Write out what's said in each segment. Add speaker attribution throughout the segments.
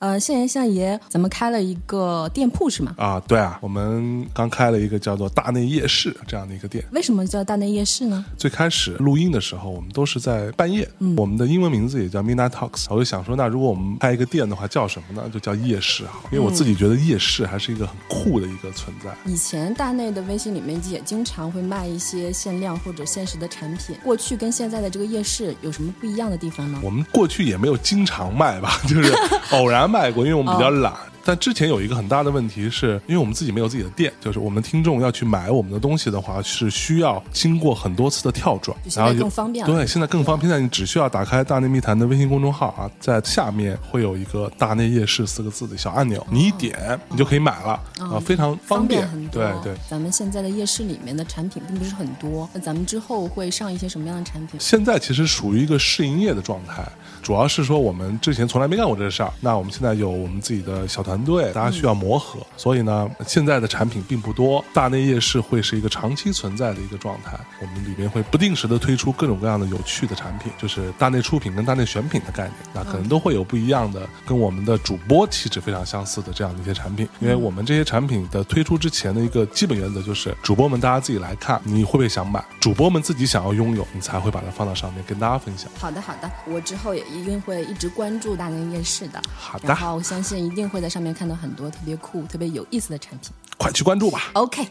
Speaker 1: 呃，现爷相爷，咱们开了一个店铺是吗？
Speaker 2: 啊，对啊，我们刚开了一个叫做大内夜市这样的一个店。
Speaker 1: 为什么叫大内夜市呢？
Speaker 2: 最开始录音的时候，我们都是在半夜。嗯，我们的英文名字也叫 Midnight Talks。我就想说，那如果我们开一个店的话，叫什么呢？就叫夜市啊，因为我自己觉得夜市还是一个很酷的一个存在。
Speaker 1: 以前大内的微信里面也经常会卖一些限量或者限时的产品。过去跟现在的这个夜市有什么不一样的地方呢？
Speaker 2: 我们过去也没有经常卖吧， 就是偶然卖过，因为我们比较 懒。
Speaker 1: 哦
Speaker 2: 但之前有一个很大的问题是，因为我们自己没有自己的店，就是我们听众要去买我们的东西的话，是需要经过很多次的跳转，
Speaker 1: 就现在
Speaker 2: 然后就
Speaker 1: 更方便了
Speaker 2: 对，现在更方便。现在你只需要打开“大内密谈”的微信公众号啊，在下面会有一个“大内夜市”四个字的小按钮，你一点你就可以买了啊，非常
Speaker 1: 哦方
Speaker 2: 便。
Speaker 1: 很多
Speaker 2: 对。对。
Speaker 1: 咱们现在的夜市里面的产品并不是很多，那咱们之后会上一些什么样的产品？
Speaker 2: 现在其实属于一个试营业的状态，主要是说我们之前从来没干过这事儿。那我们现在有我们自己的小团队，大家需要磨合，所以呢，现在的产品并不多。大内夜市会是一个长期存在的一个状态，我们里面会不定时的推出各种各样的有趣的产品，就是大内出品跟大内选品的概念，那可能都会有不一样的，跟我们的主播气质非常相似的这样的一些产品。因为我们这些产品的推出之前的一个基本原则就是，主播们大家自己来看，你会不会想买？主播们自己想要拥有，你才会把它放到上面跟大家分享。
Speaker 1: 好的，好的，我之后也一定会一直关注大内夜市的。
Speaker 2: 好的
Speaker 1: 然后我相信一定会在上面看到很多特别酷、特别有意思的产品。
Speaker 2: 快去关注吧！
Speaker 1: OK，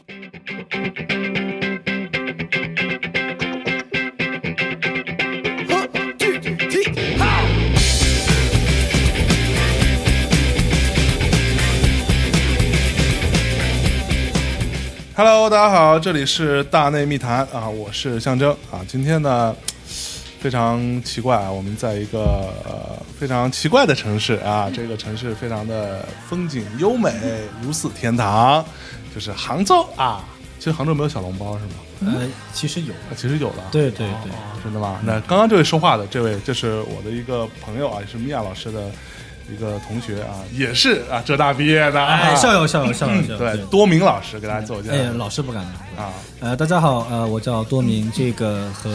Speaker 2: Hello，大家好，这里是大内密谈啊，我是象征啊。今天呢，非常奇怪啊，我们在一个、呃、非常奇怪的城市啊，这个城市非常的风景优美，如似天堂，就是杭州啊。其实杭州没有小笼包是吗？
Speaker 3: 呃，其实有，
Speaker 2: 啊其实有的。
Speaker 3: 对对
Speaker 2: 哦
Speaker 3: 对
Speaker 2: 哦真的吗？那刚刚这位说话的这位，就是我的一个朋友啊，也是米娅老师的一个同学啊，也是啊，浙大毕业的啊。
Speaker 3: 哎，校友 校友校友校友，
Speaker 2: 对，多明老师给大家自我介绍
Speaker 3: 哎，老师不敢当。对
Speaker 2: 啊，
Speaker 3: 呃，大家好，呃，我叫多明，这个和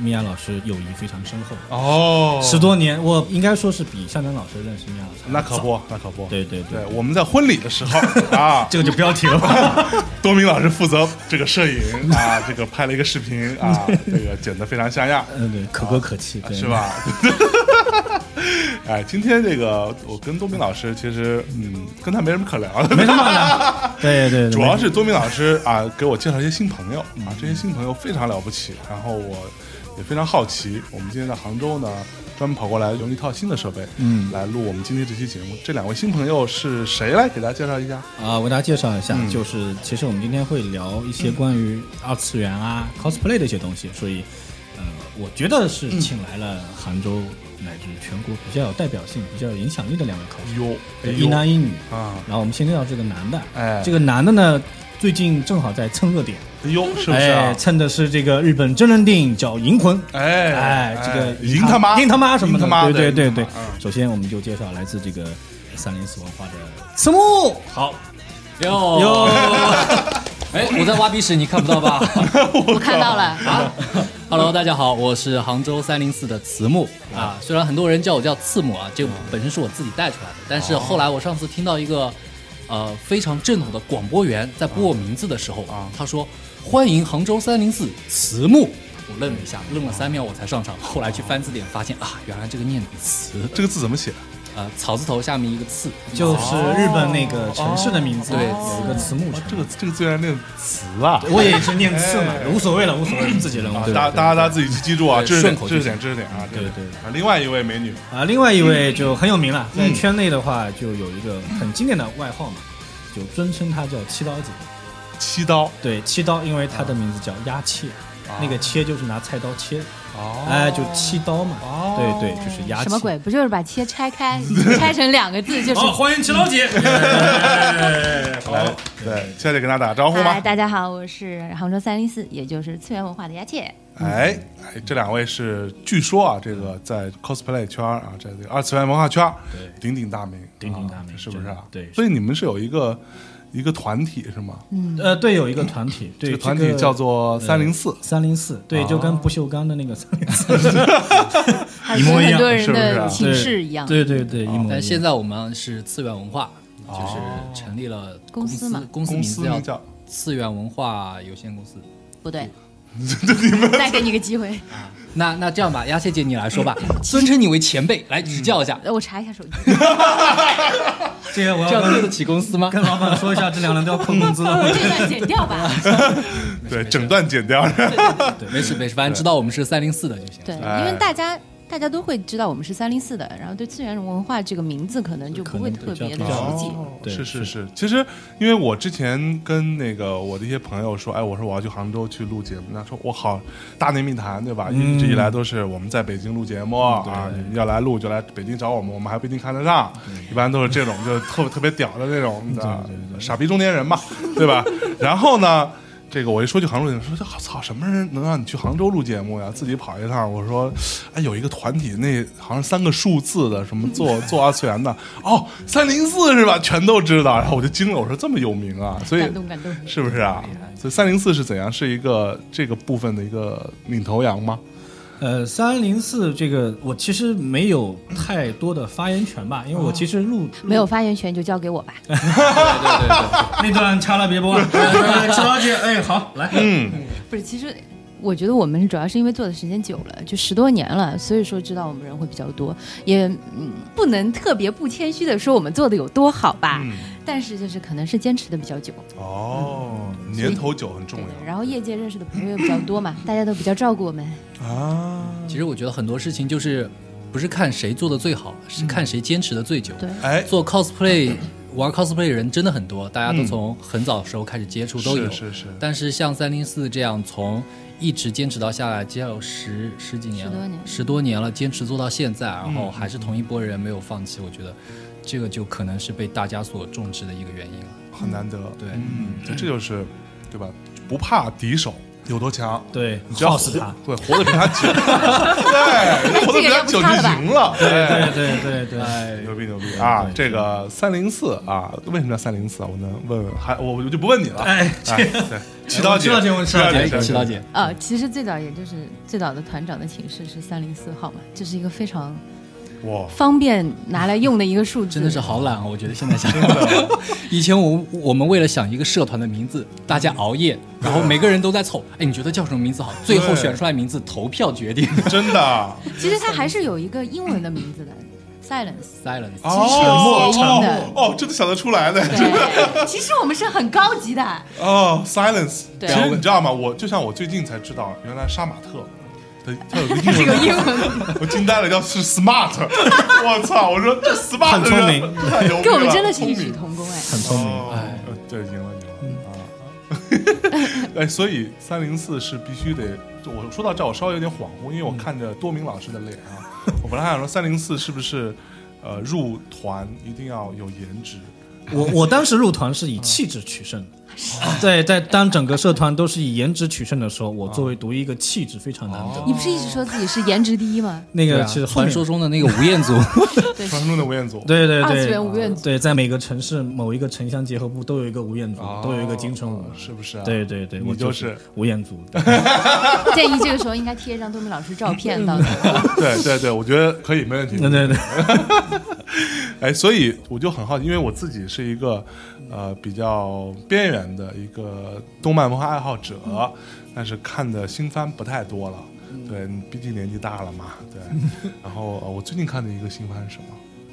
Speaker 3: 米娅老师友谊非常深厚，
Speaker 2: 哦，
Speaker 3: 十多年，我应该说是比向南老师认识米娅老师还
Speaker 2: 那可
Speaker 3: 早，
Speaker 2: 不，那可不，
Speaker 3: 对对
Speaker 2: 对，我们在婚礼的时候 啊，
Speaker 3: 这个就不要提了吧。
Speaker 2: 多明老师负责这个摄影啊，这个拍了一个视频 啊，这个剪得非常像样，
Speaker 3: 嗯，对，可歌可泣，对，
Speaker 2: 是？吧？ 哎，今天这个我跟多明老师其实，嗯，跟他没什么可聊的，
Speaker 3: 没什么好聊，对对，对
Speaker 2: 主要是多明老师啊，给我介绍一些新朋友
Speaker 3: 嗯
Speaker 2: 啊，这些新朋友非常了不起，然后我也非常好奇。我们今天在杭州呢，专门跑过来用一套新的设备，
Speaker 3: 嗯
Speaker 2: 来录我们今天这期节目。这两位新朋友是谁来？给大家介绍一下。
Speaker 3: 啊，我给大家介绍一下，
Speaker 2: 嗯
Speaker 3: 就是其实我们今天会聊一些关于二次元啊、cosplay 的一些东西，所以呃，我觉得
Speaker 2: 嗯
Speaker 3: 是请来了杭州乃至全国比较有代表性、比较有影响力的两位 cos，
Speaker 2: 哟，哎呦
Speaker 3: 一男一女。
Speaker 2: 啊，
Speaker 3: 然后我们先介绍这个男的，
Speaker 2: 哎
Speaker 3: 这个男的呢，最近正好在蹭热点，
Speaker 2: 哎呦，是不是
Speaker 3: 哎
Speaker 2: 啊？
Speaker 3: 蹭的是这个日本真人电影叫《银魂》。
Speaker 2: 哎
Speaker 3: 哎，这个
Speaker 2: 赢他妈，
Speaker 3: 赢他妈什么
Speaker 2: 赢他
Speaker 3: 的，
Speaker 2: 妈，
Speaker 3: 对对
Speaker 2: 赢
Speaker 3: 对
Speaker 2: 他妈。嗯
Speaker 3: 首先，我们就介绍来自这个三零四文化的慈木，
Speaker 4: 好，哟
Speaker 3: 哟，
Speaker 4: 哎，我在挖鼻屎，你看不到吧
Speaker 1: 我看到 了啊，
Speaker 4: ？Hello，大家好，我是杭州三零四的慈木啊。虽然很多人叫我叫次木啊，这个本身是我自己带出来的，但是后来我上次听到一个呃非常正统的广播员在播我名字的时候
Speaker 2: 啊
Speaker 4: 啊，他说欢迎杭州三零四慈木。我愣了一下，愣了三秒我才上场。后来去翻字典发现啊，原来这个念慈，
Speaker 2: 嗯这个字怎么写？
Speaker 4: 呃，草字头下面一个次，
Speaker 3: 就是日本那个城市的名字，
Speaker 4: 哦
Speaker 3: 有一个慈木城。
Speaker 2: 这个这个字原来念词啊。
Speaker 3: 我也是念次嘛
Speaker 2: 哎，
Speaker 3: 无所谓了，无所谓，自己人物
Speaker 2: 啊，。
Speaker 3: 对
Speaker 2: 大家
Speaker 3: 对
Speaker 2: 大家大家自己去记住啊，
Speaker 4: 对
Speaker 2: 知识点
Speaker 4: 顺口
Speaker 2: 知识
Speaker 4: 就
Speaker 2: 点知识点啊，
Speaker 3: 对
Speaker 2: 知识
Speaker 3: 对
Speaker 2: 点啊，另外一位美女，
Speaker 3: 啊，另外一位就很有名了，在圈内的话就有一个很经典的外号嘛，就尊称她叫七刀姐。
Speaker 2: 七刀，
Speaker 3: 对，七刀，因为她的名字叫鸭切，那个切就是拿菜刀切，
Speaker 2: 啊哦
Speaker 3: 哎，就七刀嘛。
Speaker 2: 哦
Speaker 3: 对对，就是啊鸭切。
Speaker 5: 什么鬼？不就是把切 拆开，拆成两个字就是？
Speaker 3: 欢迎七刀姐。
Speaker 2: 来，哦对，现在给大家打个招呼吧
Speaker 5: 嗨，。大家好，我是杭州三零四，也就是次元文化的鸭切。
Speaker 2: 哎哎，这两位是据说啊，这个在 cosplay 圈儿啊，在这个二次元文化圈儿
Speaker 3: 对
Speaker 2: 鼎鼎大名，
Speaker 3: 鼎鼎大
Speaker 2: 啊
Speaker 3: 名
Speaker 2: 是不是啊？
Speaker 3: 对是
Speaker 2: 所以你们是有一个一个团体是吗？
Speaker 3: 呃，对，有一个团体，对，
Speaker 2: 这个团体叫做三零四，
Speaker 3: 三零四，对，就跟不锈钢的那个三零四，
Speaker 5: 还
Speaker 3: 一
Speaker 5: 是
Speaker 3: 模一
Speaker 5: 很
Speaker 3: 样
Speaker 5: 多人
Speaker 2: 是不
Speaker 5: 的
Speaker 2: 是啊
Speaker 5: 寝室一样。
Speaker 3: 对对对，一
Speaker 2: 嗯
Speaker 3: 模一样。
Speaker 4: 哦但现在我们是次元文化，就是成立了
Speaker 5: 公司嘛
Speaker 4: 公司
Speaker 2: 哦公
Speaker 4: 名
Speaker 2: 司
Speaker 4: 字
Speaker 2: 名
Speaker 4: 叫
Speaker 2: 叫
Speaker 4: 次元文化有限公司。
Speaker 5: 不对？ 再给你个机会，
Speaker 4: 那那这样吧，鸭蟹姐你来说吧，尊称你为前辈，来指教一下，
Speaker 5: 呃我查一下手机。
Speaker 3: 这
Speaker 2: 嗯
Speaker 3: 个我
Speaker 4: 这
Speaker 3: 要
Speaker 4: 样对得
Speaker 3: 跟
Speaker 4: 起公司吗？
Speaker 3: 跟老板说一下，这两人都要扣工资 了。
Speaker 5: 这段剪 掉吧。
Speaker 2: 对，整段剪掉。
Speaker 4: 对，没事没事，反正知道我们是三零四的就行。
Speaker 5: 对，
Speaker 2: 哎
Speaker 5: 因为大家大家都会知道我们是三零四的，然后对次元文化这个名字可能就不会特别
Speaker 3: 可
Speaker 5: 的
Speaker 3: 能
Speaker 5: 熟悉。
Speaker 2: 哦
Speaker 3: 对
Speaker 2: 是是
Speaker 3: 是
Speaker 2: 是，其实因为我之前跟那个我的一些朋友说，哎，我说我要去杭州去录节目，那说我好大内密谈，对吧？一直以来都是我们在北京录节目啊，你们要来录就来北京找我们，我们还不一定看得上，一般都是这种就特特别屌的那种的傻逼中年人嘛，对吧？然后呢？这个我一说去杭州录节目，说我操，什么人能让你去杭州录节目呀？自己跑一趟。我说，哎，有一个团体，那好像三个数字的，什么 做做二次元的，哦，三零四是吧？全都知道。然后我就惊了，我说这么有名啊，所以
Speaker 5: 感动感动
Speaker 2: 是不是啊？所以三零四是怎样？是一个这个部分的一个领头羊吗？
Speaker 3: 呃，三零四这个我其实没有太多的发言权吧，因为我其实录
Speaker 5: 哦没有发言权就交给我吧。
Speaker 4: 对对对，
Speaker 3: 那段掐了别播， 吃道去，哎，好，来，
Speaker 5: 不是，其实我觉得我们主要是因为做的时间久了，就十多年了，所以说知道我们人会比较多，也嗯不能特别不谦虚的说我们做的有多好吧，
Speaker 4: 嗯
Speaker 5: 但是就是可能是坚持的比较久，
Speaker 2: 哦，年头久很重
Speaker 5: 对对。然后业界认识的朋友也比较多嘛，大家都比较照顾我
Speaker 4: 嗯
Speaker 5: 们。
Speaker 2: 啊。
Speaker 4: 其实我觉得很多事情就是不是看谁做的最好，是看谁坚持的最久。
Speaker 5: 嗯对，
Speaker 2: 哎，
Speaker 4: 做 cosplay 玩 cosplay 的人真的很多，大家都从很早的时候开始接触都有。
Speaker 2: 嗯是是是
Speaker 4: 但是像三零四这样从一直坚持到下来，只有十十几年了，
Speaker 5: 十多年嗯
Speaker 4: 多年了，坚持做到现在，然后还是同一波人没有放弃，我觉得这个就可能是被大家所重视的一个原因了。
Speaker 2: 很难得。
Speaker 4: 对
Speaker 2: 嗯，这就是，对吧？不怕敌手有多强，
Speaker 3: 对
Speaker 2: 你只要
Speaker 3: 耗死他
Speaker 2: 活对，活得比他 久，对，活得比他久就行了，
Speaker 3: 对对对对，
Speaker 4: 哎
Speaker 2: 对，牛逼牛逼啊！这个三零四啊，为什么叫三零四？我能问问，还我我就不问你了。哎，
Speaker 3: 哎，这
Speaker 2: 对，祈祷姐，
Speaker 3: 我知道这我知道这
Speaker 2: 祈祷
Speaker 4: 哎，祈祷姐，，
Speaker 5: 呃，其实最早也就是最早的团长的寝室是三零四号嘛，这是一个非常
Speaker 2: 哇，
Speaker 5: 方便拿来用的一个数字，
Speaker 4: 真的是好懒啊！我觉得现在想， 以前我我们为了想一个社团的名字，大家熬夜，然后每个人都在凑，哎，你觉得叫什么名字好？最后
Speaker 2: 对
Speaker 4: 选出来名字，投票 决定。
Speaker 2: 真的，啊
Speaker 5: 其实它还是有一个英文的名 字的，Silence。
Speaker 4: Silence，
Speaker 2: 哦
Speaker 5: 谐音的
Speaker 2: 哦，哦，真的想得出来的，真的。
Speaker 5: 对，其实我们是很高级的，
Speaker 2: 哦，silence。
Speaker 5: 对
Speaker 2: 其实你知道吗？我就像我最近才知道，原来杀马特，它它有一个英
Speaker 5: 它是
Speaker 2: 文
Speaker 5: 个
Speaker 2: 名，
Speaker 5: 英文，
Speaker 2: 我惊呆了，叫是 smart。我操！我说这 smart
Speaker 3: 很聪明
Speaker 2: 人太牛逼了，
Speaker 5: 跟我们真的是
Speaker 2: 聪
Speaker 5: 异
Speaker 2: 明
Speaker 5: 曲同工哎。
Speaker 3: 很聪明，
Speaker 2: 哦
Speaker 4: 哎，
Speaker 2: 呃对，赢了赢
Speaker 3: 嗯
Speaker 2: 了啊！ 哎，所以三零四是必须得，就我说到这儿我稍微有点恍惚，因为
Speaker 3: 嗯
Speaker 2: 我看着多明老师的脸啊，我本来还想说三零四是不是呃入团一定要有颜值，
Speaker 3: 我我当时入团是以气质取胜的，
Speaker 4: 哦
Speaker 3: 对，在当整个社团都是以颜值取胜的时候，我作为独一个气质非常难得。
Speaker 5: 你不是一直说自己是颜值第一吗？
Speaker 3: 那
Speaker 4: 哦对
Speaker 3: 个
Speaker 4: 啊
Speaker 3: 其实后
Speaker 4: 传
Speaker 3: 面
Speaker 4: 说中的那个吴彦祖，
Speaker 5: 对，
Speaker 2: 传说中的吴彦祖，
Speaker 3: 对对对，
Speaker 5: 二次元吴彦祖
Speaker 3: 对，在每个城市某一个城乡结合部都有一个吴彦祖
Speaker 2: 哦，
Speaker 3: 都有一个金城武，
Speaker 2: 是不是啊？
Speaker 3: 对对对，
Speaker 2: 你
Speaker 3: 我
Speaker 2: 就是是
Speaker 3: 吴 彦祖。对
Speaker 5: 建议这个时候应该贴一张多米老师照片到，
Speaker 2: 对对对，我觉得可以，没问题。
Speaker 3: 对对对，
Speaker 2: 哎，所以我就很好奇，因为我自己是一个呃比较边缘的一个动漫文化爱好者，但是看的新番不太多了。对，毕竟年纪大了嘛。对，然后、呃我最近看的一个新番是什么？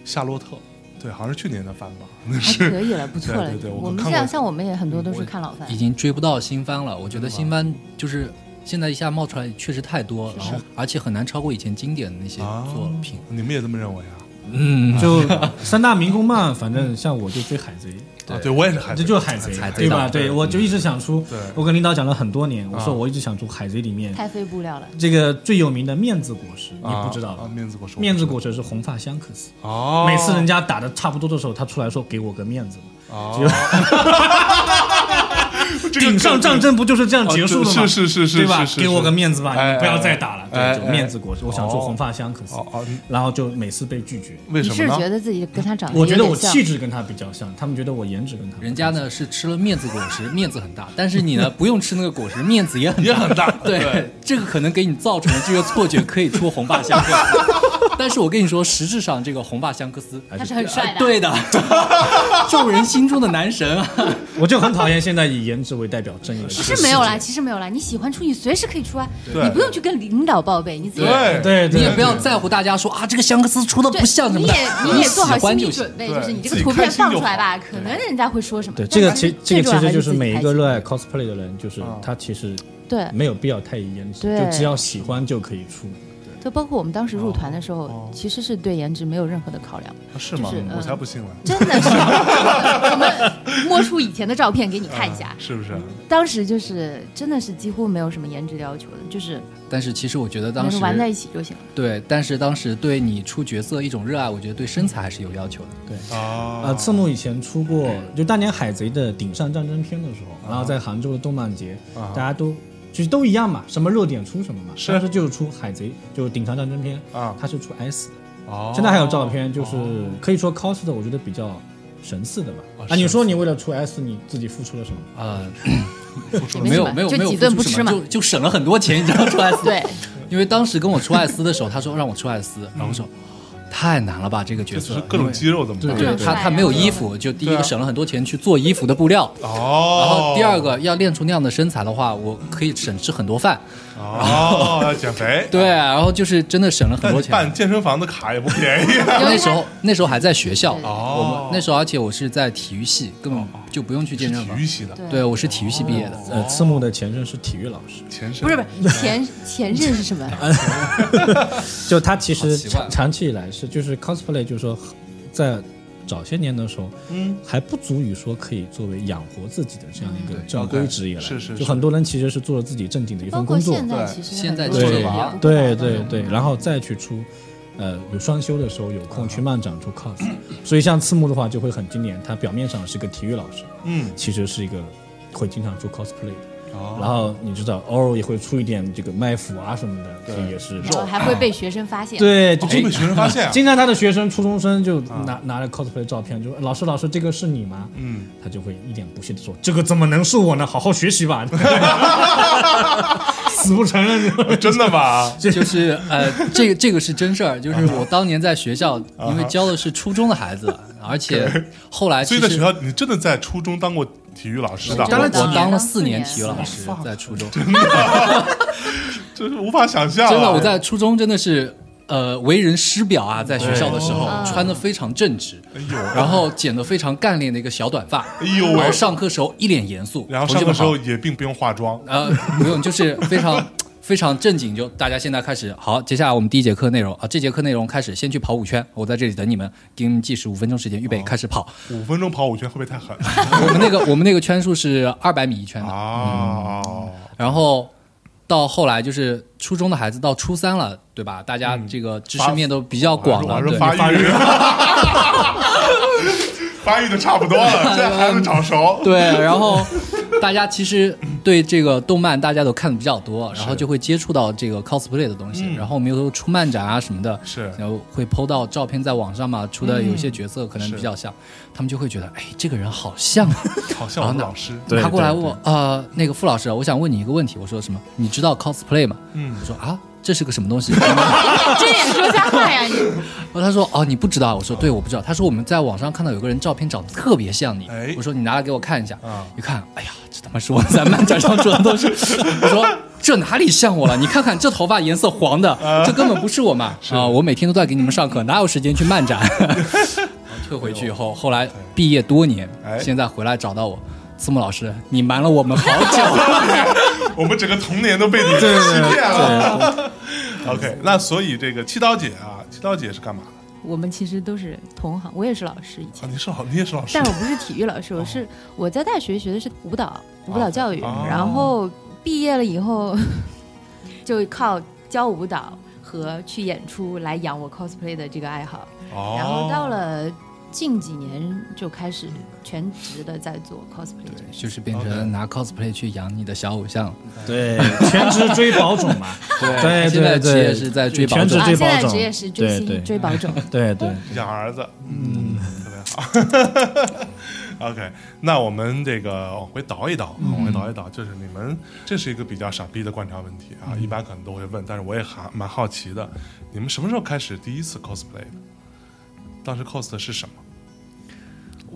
Speaker 2: 夏洛特。对，好像是去年的番吧。那
Speaker 5: 还
Speaker 2: 是
Speaker 5: 可以了，不错了
Speaker 2: 对对对。我
Speaker 5: 我们
Speaker 2: 看
Speaker 5: 这
Speaker 2: 过
Speaker 5: 样，像我们也很多都是看老番
Speaker 4: 已，经追不到新番了。我觉
Speaker 2: 嗯
Speaker 4: 得新番就是现在一下冒出来确实太多，然后而且很难超过以前经典的那些
Speaker 2: 啊
Speaker 4: 作品。
Speaker 2: 你们也这么认为啊？
Speaker 4: 嗯，
Speaker 3: 就三大民工漫，反正像我就追海贼，
Speaker 2: 啊，对我也是海
Speaker 3: 这
Speaker 2: 贼，嗯
Speaker 3: 就是海贼
Speaker 4: 海，贼
Speaker 3: 对吧？
Speaker 4: 党
Speaker 3: 对，我就一直想出
Speaker 2: 对，嗯
Speaker 3: 我跟领导讲了很多年，我说我一直想出海贼里面
Speaker 5: 太费布料了。
Speaker 3: 这个最有名的面子果实，你
Speaker 2: 啊
Speaker 3: 不知道
Speaker 2: 啊
Speaker 3: 的。
Speaker 2: 面子果实，
Speaker 3: 面子果实是红发香克斯，
Speaker 2: 哦，
Speaker 3: 每次人家打的差不多的时候，他出来说给我个面子嘛。
Speaker 2: 哦，这个
Speaker 3: 顶上战争不就是这样
Speaker 2: 哦
Speaker 3: 结束的吗？
Speaker 2: 是是是是
Speaker 3: 对吧
Speaker 2: 是？是是
Speaker 3: 给我个面子吧，
Speaker 2: 哎
Speaker 3: 你不要再打了，
Speaker 2: 哎
Speaker 3: 对，就
Speaker 2: 哎
Speaker 3: 面子果实。我想做红发香，可是
Speaker 2: 哦哦你，
Speaker 3: 然后就每次被拒绝。
Speaker 2: 为
Speaker 5: 你
Speaker 2: 什
Speaker 5: 是
Speaker 2: 么
Speaker 5: 觉
Speaker 2: 呢？
Speaker 5: 得自己跟他长得
Speaker 3: 我觉得
Speaker 5: 啊有
Speaker 3: 我
Speaker 5: 点像
Speaker 3: 气质跟他比较像，他们觉得我颜值跟他。
Speaker 4: 人家，呢是吃了面子果实， 面子很大，但是你呢不用吃那个果实，面子也很
Speaker 2: 也很 大，
Speaker 4: 对，这个可能给你造成了这个错觉，可以出红发香克 斯。但是我跟你说，实质上这个红发香克
Speaker 2: 哎
Speaker 4: 斯，哎
Speaker 5: 他是很帅的，啊
Speaker 3: 呃
Speaker 4: 对的，众人心中的男神啊。
Speaker 3: 我就很讨厌现在以颜值为代 表正义的这
Speaker 5: 其
Speaker 3: 个
Speaker 5: 实没有啦，
Speaker 3: 世界。
Speaker 5: 其实没有啦，你喜欢处你随时可以处啊，
Speaker 2: 对
Speaker 5: 你不用去跟领导报备，你自己
Speaker 2: 对
Speaker 3: 对，对
Speaker 4: 你也不要
Speaker 3: 对
Speaker 4: 在乎大家说啊，这个香克斯出的
Speaker 5: 对
Speaker 4: 不像什
Speaker 5: 你
Speaker 4: 么的
Speaker 5: 也，你也
Speaker 4: 喜
Speaker 5: 做好心
Speaker 4: 欢就
Speaker 5: 理
Speaker 4: 行。
Speaker 5: 准备，
Speaker 2: 对
Speaker 5: 就是你这
Speaker 2: 自
Speaker 5: 个
Speaker 2: 己
Speaker 5: 图
Speaker 2: 开
Speaker 5: 片
Speaker 2: 心
Speaker 5: 放
Speaker 2: 就
Speaker 5: 出来
Speaker 2: 好
Speaker 5: 吧，可能人家会说什么。
Speaker 3: 对，这
Speaker 5: 但
Speaker 3: 个
Speaker 5: 是
Speaker 3: 其这
Speaker 5: 最
Speaker 3: 个
Speaker 5: 重
Speaker 3: 其
Speaker 5: 要还
Speaker 3: 实就是
Speaker 5: 自己
Speaker 3: 每一
Speaker 5: 开
Speaker 3: 个
Speaker 5: 心
Speaker 3: 热爱 cosplay 的人，就是
Speaker 2: 哦
Speaker 3: 他其实
Speaker 5: 对，
Speaker 3: 没有必要太以颜值，
Speaker 5: 对
Speaker 3: 就只要喜欢就可以出。
Speaker 5: 就包括我们当时入团的时
Speaker 4: 哦
Speaker 5: 候，其实是对颜值没有任何的考量，
Speaker 2: 啊是吗
Speaker 5: 就是？
Speaker 2: 我
Speaker 5: 嗯
Speaker 2: 才不信了，
Speaker 5: 真的是。我们摸出以前的照片给你看一下
Speaker 2: 啊，
Speaker 4: 嗯
Speaker 2: 是不是？
Speaker 5: 当时就是真的是几乎没有什么颜值要求的，就是
Speaker 4: 但是其实我觉得当时
Speaker 5: 能玩在一起就行了。
Speaker 4: 对，但是当时对你出角色一种热爱，我觉得对身材还是有要求的。
Speaker 2: 啊
Speaker 3: 呃，赤木以前出过，
Speaker 2: 哦
Speaker 3: 就当年海贼的顶上战争片的时候，然后在杭州的动漫节，
Speaker 2: 啊
Speaker 3: 大家都其实都一样嘛，什么热点出什么嘛。
Speaker 2: 是
Speaker 3: 当时就出海贼，就顶上战争片
Speaker 2: 啊
Speaker 3: 他是出 S 的。
Speaker 2: 哦
Speaker 3: 现在还有照片，就是可以说 cos 的，我觉得比较神似的吧。啊，你说你为了出 S，你自己付出了什么？
Speaker 2: 啊
Speaker 4: 呃，
Speaker 5: 也
Speaker 4: 没
Speaker 5: 什
Speaker 4: 有
Speaker 5: 么
Speaker 4: 没有
Speaker 5: 就
Speaker 4: 没有
Speaker 5: 几顿
Speaker 4: 付
Speaker 5: 不
Speaker 4: 出
Speaker 5: 吃
Speaker 4: 什么
Speaker 5: 嘛。
Speaker 4: 就就省了很多钱，你知道出艾斯。
Speaker 5: 对，
Speaker 4: 因为当时跟我出艾斯的时候，他说让我出艾斯，然后我说太难了吧这个角
Speaker 2: 这只
Speaker 4: 色
Speaker 2: 是，各种
Speaker 4: 因为
Speaker 2: 肌肉怎么办
Speaker 5: 各
Speaker 4: 对
Speaker 5: 种
Speaker 4: 他
Speaker 5: 帅
Speaker 4: 他
Speaker 5: 啊
Speaker 4: 没有
Speaker 5: 各种
Speaker 4: 衣服，就第一
Speaker 2: 对啊
Speaker 4: 个省了很多钱去做衣服的布料，
Speaker 2: 哦，
Speaker 4: 然后第二个要练出那样的身材的话，我可以省吃很多饭。
Speaker 2: 哦，要减肥
Speaker 4: 对，啊然后就是真的省了很
Speaker 2: 但
Speaker 4: 多
Speaker 2: 你
Speaker 4: 钱。啊
Speaker 2: 办健身房的卡也不便宜啊
Speaker 4: 那时候那时候还在学校，我
Speaker 2: 哦
Speaker 4: 们那时候而且我是在体育系，根本就不用去健身
Speaker 2: 体
Speaker 4: 房
Speaker 2: 育。系哦的
Speaker 4: 对，我是体育系毕业的。
Speaker 3: 呃，赤木的前身是体育老师，
Speaker 2: 前身
Speaker 5: 不是不是，前前任是什么？
Speaker 3: 就他其
Speaker 4: 好
Speaker 3: 实
Speaker 4: 奇怪
Speaker 3: 长长期以来是就是 cosplay，就是说在早些年的时候，嗯，还不足以说可以作为养活自己的这样
Speaker 2: 嗯
Speaker 3: 一个正规职业来，
Speaker 2: OK，是是
Speaker 3: 就是很多人其实是做了自己正经的一
Speaker 5: 包
Speaker 3: 份
Speaker 5: 括
Speaker 3: 工作，
Speaker 5: 现在
Speaker 2: 对
Speaker 5: 其实
Speaker 4: 现
Speaker 5: 很
Speaker 4: 在
Speaker 5: 多
Speaker 4: 就
Speaker 5: 人
Speaker 4: 是
Speaker 5: 也
Speaker 3: 对
Speaker 5: 不
Speaker 4: 吧
Speaker 5: 搞
Speaker 3: 对
Speaker 5: 这
Speaker 3: 对
Speaker 5: 种
Speaker 3: 对，然后再去出。呃，有双休的时候有空
Speaker 2: 啊
Speaker 3: 去漫展出 cos，、所以像赤木的话就会很经典。他表面上是个体育老师，
Speaker 2: 嗯
Speaker 3: 其实是一个会经常出 cosplay 的。
Speaker 2: 哦
Speaker 3: 然后你知道，偶尔也会出一点这个卖腐啊什么的，这也是
Speaker 5: 然后还 会被学生发现。
Speaker 3: 对，就
Speaker 2: 哦被学生发现啊
Speaker 3: 经常他的学生初中生就
Speaker 4: 啊
Speaker 3: 拿、拿着 cosplay 照片，就说老师老师这个是你吗？
Speaker 2: 嗯，
Speaker 3: 他就会一脸不屑的说这个怎么能是我呢？好好学习 吧，死不承认。
Speaker 2: 真的吗？
Speaker 4: 就是 呃，这个这个是真事儿，就是
Speaker 2: 啊
Speaker 4: 我当年在学校，因为教的是初中的孩子，而且后来
Speaker 2: 所
Speaker 4: 其
Speaker 2: 以
Speaker 4: 实
Speaker 2: 在学校，你真的在初中当过体育老师的
Speaker 4: 我，
Speaker 5: 当了几
Speaker 4: 我
Speaker 5: 年
Speaker 4: 当了
Speaker 5: 呢
Speaker 4: 四
Speaker 5: 四
Speaker 4: 年
Speaker 5: 年
Speaker 4: 体育老师，在初 中，真
Speaker 2: 这是无法想象啊。
Speaker 4: 的我在初中真的是呃为人师表啊，在学校的时候
Speaker 2: 哦
Speaker 4: 穿的非常正直，
Speaker 2: 哎呦，
Speaker 4: 然后剪的非常干练的一个小短发，
Speaker 2: 哎呦喂
Speaker 4: 然后上课时候一脸严肃，
Speaker 2: 然后
Speaker 4: 同学
Speaker 2: 上
Speaker 4: 们
Speaker 2: 课时候
Speaker 4: 好
Speaker 2: 也并不用化妆，
Speaker 4: 呃， 不用，就是非常非常正经。就大家现在开始，好，接下来我们第一节课内容啊，这节课内容开始，先去跑五圈，我在这里等你们，给你们计时五分钟时间，预
Speaker 2: 哦
Speaker 4: 备，开始跑。
Speaker 2: 五分钟跑五圈会不会太 狠
Speaker 4: 我们那个我们那个圈数是二百米一圈的，
Speaker 2: 啊？
Speaker 4: 然后。到后来就是初中的孩子到初三了，对吧？大家这个知识面都比较哦广
Speaker 2: 哎我
Speaker 4: 了，
Speaker 2: 嗯还是
Speaker 4: 对。
Speaker 2: 发育， 发育的差不多了，这孩子早 熟。
Speaker 4: 对，然后大家其实对这个动漫大家都看的比较多，然后就会接触到这个 cosplay 的东西，
Speaker 3: 嗯
Speaker 4: 然后我们有出漫展啊什么的，
Speaker 2: 是
Speaker 4: 然后会 PO 到照片在网上嘛，出的有一些角色可能
Speaker 2: 是
Speaker 4: 比较像，他们就会觉得，哎，这个人好像啊。
Speaker 2: 好像我们老师，
Speaker 3: 对
Speaker 4: 他过来
Speaker 3: 对
Speaker 4: 问我，呃，那个傅老师，我想问你一个问题，我说什么？你知道 cosplay 吗？
Speaker 2: 嗯
Speaker 4: 我说啊，这是个什 么东西？
Speaker 5: 睁眼说瞎话呀！你
Speaker 4: 然后他说：“哦，你不知道？”我说：“对，我不知道。”他说：“我们在网上看到有个人照片长得特别像你。
Speaker 2: 哎
Speaker 4: 我说：“你拿来给我看一下。
Speaker 2: 啊
Speaker 4: 一看，哎呀，这他妈是我在漫展上做的东西。我说：“这哪里像我了？你看看这头发颜色 黄的，这根本不是我嘛！”啊，我每天都在给你们上课，哪有时间去 漫展？退回去以后，后来毕业多年，
Speaker 2: 哎
Speaker 4: 现在回来找到我，字幕老师，你瞒了我们好 久了。
Speaker 2: 我们整个童年都被你欺骗了。OK，那所以这个七刀姐啊，七刀姐是干嘛的
Speaker 5: 我们其实都是同行，我也是老师以前
Speaker 2: 啊？。你是好，你也是老师
Speaker 5: 但我不是体育老师，我是我在大学学的是舞蹈，舞蹈教育，
Speaker 2: 哦
Speaker 5: 然后毕业了以后 就靠教舞蹈和去演出来养我 cosplay 的这个爱好。
Speaker 2: 哦。
Speaker 5: 然后到了近几年就开始全职的在做 cosplay 这个事
Speaker 4: 就是变
Speaker 2: OK
Speaker 4: 成拿 cosplay 去养你的小偶像。
Speaker 3: 对，全职追宝种嘛，对
Speaker 4: 现在
Speaker 3: 对
Speaker 4: 职业
Speaker 3: 对，
Speaker 4: 是在追宝
Speaker 3: 全
Speaker 4: 种
Speaker 3: 职
Speaker 5: 啊，
Speaker 3: 追
Speaker 5: 现
Speaker 3: 宝
Speaker 5: 在
Speaker 3: 种
Speaker 5: 职业是追
Speaker 3: 对
Speaker 5: 星
Speaker 3: 对
Speaker 5: 追宝种，
Speaker 3: 对对，
Speaker 2: 养儿子，嗯，特别好。OK，那 我们这个往回倒一倒，往回倒一倒，就是你们这是一个比较傻逼的观察问题啊，一般可能都会问，但是我也还蛮好奇的，你们什么时候开始第一次 cosplay 的？当时 cos 的是什么？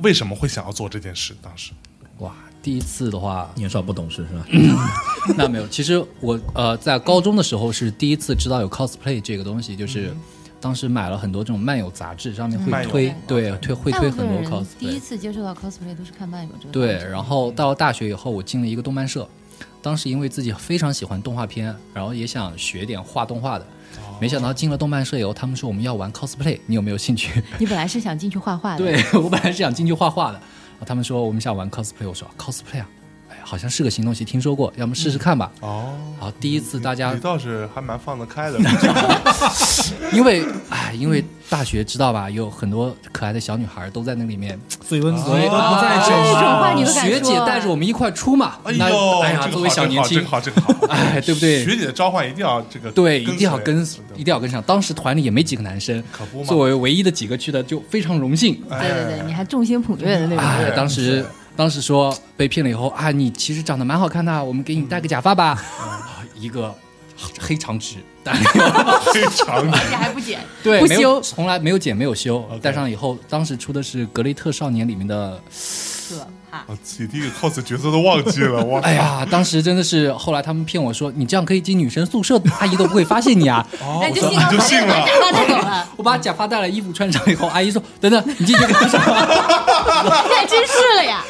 Speaker 2: 为什么会想要做这件事？当时
Speaker 4: 哇，第一次的话，
Speaker 3: 年少不懂事是吧？
Speaker 4: 啊 那没有，其实我呃在高中的时候是第一次知道有 cosplay 这个东西，就是当时买了很多这种漫友杂志，上面
Speaker 2: 嗯漫
Speaker 4: 会
Speaker 2: 友
Speaker 4: 推
Speaker 2: 嗯
Speaker 4: 对推 会
Speaker 5: 大
Speaker 4: 推
Speaker 5: 部
Speaker 4: 很
Speaker 5: 分
Speaker 4: 多
Speaker 5: 人第一
Speaker 4: cosplay，
Speaker 5: 次接触到 cosplay 都是看漫友这个
Speaker 4: 对
Speaker 5: 东，西
Speaker 4: 然后到了大学以后，我进了一个动漫社，当时因为自己非常喜欢动画片，然后也想学点画动画的。
Speaker 2: 哦
Speaker 4: 没想到进了动漫社以后，他们说我们要玩 cosplay，你有没有兴 趣？
Speaker 5: 你本来是想进去画画的，
Speaker 4: 对 我本来是想进去画画的，然后他们说我们想玩 cosplay，我说 cosplay 啊，哎，好像是个新东西，听说过，要么试试看吧。
Speaker 2: 哦，
Speaker 4: 然后第一次大家
Speaker 2: 你倒是还蛮放得开 的，
Speaker 4: 因为哎，因为大学知道吧，有很多可爱的小女孩都在那里面，
Speaker 3: 最温和
Speaker 4: 所以
Speaker 3: 都不在
Speaker 4: 啊
Speaker 3: 酒
Speaker 5: 这种话
Speaker 3: 吧
Speaker 5: 你都敢
Speaker 4: 学姐
Speaker 5: 说
Speaker 4: 带着我们一块出嘛，
Speaker 2: 哎
Speaker 4: 那
Speaker 2: 呦，
Speaker 4: 哎呀，
Speaker 2: 这个
Speaker 4: 作为
Speaker 2: 好
Speaker 4: 小年轻
Speaker 2: 真，好，真好，真好
Speaker 4: 哎，对不对
Speaker 2: 学？姐的召唤一定要这个
Speaker 4: 对，一
Speaker 2: 随
Speaker 4: 定要跟，一定要跟上。当时团里也没几个男生，
Speaker 2: 可不嘛
Speaker 4: 作为唯一的几个去的，就非常荣幸。
Speaker 5: 对对
Speaker 2: 哎
Speaker 5: 对，你还众星捧月的那种。
Speaker 4: 哎，当时当时说被骗了以后啊，你其实长得蛮好看的，我们给你戴个假发吧，啊
Speaker 2: 嗯
Speaker 4: 一个黑长直， 但没有
Speaker 2: 非 常
Speaker 4: 哎
Speaker 5: 而且还不减，
Speaker 4: 对，
Speaker 5: 不
Speaker 4: 没有
Speaker 5: 修
Speaker 4: 从来没有剪，没有修。
Speaker 2: OK
Speaker 4: 戴上以后，当时出的是《格雷特少年》里面的，
Speaker 5: 可怕。
Speaker 2: 我啊自己第一个 cos 角色都忘记了，我
Speaker 4: 哎呀，当时真的是，后来他们骗我说，你这样可以进女生宿舍，阿姨都不会发现你 啊。
Speaker 3: 哦
Speaker 5: 那就信
Speaker 2: 我就信了
Speaker 5: 了，把他走 了。
Speaker 4: 我把假发戴了，衣服穿上以后，阿姨说，等等，你进去干什么？
Speaker 5: 太真是了呀！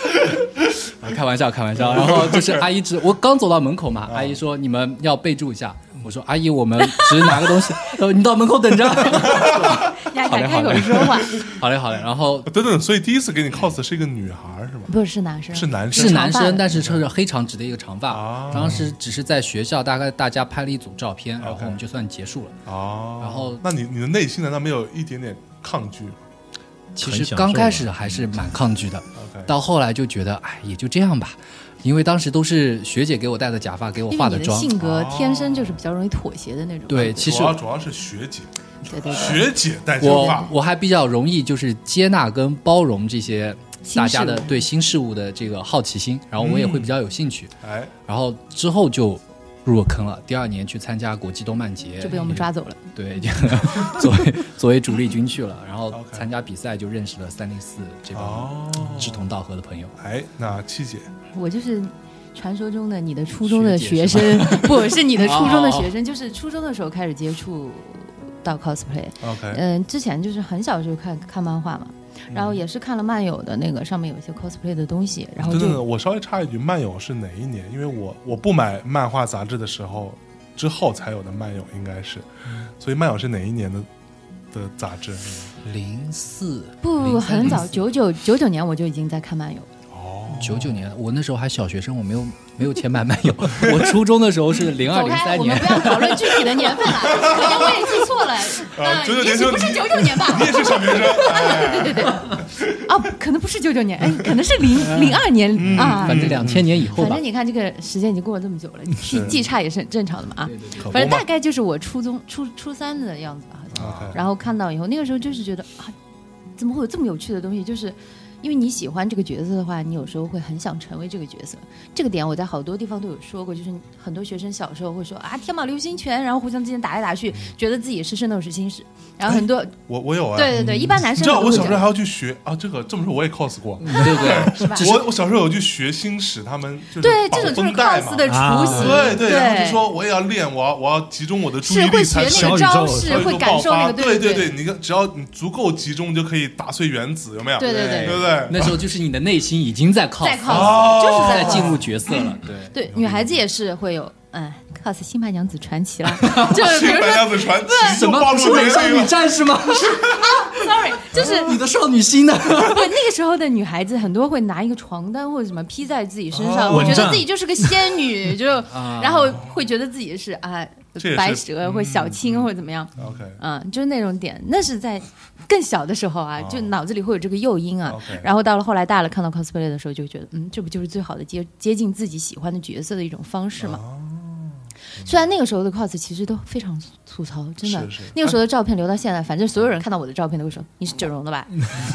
Speaker 4: 啊 开玩笑，开玩笑。然后就是阿姨只，我刚走到门口嘛，
Speaker 3: 哦
Speaker 4: 阿姨说你们要备注一下。我说阿姨，我们只拿个东西，她说你到门口等着。 好嘞
Speaker 5: 你还敢开
Speaker 4: 好
Speaker 5: 口
Speaker 4: 嘞
Speaker 5: 说 话？
Speaker 4: 好嘞，好嘞。然后
Speaker 2: 等等，所以第一次给你 cos 是一个女孩是吗？
Speaker 5: 不是男生，
Speaker 2: 是男生
Speaker 4: 是男
Speaker 5: 长发
Speaker 4: 生，
Speaker 5: 的
Speaker 4: 但是穿着黑长直的一个长
Speaker 2: 啊
Speaker 3: 哦
Speaker 4: 发。当时只是在学校，大概大家拍了一组照片，然后
Speaker 2: OK
Speaker 4: 我们就算结束了。
Speaker 2: 哦，
Speaker 4: 然后
Speaker 2: 那你你的内心难道没有一点点抗拒吗
Speaker 4: 其
Speaker 3: 很
Speaker 4: 实
Speaker 3: 享
Speaker 4: 刚
Speaker 3: 受
Speaker 4: 开
Speaker 3: 啊
Speaker 4: 始还是蛮抗拒的，
Speaker 2: ？OK，
Speaker 4: 到后来就觉得，哎，也就这样吧，因为当时都是学姐给我戴的假发，给我
Speaker 5: 因
Speaker 4: 化
Speaker 5: 为
Speaker 4: 的
Speaker 5: 你的
Speaker 4: 妆。
Speaker 5: 性格
Speaker 2: 哦
Speaker 5: 天生就是比较容易妥协的那种。
Speaker 4: 对，其实
Speaker 2: 主要主要是学姐，
Speaker 5: 对对对，
Speaker 2: 学姐带这个
Speaker 4: 我
Speaker 2: 话，
Speaker 4: 我还比较容易就是接纳跟包容这些
Speaker 5: 新
Speaker 4: 大家的
Speaker 5: 事物
Speaker 4: 对新事物的这个好奇心，然后我也会比较有兴
Speaker 5: 嗯
Speaker 4: 趣，
Speaker 2: 哎，
Speaker 4: 然后之后就入了坑了。第二年去参加国际动漫节，
Speaker 5: 就被我们抓走了。
Speaker 4: 对，就 作为作为主力军去了，然后
Speaker 2: OK
Speaker 4: 参加比赛就认识了三零四这帮
Speaker 2: 哦，
Speaker 4: 志同道合的朋友。
Speaker 2: 哎，那七姐，
Speaker 5: 我就是传说中的你的初中的
Speaker 4: 学姐
Speaker 5: 学生， 不是你的初中的
Speaker 4: 哦哦哦
Speaker 5: 学生，就是初中的时候开始接触到 cosplay。
Speaker 4: 哎
Speaker 2: OK，
Speaker 5: 嗯，之前就是很小就看看漫画嘛，
Speaker 4: 嗯
Speaker 5: 然后也是看了漫友的那个上面有一些 cosplay 的东西，
Speaker 4: 啊
Speaker 5: 然后
Speaker 2: 等
Speaker 5: 就
Speaker 2: 等，我稍微插一句，漫友是哪一年？因为我我不买漫画杂志的时候，之后才有的漫友应该是，
Speaker 4: 嗯
Speaker 2: 所以漫友是哪一年的的杂 志？
Speaker 4: 零四
Speaker 5: 不很早，九九九九年我就已经在看漫友了。
Speaker 2: 哦，
Speaker 4: 九九年，我那时候还小学生，我没有没有钱买漫友。我初中的时候是零二
Speaker 5: 走
Speaker 4: 零
Speaker 5: 开，
Speaker 4: 三
Speaker 5: 我们
Speaker 4: 年
Speaker 5: 不，要讨论具体的年份了，可能我也记错了，
Speaker 2: 啊
Speaker 5: 呃，
Speaker 2: 99
Speaker 5: 也许不是
Speaker 2: 年
Speaker 5: 九九年吧。
Speaker 2: 你也是小学生，哎
Speaker 5: 对对对，啊，可能不是九九年，哎，可能是零零二年啊。
Speaker 4: 反正两千年以后
Speaker 5: 反
Speaker 4: 吧
Speaker 5: 正。你看，这个时间已经过了这么久了，你记记差也是很正常的嘛啊。
Speaker 2: 可不
Speaker 5: 反正
Speaker 2: 嘛
Speaker 5: 大概就是我初中初初三的样子吧，好像。
Speaker 2: OK
Speaker 5: 然后看到以后，那个时候就是觉得啊，怎么会有这么有趣的东西？就是因为你喜欢这个角色的话，你有时候会很想成为这个角色。这个点我在好多地方都有说过，就是很多学生小时候会说啊，天马流星拳，然后互相之间打来打去，觉得自己是圣斗士星矢。然后很多、
Speaker 2: 我我嗯有哎，
Speaker 5: 对对对，一般男
Speaker 2: 你
Speaker 5: 生
Speaker 2: 知道我
Speaker 5: 都会
Speaker 2: 小时
Speaker 5: 这
Speaker 2: 候
Speaker 5: 样
Speaker 2: 还要去学啊，这个这么说我也 cos 过。
Speaker 4: 对 对，
Speaker 5: 是吧？
Speaker 2: 我我小时候有去学星矢，他们就是
Speaker 5: 对，
Speaker 2: 绑
Speaker 5: 这种就是
Speaker 2: 绷带嘛
Speaker 5: cos 的雏
Speaker 3: 啊
Speaker 5: 形，
Speaker 2: 对
Speaker 5: 对，
Speaker 2: 然后就说我也要练，我要我要集中我的注意
Speaker 5: 是会
Speaker 2: 力
Speaker 5: 学
Speaker 2: 才
Speaker 5: 那
Speaker 2: 能
Speaker 3: 小宇宙
Speaker 5: 个招式，
Speaker 2: 才能
Speaker 5: 会
Speaker 2: 够
Speaker 5: 感
Speaker 2: 爆
Speaker 5: 受那
Speaker 2: 发。
Speaker 5: 个，
Speaker 2: 对
Speaker 5: 对
Speaker 2: 对，你看只要你足够集中，你就可以打碎原子，有没有？
Speaker 5: 对对对
Speaker 2: 对不对？
Speaker 4: 那时候就是你的内心已经在 cos，
Speaker 5: 在 cos，
Speaker 2: 哦
Speaker 5: 就是
Speaker 4: 在
Speaker 5: 在 cos
Speaker 4: 进入角色了。对，
Speaker 5: 对，女孩子也是会有，哎， cos《新白娘子传 奇》了，
Speaker 2: 《新白娘子传奇》
Speaker 4: 什
Speaker 2: 就暴
Speaker 4: 么？是
Speaker 2: 露
Speaker 4: 美
Speaker 2: 年
Speaker 4: 少
Speaker 2: 龄
Speaker 4: 女
Speaker 2: 了。
Speaker 4: 战 士吗？
Speaker 5: sorry，就是
Speaker 4: 你的少女心呢？
Speaker 5: 不，那个时候的女孩子很多会拿一个床单或者什么披在自己身上，
Speaker 3: 哦
Speaker 5: 我
Speaker 3: 蚊
Speaker 5: 觉得
Speaker 3: 帐
Speaker 5: 自己就是个仙 女，就
Speaker 4: 啊
Speaker 5: 然后会觉得自己是啊
Speaker 2: 这也是嗯
Speaker 5: 白蛇或小青或者怎么样，
Speaker 2: OK，
Speaker 5: 嗯，就是那种点，那是在更小的时候
Speaker 2: 哦
Speaker 5: 啊，就脑子里会有这个诱因啊
Speaker 2: OK。
Speaker 5: 然后到了后来大了，看到 cosplay 的时候，就觉得，嗯，这不就是最好的接接近自己喜欢的角色的一种方式嘛？
Speaker 2: 哦
Speaker 5: 虽然那个时候的 cos 其实都非常粗糙，真的。
Speaker 2: 是是嗯
Speaker 5: 那个时候的照片留到现在，反正所有人看到我的照片都会说：“你是整容 的吧？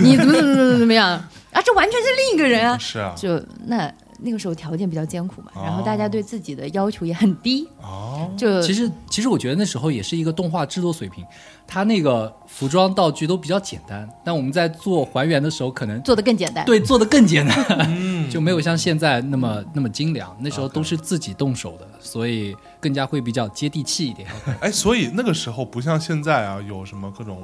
Speaker 5: 你怎么怎么怎么怎么样？啊，这完全是另一个人啊
Speaker 2: 是！”啊，
Speaker 5: 就那那个时候条件比较艰苦嘛，然后大家
Speaker 2: 哦
Speaker 5: 对自己的要求也很低，
Speaker 2: 哦，
Speaker 5: 就
Speaker 4: 其实，其实我觉得那时候也是一个动画制作水平，它那个服装道具都比较简单，但我们在做还原的时候，可能
Speaker 5: 做的更简单。
Speaker 4: 对做的更简单， 就没有像现在那么那么精良。那时候都是自己动手的，所以更加会比较接地气一点。
Speaker 2: 哎，所以那个时候不像现在啊，有什么各种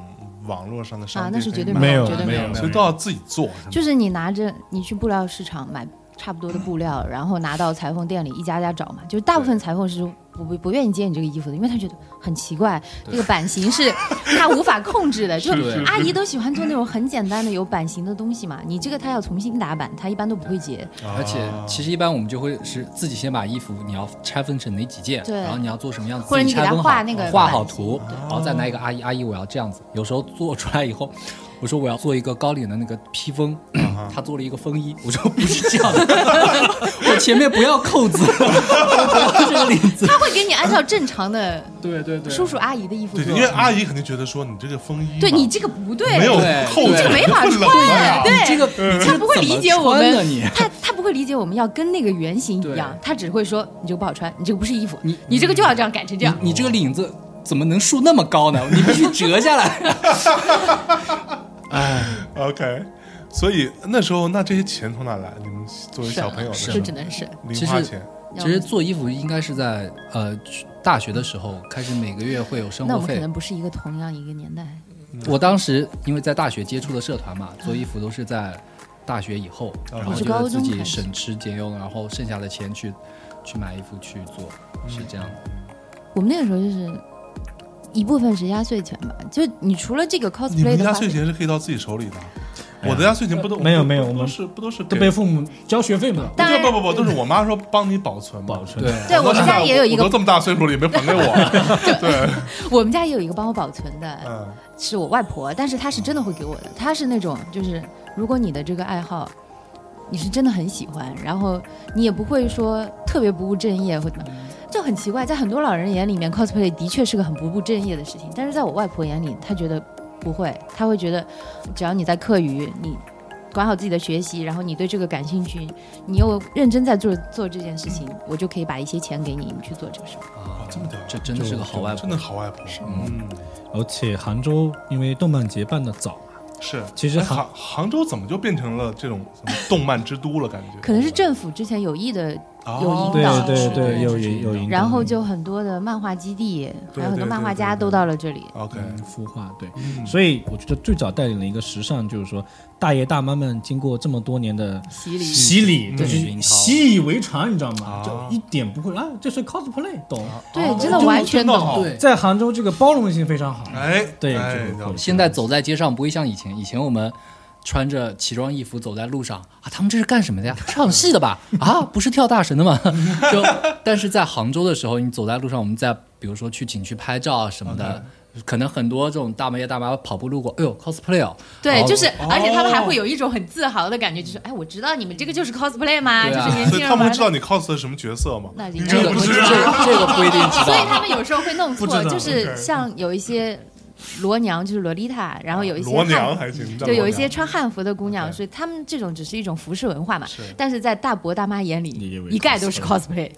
Speaker 2: 网络上的商
Speaker 5: 啊
Speaker 2: 店
Speaker 5: 那是
Speaker 2: 可以
Speaker 5: 绝对
Speaker 2: 买
Speaker 5: 没
Speaker 3: 有
Speaker 5: 有绝对
Speaker 3: 没
Speaker 5: 没
Speaker 3: 有，
Speaker 2: 所以都要自己做，是吗
Speaker 5: 就是你拿着你去布料市场买差不多的 布料，然后拿到裁缝店里一家家找嘛。就是大部分裁缝是不不不愿意接你这个衣服的，因为他觉得很奇怪，这个版型是 他无法控制的。就是
Speaker 4: 是
Speaker 5: 阿姨都喜欢做那种很简单的有版型的东西嘛，你这个他要重新打版，他一般都不会 接。
Speaker 2: 啊
Speaker 4: 而且，其实一般我们就会是自己先把衣服你要拆分成哪几件，
Speaker 5: 对
Speaker 4: 然后你要做什么样子，
Speaker 5: 或者
Speaker 4: 自己
Speaker 5: 你给
Speaker 4: 拆
Speaker 5: 它
Speaker 4: 分好
Speaker 5: 画那个啊
Speaker 4: 画好
Speaker 5: 版型
Speaker 4: 图，然后再拿一个阿姨，阿姨我要这样子。有时候做出来以后。我说我要做一个高领的那个披风，他做了一个风衣。我说不是这样的， 我前面不要扣子， 我不要这个领子。
Speaker 5: 他会给你按照正常的
Speaker 4: 对对对，
Speaker 5: 叔叔阿姨的衣服
Speaker 2: 对，
Speaker 5: 做
Speaker 2: 因为。阿姨肯定觉得说你这个风衣嘛，
Speaker 5: 对你这个不对，
Speaker 2: 没有
Speaker 4: 对
Speaker 2: 扣
Speaker 4: 你
Speaker 2: 子，
Speaker 4: 这
Speaker 5: 没法
Speaker 2: 会冷的啊呀
Speaker 5: 穿对
Speaker 4: 你这个你这
Speaker 5: 他
Speaker 4: 个
Speaker 5: 不会理解
Speaker 4: 怎么
Speaker 5: 我
Speaker 4: 穿的
Speaker 5: 们
Speaker 4: 你，
Speaker 5: 他他不会理解我们要跟那个原型一样
Speaker 4: 对，
Speaker 5: 他只会说你这个不好穿，你这个不是衣服，
Speaker 4: 你
Speaker 5: 你你这个就要这样改成这样。
Speaker 4: 你这个领子怎么能竖那么高呢？你必 须折下来。
Speaker 2: OK，所以那时候那这些钱从哪来？你们作为小朋友的时候
Speaker 5: 就只能是
Speaker 2: 零花钱，
Speaker 4: 其实做衣服应该是在呃大学的时候开始，每个月会有生
Speaker 5: 那
Speaker 4: 活
Speaker 5: 我们可
Speaker 4: 费。
Speaker 5: 能不是一个同样一个年代，
Speaker 4: 我当时因为在大学接触的社团嘛，做衣服都是在大学以后，然后
Speaker 5: 我是
Speaker 4: 觉
Speaker 5: 高
Speaker 4: 得
Speaker 5: 中
Speaker 4: 自己
Speaker 5: 开始
Speaker 4: 省吃俭用，然后剩下的钱去去买衣服去做，是这样的。
Speaker 5: 我们那个时候就是一部分是压岁钱吧，就你除了这个
Speaker 2: 你
Speaker 5: cosplay
Speaker 2: 们
Speaker 5: 的
Speaker 2: 压
Speaker 5: 话，
Speaker 2: 岁钱是可以到自己手里的。我的压岁钱不都
Speaker 3: 哎没有没有
Speaker 2: 不
Speaker 3: 我们
Speaker 2: 都是不都是
Speaker 3: 都
Speaker 2: 给
Speaker 3: 被父母交学费嘛，
Speaker 5: 当然
Speaker 2: 不不不都是我妈说帮你保存嘛
Speaker 3: 保存
Speaker 4: 嗯对，
Speaker 5: 对我们家也有一
Speaker 2: 我
Speaker 5: 个
Speaker 2: 都，这么大岁数了也没还给我，对，
Speaker 5: 我们家也有一个帮我保存的，
Speaker 2: 嗯
Speaker 5: 是我外婆，但是她是真的会给我的，她是那种就是如果你的这个爱好。你是真的很喜欢，然后你也不会说特别不务正业或者怎么样，就很奇怪，在很多老人眼里面，cosplay 的确是个很不务正业的事情，但是在我外婆眼里，她觉得不会，她会觉得只要你在课余，你管好自己的学习，然后你对这个感兴趣，你又认真在做做这件事情，我就可以把一些钱给你，你去做这个事儿。
Speaker 4: 啊
Speaker 2: 这么屌
Speaker 4: 这真的是个好外婆
Speaker 2: 真。的好外婆，嗯，
Speaker 3: 而且杭州因为动漫节办的早嘛，
Speaker 2: 是。
Speaker 3: 其实
Speaker 2: 哎
Speaker 3: 杭
Speaker 2: 杭杭州怎么就变成了这种什么动漫之都了？感觉
Speaker 5: 可能是政府之前有意的，
Speaker 2: 哦
Speaker 5: 有引
Speaker 3: 对
Speaker 5: 导
Speaker 3: 对
Speaker 5: 是
Speaker 3: 对
Speaker 5: 的
Speaker 3: 有
Speaker 4: 哎是
Speaker 3: 有有
Speaker 4: 的
Speaker 3: 引导
Speaker 5: 然
Speaker 2: 嗯
Speaker 5: 后就很多的漫画基地，还有很多漫画家都到了这里。
Speaker 2: OK，
Speaker 3: 嗯孵化对，
Speaker 2: 嗯
Speaker 3: 所以我觉得最早带领了一个时尚，就是说大爷大妈们经过这么多年的
Speaker 5: 洗礼
Speaker 3: 洗礼，就
Speaker 4: 嗯
Speaker 3: 是习以为常，你知道吗？
Speaker 2: 啊
Speaker 3: 就一点不会啊，啊这是 cosplay，懂？
Speaker 5: 对，真
Speaker 2: 哦
Speaker 5: 的
Speaker 2: 这
Speaker 5: 完
Speaker 2: 么
Speaker 5: 全
Speaker 2: 弄
Speaker 5: 懂。
Speaker 2: 好
Speaker 4: 对
Speaker 3: 在杭州这个包容性非常好，
Speaker 2: 哎，
Speaker 3: 对
Speaker 2: 哎
Speaker 3: 这个
Speaker 2: 了解
Speaker 4: 现在走在街上不会像以前，以前我们穿着奇装异服走在路上啊，他们这是干什么的 呀？唱戏的吧？啊，不是跳大神的吗？ 就但是在杭州的时候，你走在路上，我们在比如说去景区拍照啊什么
Speaker 2: 嗯
Speaker 4: 的。可能很多这种大爷大妈跑步路过，哎呦 cosplay 哦，
Speaker 5: 对，
Speaker 4: 哦
Speaker 5: 就是，而且他们还
Speaker 2: 哦
Speaker 5: 会有一种很自豪的感觉，就是，哎，我知道你们这个就是 cosplay 嘛，
Speaker 4: 对
Speaker 5: 就
Speaker 4: 啊
Speaker 5: 是年
Speaker 2: 所
Speaker 5: 轻
Speaker 2: 以
Speaker 5: 人
Speaker 2: 他们
Speaker 5: 玩
Speaker 2: 会知道
Speaker 5: 的。
Speaker 2: 你 cos 的什么角色吗？
Speaker 5: 那
Speaker 2: 你
Speaker 5: 应该
Speaker 4: 这
Speaker 2: 这
Speaker 4: 个
Speaker 2: 个
Speaker 4: 不
Speaker 2: 不
Speaker 4: 是
Speaker 2: 知
Speaker 4: 这
Speaker 2: 道。
Speaker 4: 个这个不一定知
Speaker 5: 所以
Speaker 4: 道。
Speaker 5: 他们有时候会弄
Speaker 3: 不知
Speaker 5: 错，
Speaker 3: 道
Speaker 5: 就是
Speaker 2: 对
Speaker 5: 像有一些罗娘，就是洛丽塔，然后有一些
Speaker 2: 哦罗娘
Speaker 5: 汉，
Speaker 2: 还行，
Speaker 5: 就有一些穿汉服的姑娘，
Speaker 2: OK
Speaker 5: 所以他们这种只是一种服饰文化嘛
Speaker 2: 是。
Speaker 5: 但是在大伯大妈眼里
Speaker 3: 你以为，
Speaker 5: 一概都是 cosplay。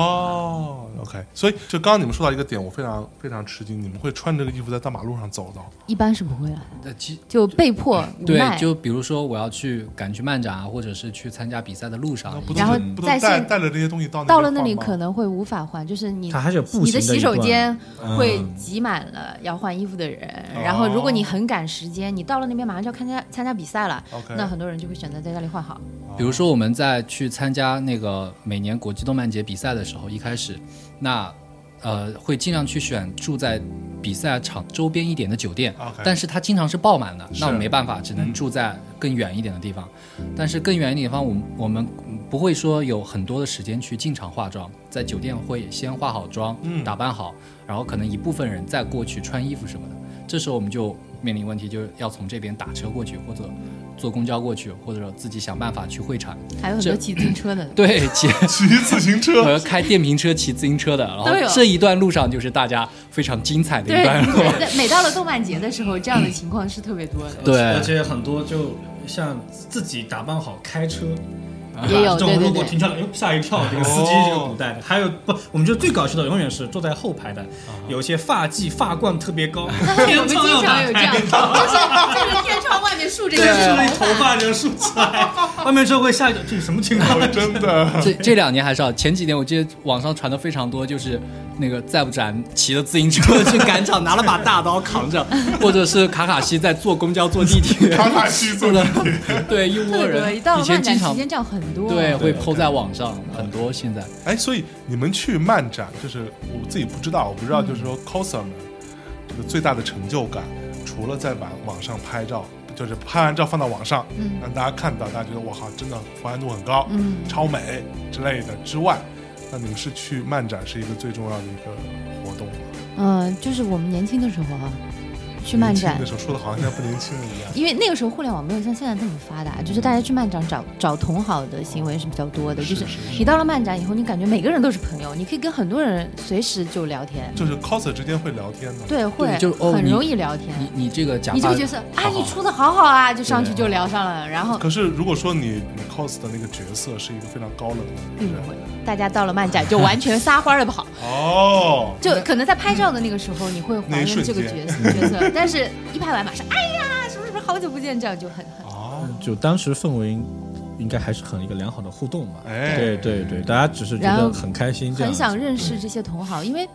Speaker 2: 哦，OK，所以就刚刚你们说到一个点，我非常非常吃惊，你们会穿这个衣服在大马路上走的？
Speaker 5: 一般是不会了，
Speaker 4: 呃其
Speaker 2: 嗯
Speaker 5: 就被迫无
Speaker 4: 对，
Speaker 5: 奈。
Speaker 4: 就比如说我要去赶去漫展啊，或者是去参加比赛的路上
Speaker 3: 啊
Speaker 2: 那，不
Speaker 5: 然后
Speaker 2: 都是不都
Speaker 5: 在
Speaker 2: 带
Speaker 5: 线
Speaker 2: 带着这些东西到
Speaker 5: 到了那里可
Speaker 2: 能
Speaker 5: 能会无法换，就是你
Speaker 3: 它还是有步
Speaker 5: 你
Speaker 3: 行
Speaker 5: 的
Speaker 3: 的
Speaker 5: 洗手间
Speaker 3: 一段
Speaker 5: 会
Speaker 3: 嗯
Speaker 5: 挤满了要换衣服的人，
Speaker 2: 哦
Speaker 5: 然后如果你很赶时间，你到了那边马上就要参加参加比赛了
Speaker 2: OK
Speaker 5: 那很多人就会选择在家里换好。
Speaker 4: 比如说我们在去参加那个每年国际动漫节比赛的时候，一开始，那呃，会尽量去选住在比赛场周边一点的酒店
Speaker 2: OK
Speaker 4: 但是它经常是爆满的，
Speaker 2: 哎是
Speaker 4: 那我没办法，只能住在更远一点的地方。但是更远一点的地方，我们我们不会说有很多的时间去进场化妆，在酒店会先化好妆，
Speaker 2: 嗯
Speaker 4: 打扮好，然后可能一部分人再过去穿衣服什么的。这时候我们就面临问题，就是要从这边打车过去，或者坐公交过去，或者自己想办法去 会场。
Speaker 5: 还有很
Speaker 4: 这，
Speaker 5: 多骑自行车的
Speaker 4: 对，姐。
Speaker 2: 骑自行车，
Speaker 4: 和开电瓶车、骑自行车的，然后
Speaker 5: 都有
Speaker 4: 这一段路上就是大家非常精彩的
Speaker 5: 对
Speaker 4: 一段路。
Speaker 5: 对，每到了动漫节的时候，这样的情况是特别多 的。
Speaker 4: 对
Speaker 3: 而且很多就像自己打扮好开车，
Speaker 5: 也有
Speaker 3: 这种
Speaker 5: 对对
Speaker 3: 路过
Speaker 5: 对
Speaker 3: 停下来，哎呦吓一跳，这个司机这个古代的，还有不，我们觉得最搞笑的永远是坐在后排的，有些发髻发冠特别 高，
Speaker 5: 我
Speaker 3: 天窗要
Speaker 5: 们经常
Speaker 3: 打
Speaker 5: 有这样
Speaker 3: 开
Speaker 5: 的，就。是就是天窗外面竖着 一
Speaker 3: 对，
Speaker 5: 个
Speaker 3: 就是头发就竖起来，外面车会吓一跳，这是什么情况？
Speaker 2: 真的，
Speaker 4: 这这两年还是啊，前几年我记得网上传的非常多，就是那个再不斩骑着自行车去赶场，拿了把大刀扛着，或者是卡卡西在坐公交、坐 地铁，
Speaker 2: 卡卡西坐
Speaker 4: 坐
Speaker 2: 地
Speaker 4: 的
Speaker 2: 铁，
Speaker 4: 对一窝
Speaker 5: 特别多，
Speaker 4: 人
Speaker 5: 一到，
Speaker 4: 以
Speaker 5: 了
Speaker 4: 前
Speaker 5: 漫
Speaker 4: 经
Speaker 5: 展
Speaker 4: 常
Speaker 5: 时间这样很多。
Speaker 4: 对会
Speaker 3: 对
Speaker 4: PO 在网上很多，现在
Speaker 2: 哎，所以你们去漫展，就是我自己不知道，我不知道，就是说 coser 们这个最大的成就感，除了在网网上拍照，就是拍完照放到网上，
Speaker 5: 嗯
Speaker 2: 让大家看到，大家觉得我靠，真的还原度很高，
Speaker 5: 嗯
Speaker 2: 超美之类的之外，那你们是去漫展是一个最重要的一个活动吗？
Speaker 5: 嗯，就是我们年轻的时候啊，去漫展。
Speaker 2: 那，时候说的好像现在不年轻了一样
Speaker 5: 因为那个时候互联网没有像现在这么发达，就是大家去漫展找找同好的行为是比较多的。就是
Speaker 2: 是是
Speaker 5: 你到了漫展以后，你感觉每个人都是朋友，你可以跟很多人随时就聊天，
Speaker 2: 就是 coser 之间会聊天的，
Speaker 5: 对，会
Speaker 4: 就是哦
Speaker 5: 很
Speaker 4: 你
Speaker 5: 容易聊天。
Speaker 4: 你你这个假
Speaker 5: 你这
Speaker 4: 发
Speaker 5: 个角色啊，
Speaker 4: 好好
Speaker 5: 你出的好好啊，就上去就聊上了，然后
Speaker 2: 可是如果说你你 cos 的那个角色是一个非常高冷的
Speaker 5: 并不
Speaker 2: 人，
Speaker 5: 会。嗯大家到了漫展就完全撒欢儿的跑，
Speaker 2: 哦，
Speaker 5: 就可能在拍照的那个时候你会还原这个角色角色，但是一拍完马上哎呀，什么什么好久不见，这样就很很
Speaker 2: 哦，
Speaker 3: 就当时氛围应该还是很一个良好的互动嘛。
Speaker 2: 哎
Speaker 3: 对对对，大家只是觉
Speaker 5: 然后
Speaker 3: 得很开心，这样子
Speaker 5: 很想认识这些同好，因为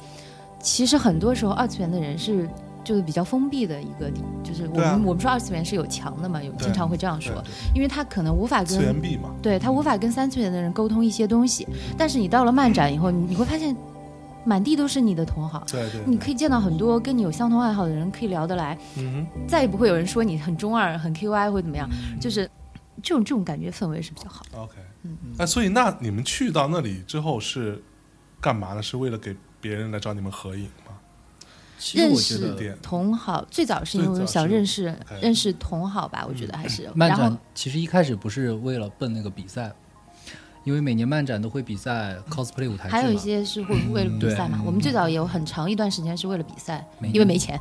Speaker 5: 其实很多时候二次元的人是就是比较封闭的一个地，就是我
Speaker 2: 对
Speaker 5: 们、
Speaker 2: 啊
Speaker 5: 我们说二次元是有墙的嘛，有
Speaker 2: 对
Speaker 5: 经常会这样
Speaker 2: 对
Speaker 5: 说，因为他可能无法
Speaker 2: 次元
Speaker 5: 跟
Speaker 2: 壁嘛，
Speaker 5: 对他无法跟三次元的人沟通一些东西，但是你到了漫展以后，你你会发现满地都是你的同好。
Speaker 2: 对对，
Speaker 5: 你可以见到很多跟你有相同爱好的人，可以聊得来，
Speaker 2: 嗯
Speaker 5: 再也不会有人说你很中二、很 K Y 或怎么样，就是这种这种感觉氛围是比较好的。
Speaker 2: 哼，OK，
Speaker 5: 嗯
Speaker 2: 哎，所以那你们去到那里之后是干嘛呢？是为了给别人来找你们合影吗？
Speaker 4: 其实
Speaker 5: 认
Speaker 4: 我觉得
Speaker 5: 识同好，最早是
Speaker 2: 最
Speaker 5: 因为
Speaker 2: 早
Speaker 5: 想
Speaker 2: 是
Speaker 5: 认识
Speaker 2: 哎嗯
Speaker 5: 认识同好吧，我觉得还是。
Speaker 4: 嗯漫
Speaker 5: 然
Speaker 4: 展
Speaker 5: 后
Speaker 4: 其实一开始不是为了奔那个比赛，因为每年漫展都会比赛 cosplay 舞台剧嘛，
Speaker 5: 还有一些是会为了
Speaker 2: 嗯
Speaker 5: 比赛嘛，我们最早也有很长一段时间是为了比赛，
Speaker 4: 嗯没
Speaker 5: 因为 没钱。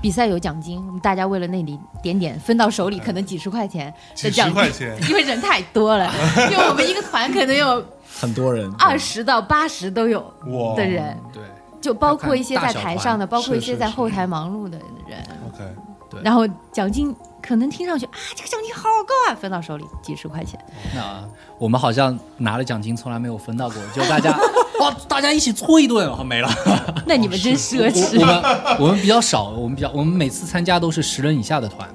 Speaker 5: 比赛有奖金，我们大家为了那里点点分到手里，可能几十块钱
Speaker 2: 几
Speaker 5: 的
Speaker 2: 十
Speaker 5: 奖
Speaker 2: 块
Speaker 5: 金，
Speaker 2: 钱，
Speaker 5: 因为人太多 了，因为我们一个团可能有
Speaker 3: 很多人
Speaker 5: 二十到八十都有
Speaker 2: 哇
Speaker 5: 的人，
Speaker 4: 对
Speaker 5: 就包括一些
Speaker 4: 大
Speaker 5: 在
Speaker 4: 小
Speaker 5: 台
Speaker 4: 团
Speaker 5: 上的，包括一
Speaker 2: 是
Speaker 5: 些
Speaker 2: 是
Speaker 5: 在
Speaker 2: 是
Speaker 5: 后台忙碌的人。
Speaker 2: ，OK，
Speaker 4: 对
Speaker 5: 然后奖金可能听上去啊，这个奖金好高啊，分到手里几十 块钱，
Speaker 4: 那我们好像拿了奖金从来没有分到过，就大家哇，大家一起搓一顿，好哦没 了。
Speaker 5: 那你们真奢
Speaker 4: 我
Speaker 5: 侈。
Speaker 4: 们我们比较少，我们比较我们每次参加都是十人以下的团，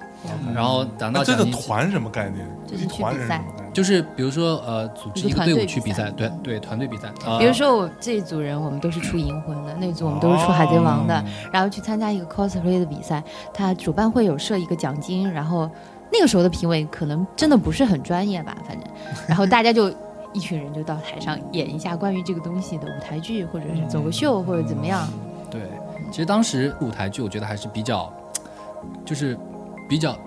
Speaker 4: 然后拿
Speaker 2: 那
Speaker 4: 到
Speaker 2: 啊这
Speaker 4: 奖
Speaker 2: 个
Speaker 4: 金。
Speaker 2: 团什么概念？
Speaker 5: 就是
Speaker 2: 一
Speaker 5: 去
Speaker 2: 团
Speaker 5: 比
Speaker 2: 人
Speaker 5: 赛
Speaker 2: 什么概念？
Speaker 4: 就是比如说，呃，组织一个队伍去比赛，
Speaker 5: 一个团
Speaker 4: 对
Speaker 5: 队比赛
Speaker 4: 对，团队比赛。呃
Speaker 5: 比如，说我这一组人，我们都是出银魂的，那一组我们都是出海贼王
Speaker 4: 哦
Speaker 5: 的，然后去参加一个 cosplay 的比赛，他主办会有设一个奖金，然后那个时候的评委可能真的不是很专业吧，反正，然后大家就。一群人就到台上演一下关于这个东西的舞台剧，或者是走个秀，或者怎么样，
Speaker 4: 对，其实当时舞台剧我觉得还是比较，就是比较，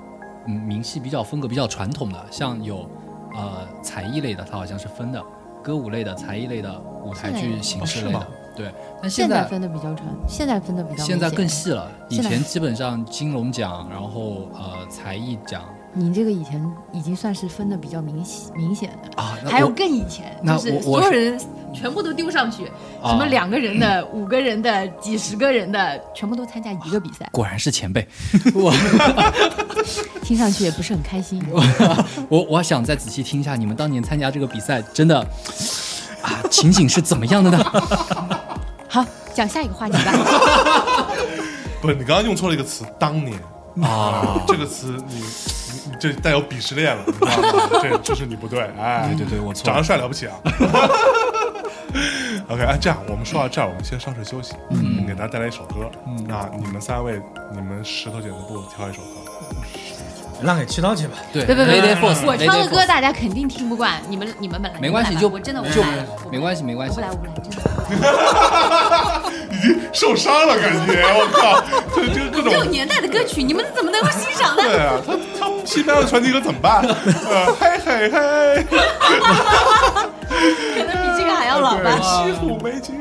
Speaker 4: 嗯，明细比较风格比较传统的，像有呃才艺类的，它好像是分的，歌舞类的、才艺类的、舞台
Speaker 5: 现在
Speaker 4: 剧
Speaker 5: 有
Speaker 4: 形
Speaker 2: 哦
Speaker 4: 式
Speaker 2: 是
Speaker 4: 类
Speaker 2: 吗
Speaker 4: 的，对。但
Speaker 5: 现
Speaker 4: 现
Speaker 5: 在
Speaker 4: 在
Speaker 5: 分的比较传，现在分的比较
Speaker 4: 现在
Speaker 5: 明
Speaker 4: 更
Speaker 5: 显
Speaker 4: 细了，以
Speaker 5: 现在
Speaker 4: 前基本上金龙奖，然后呃才艺奖
Speaker 5: 你这个以前已经算是分的比较明显明显的了。
Speaker 4: 啊，那
Speaker 5: 还有
Speaker 4: 我
Speaker 5: 更以前，
Speaker 4: 那
Speaker 5: 就是
Speaker 4: 我
Speaker 5: 所
Speaker 4: 我
Speaker 5: 有
Speaker 4: 是
Speaker 5: 人全部都丢上去，
Speaker 4: 啊
Speaker 5: 什么两个人的、五个人的、几十个人的，全部都参加一个比赛，
Speaker 4: 果然是前辈， 我
Speaker 5: 听上去也不是很开心。
Speaker 4: 我我想再仔细听一下你们当年参加这个比赛，真的啊情景是怎么样的呢？
Speaker 5: 好，讲下一个话题吧。
Speaker 2: 不是，你刚刚用错了一个词，当年。啊，这个词你你你这带有鄙视链了，你知 道吗？这这是你不对，哎，
Speaker 4: 对对对我错了
Speaker 2: 长得帅了不起啊。 OK，哎，这样我们说到这儿，我们先稍事休息，嗯，给嗯大家带来一首歌。那你们三位，你们石头剪子布挑一首歌。
Speaker 3: 让给七刀去吧。
Speaker 4: 对，
Speaker 5: 别别别
Speaker 4: Mayday
Speaker 5: 别
Speaker 4: Force，
Speaker 5: 我唱的
Speaker 4: Mayday
Speaker 5: 歌
Speaker 4: Force
Speaker 5: 大家肯定听不惯，你们你们本来
Speaker 4: 没关系，就
Speaker 5: 我真的我不
Speaker 4: 就
Speaker 5: 来了，
Speaker 4: 没关系，没关
Speaker 5: 我
Speaker 4: 系
Speaker 5: 不。来，我不来，真的。
Speaker 2: 已经受伤了，感觉我靠， 这这这
Speaker 5: 这种
Speaker 2: 种。
Speaker 5: 年代的歌曲，你们怎么能够欣赏呢？
Speaker 2: 对啊，他他西班牙的传奇歌怎么办？呃，嘿嘿嘿，
Speaker 5: 可能比这个还要老吧。
Speaker 2: 对西湖美景。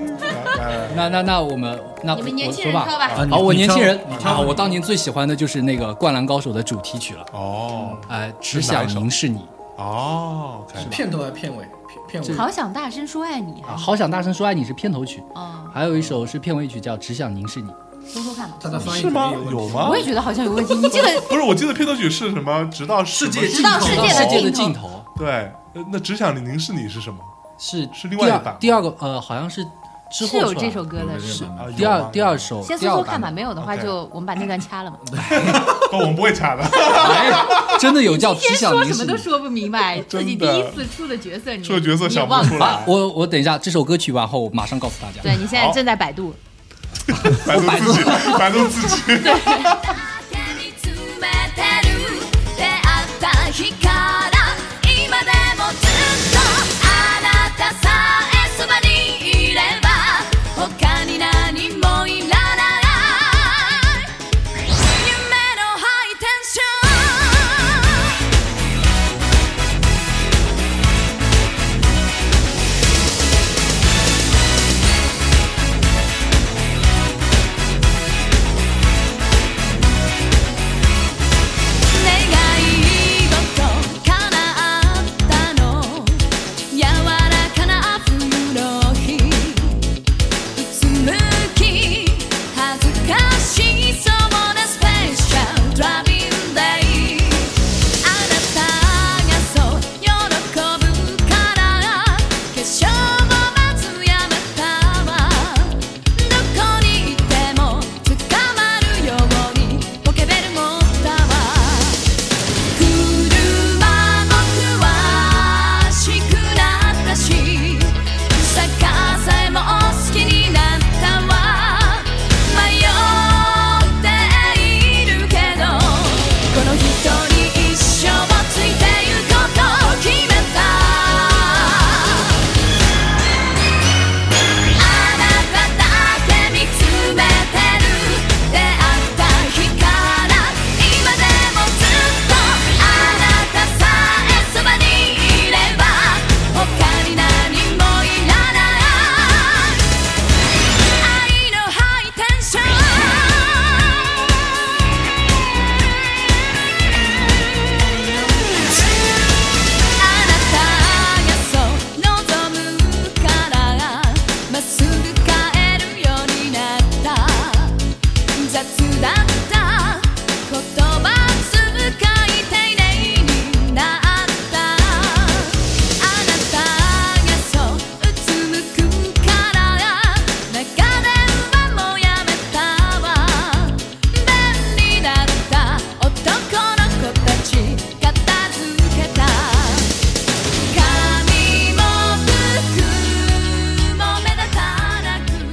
Speaker 2: 哎
Speaker 4: 那那那我们那
Speaker 5: 你们
Speaker 4: 我
Speaker 5: 年
Speaker 4: 我
Speaker 5: 轻
Speaker 4: 说
Speaker 5: 人挑吧
Speaker 4: 吧
Speaker 3: 啊，你
Speaker 4: 好，我
Speaker 3: 你
Speaker 4: 年
Speaker 3: 挑
Speaker 4: 轻人
Speaker 3: 你挑
Speaker 4: 啊，
Speaker 3: 吧
Speaker 4: 我当年最喜欢的就是那个《灌篮高手》的主题曲了，
Speaker 2: 哦
Speaker 4: 哎，只想凝视你
Speaker 2: 哦，OK，
Speaker 3: 片头还是片尾？片片尾。
Speaker 5: 好想大声说爱你
Speaker 4: 啊，
Speaker 5: 啊！
Speaker 4: 好想大声说爱你是片头曲，
Speaker 5: 哦，
Speaker 4: 还有一首是片尾曲叫《只想凝视你》，
Speaker 5: 说说看吧。
Speaker 3: 他的翻译
Speaker 2: 是吗
Speaker 3: 肯定？
Speaker 2: 有
Speaker 3: 问题
Speaker 2: 吗
Speaker 5: 我？也觉得好像有问题，你这个
Speaker 2: 不是，我记得片头曲是什么？直到什么
Speaker 3: 世界
Speaker 5: 直到世
Speaker 4: 直到
Speaker 5: 界
Speaker 4: 世界的
Speaker 5: 的
Speaker 4: 尽
Speaker 5: 头。
Speaker 4: 头
Speaker 2: 对，呃那只想凝视你是什么？
Speaker 4: 是
Speaker 2: 是另外一
Speaker 4: 第二
Speaker 2: 版
Speaker 4: 第二个呃，好像是之
Speaker 5: 是
Speaker 4: 后
Speaker 5: 有
Speaker 4: 出来
Speaker 5: 这首歌的，
Speaker 3: 是
Speaker 2: 啊，
Speaker 4: 第
Speaker 2: 有
Speaker 4: 二
Speaker 2: 吗
Speaker 4: 第二首，
Speaker 5: 先
Speaker 4: 第
Speaker 5: 搜
Speaker 4: 二
Speaker 5: 搜
Speaker 4: 版
Speaker 5: 看吧，
Speaker 4: 本
Speaker 5: 没有的话
Speaker 2: OK
Speaker 5: 就我们把那段掐了 嘛。
Speaker 2: 不，哦我们不会掐 的。
Speaker 4: 哎，真的有叫只
Speaker 5: 先
Speaker 4: 想
Speaker 5: 说
Speaker 4: 凝
Speaker 5: 什
Speaker 4: 视你
Speaker 5: 么
Speaker 4: 啊
Speaker 5: 都。说不 明白，
Speaker 2: 真的
Speaker 5: 自己第一次出的角色，你
Speaker 2: 出的角色
Speaker 5: 你
Speaker 2: 想不
Speaker 5: 忘
Speaker 2: 出来
Speaker 5: 了。
Speaker 4: 啊，我我等一下，这首歌曲完后我马上告诉大家。
Speaker 5: 对你现在正在百度，
Speaker 2: 百度自己，百度自己。
Speaker 6: 見つめてる出会った日から今でもずっとあなたさえそばにいれば他に何もいらない夢のハイテンション願い事叶ったの柔らかな冬の日うつむき恥ずかしいそもなスペシャルドラビンデイあなたがそう喜ぶから化粧もまずやめたわどこにいても捕まるようにポケベル持ったわ車も詳しくなったし逆さえも好きになったわ迷っているけどこの人に一生ついてゆくことを決めた「あなただけ見つめてる」「出会った日から今でもずっと」「あなたさえそばにいれば他に何もいらない」「愛のハイテンション」「あなたがそう望むから」「まっすぐ帰るようになった」「雑だった言葉遣い丁寧になった」「あなたがそううつむくから」「中電話もやめたわ」「便利だった男の子たち片付けた」「髪も服も目立たなく」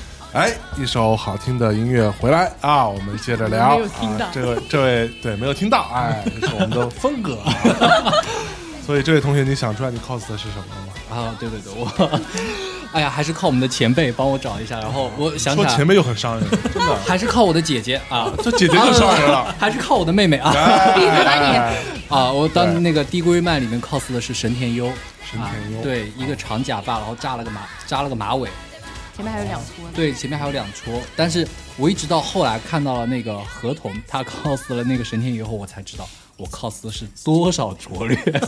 Speaker 2: 哎，一首好听的音乐回来啊，我们接着聊。
Speaker 5: 没有听到
Speaker 2: 啊、这位这位对没有听到，哎，这是我们的 风 格、啊。所以这位同学，你想出来你 cos 的是什么了吗？
Speaker 4: 啊，对对对，我，哎呀，还是靠我们的前辈帮我找一下，然后我想
Speaker 2: 说
Speaker 4: 想，
Speaker 2: 前辈又很伤人，真的，
Speaker 4: 还是靠我的姐姐啊，
Speaker 2: 这姐姐 就伤人 了。
Speaker 4: 还是靠我的妹妹啊
Speaker 2: 哎
Speaker 5: 闭嘴吧你
Speaker 4: 啊！我当那个《低归曼》里面 cos 的是神田优，神
Speaker 2: 田优
Speaker 4: 对，一个长假发，然后扎了个马扎了个马尾，
Speaker 5: 前面还有两撮呢。
Speaker 4: 对，前面还有两撮，但是我一直到后来看到了那个合同，他 cos 了那个神田优后，我才知道我 cos 的是多少 拙劣。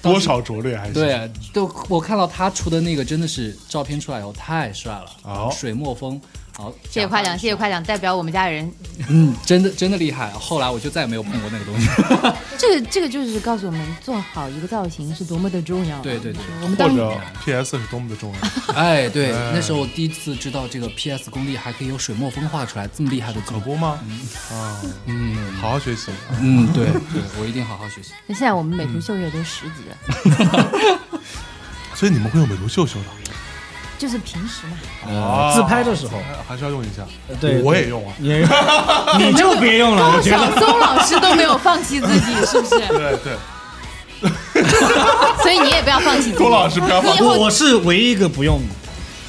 Speaker 2: 多少拙劣还行。
Speaker 5: 啊
Speaker 4: 对，就我看到他出的那个真的是照片出来以后太帅了，
Speaker 2: 哦
Speaker 4: 水墨风，好，
Speaker 5: 谢谢夸奖，谢谢夸奖，代表我们家人。
Speaker 4: 嗯，真的真的厉害。后来我就再也没有碰过那个东 西。
Speaker 5: 这个这个就是告诉我们，做好一个造型是多么的重要。
Speaker 4: 对对对，
Speaker 5: 我们
Speaker 2: 或
Speaker 5: 当
Speaker 2: 者 PS 是多么的重要。
Speaker 4: 哎，对，那时候我第一次知道这个 PS 功力还可以有水墨风画出来这么厉害的可
Speaker 2: 可不吗？啊，嗯，好好学习。
Speaker 4: 嗯， 对对，我一定好好学习。
Speaker 5: 现在我们美图秀秀都十级了，
Speaker 2: 所以你们会用美图秀秀的？
Speaker 5: 就是平时嘛，
Speaker 3: 呃，自拍的时候，
Speaker 2: 还是要用一下。
Speaker 3: 呃对，
Speaker 2: 哦我也用啊。
Speaker 3: 也你就别用了，我觉
Speaker 5: 小
Speaker 3: 得
Speaker 5: 邹老师都没有放弃自己，是不 是？
Speaker 2: 对对，
Speaker 5: 所以你也不要放弃自己
Speaker 2: 周。老师不要放
Speaker 3: 我我是唯一一个不用，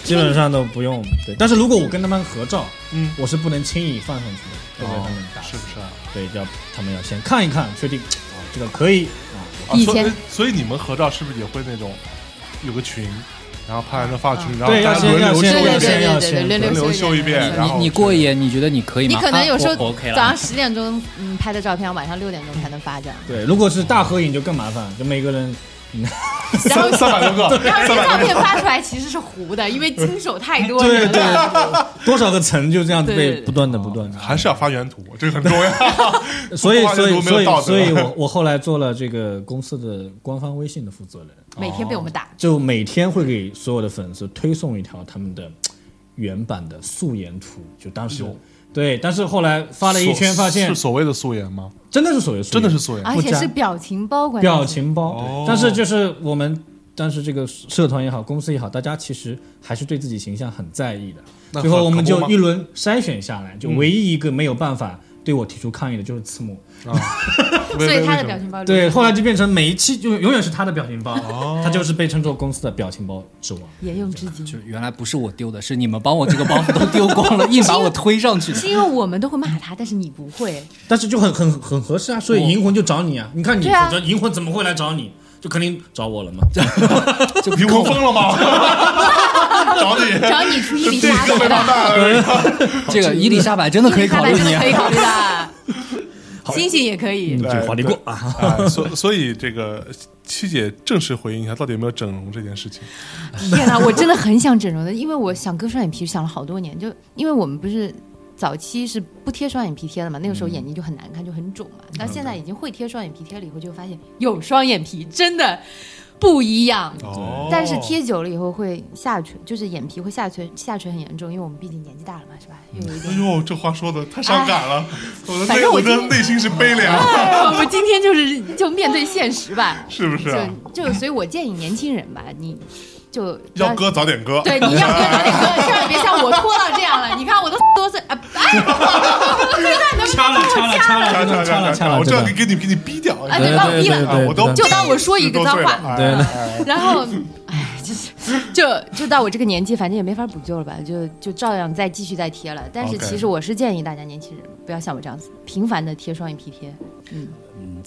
Speaker 3: 基本上都不用。对，但是如果我跟他们合照，
Speaker 2: 嗯，哦
Speaker 3: 我是不能轻易放上去的，会被他们打。
Speaker 2: 是不是啊？
Speaker 3: 对，要他们要先看一看，确定啊，这个可以啊。
Speaker 2: 啊
Speaker 5: 以
Speaker 2: 所
Speaker 5: 前
Speaker 2: 所以你们合照是不是也会那种有个群，然后拍完了发群，然后
Speaker 3: 对，
Speaker 2: 大
Speaker 3: 要
Speaker 2: 家
Speaker 3: 先
Speaker 2: 轮
Speaker 3: 要
Speaker 2: 流
Speaker 3: 先
Speaker 5: 对
Speaker 3: 要先
Speaker 5: 对对
Speaker 3: 要
Speaker 5: 对
Speaker 3: 先
Speaker 5: 对对
Speaker 2: 轮
Speaker 5: 对
Speaker 2: 流秀一遍，
Speaker 5: 对
Speaker 2: 然后
Speaker 4: 你你过一眼，你觉得你可以吗？
Speaker 5: 你可能有时候
Speaker 4: 啊我我 OK 了，
Speaker 5: 早上十点钟嗯拍的照片，晚上六点钟才能发 这样。
Speaker 3: 对，如果是大合影就更麻烦，就每个人
Speaker 5: 然后
Speaker 2: 三三百多个，
Speaker 5: 然后
Speaker 2: 三
Speaker 5: 这
Speaker 2: 百
Speaker 5: 照
Speaker 2: 多
Speaker 5: 片
Speaker 2: 个。
Speaker 5: 发出来其实是糊的，因为经手太多
Speaker 3: 对
Speaker 5: 人了。
Speaker 3: 对，多少个层就这样
Speaker 5: 对
Speaker 3: 被
Speaker 5: 对对
Speaker 3: 不断的不断的，
Speaker 2: 还是要发原图，这个很重要。
Speaker 3: 所以
Speaker 2: 不发
Speaker 3: 所
Speaker 2: 原图
Speaker 3: 以
Speaker 2: 没有
Speaker 3: 所以
Speaker 2: 道德
Speaker 3: 所以我我后来做了这个公司的官方微信的负责人，
Speaker 5: 每天被我们打，
Speaker 3: 就每天会给所有的粉丝推送一条他们的原版的素颜图，就当时对，但是后来发了一圈，发现
Speaker 2: 是所谓的素颜吗？
Speaker 3: 真的是所谓素颜，
Speaker 2: 真的是素颜，
Speaker 5: 而且是表情包关键
Speaker 3: 表情包。
Speaker 2: 哦
Speaker 3: 但是就是我们当时这个社团也好，公司也好，大家其实还是对自己形象很在意
Speaker 2: 那可
Speaker 3: 的。最后我们
Speaker 2: 可
Speaker 3: 就
Speaker 2: 不吗
Speaker 3: 一轮筛选下来，就唯一一个没有办法对我提出抗议的就是次木。
Speaker 2: 为
Speaker 5: 所以他的
Speaker 2: 为
Speaker 5: 表
Speaker 2: 什么
Speaker 5: 情包
Speaker 3: 对，后来就变成每一期就永远是他的表情包，他就是被称作公司的表情包之王。
Speaker 5: 沿用至今，
Speaker 4: 就原来不是我丢的，是你们帮我这个包都丢光了，硬把我推上去的。
Speaker 5: 是因为我们都会骂他，但是你不会。
Speaker 3: 但是就很很很合适啊，所以
Speaker 4: 我
Speaker 3: 银魂就找你啊。你看你，
Speaker 5: 对啊
Speaker 3: 否则银魂怎么会来找你？就肯定找我了嘛。
Speaker 4: 就
Speaker 2: 灵魂疯了吗？找你，
Speaker 5: 找你出伊丽莎
Speaker 2: 这个
Speaker 5: 白
Speaker 2: 没办
Speaker 5: 的，
Speaker 2: 法
Speaker 4: 这个伊丽莎白真的可以
Speaker 5: 伊丽莎
Speaker 4: 考
Speaker 5: 白
Speaker 4: 虑
Speaker 5: 真
Speaker 4: 你
Speaker 5: 的
Speaker 4: 啊
Speaker 5: 可。以考虑的，星星也可以。
Speaker 3: 就华丽过啊。
Speaker 2: 哎，所所以这个七姐正式回应一下，到底有没有整容这件事情？
Speaker 5: 天哪，我真的很想整容的，因为我想割双眼皮想了好多年，就因为我们不是早期是不贴双眼皮贴的嘛，那个时候眼睛就很难看，就很肿嘛。但现在已经会贴双眼皮贴了以后，就发现有双眼皮真的不一样。
Speaker 2: 哦
Speaker 5: 但是贴久了以后会下垂，就是眼皮会下垂，下垂很严重，因为我们毕竟年纪大了嘛，是吧？又有一
Speaker 2: 哎
Speaker 5: 点。
Speaker 2: 呦，这话说的太伤感了，我的
Speaker 5: 哎反
Speaker 2: 内
Speaker 5: 正我
Speaker 2: 我
Speaker 5: 今
Speaker 2: 的
Speaker 5: 天
Speaker 2: 内心是悲凉，
Speaker 5: 哎 我们今天就是就面对现实吧，
Speaker 2: 是不是啊？
Speaker 5: 就就所以，我建议年轻人吧，你就
Speaker 2: 要割早点割，
Speaker 5: 对，你要割早点割，千万别像我拖到这样了。你看我都多岁啊，哎，我最大能
Speaker 3: 掐了掐了掐
Speaker 2: 掐掐
Speaker 3: 了掐了掐了，
Speaker 2: 我这
Speaker 3: 真
Speaker 2: 样
Speaker 3: 的
Speaker 2: 给给你给你逼掉，
Speaker 5: 啊，对，把我逼
Speaker 3: 对
Speaker 5: 了。
Speaker 2: 啊，我都
Speaker 5: 就当我说一个脏话
Speaker 2: 40多岁了哎
Speaker 5: 然后，哎，就是就就到我这个年纪，反正也没法补救了吧，就就照样再继续再贴了。但是
Speaker 2: OK
Speaker 5: 其实我是建议大家年轻人不要像我这样子频繁的贴双眼皮贴。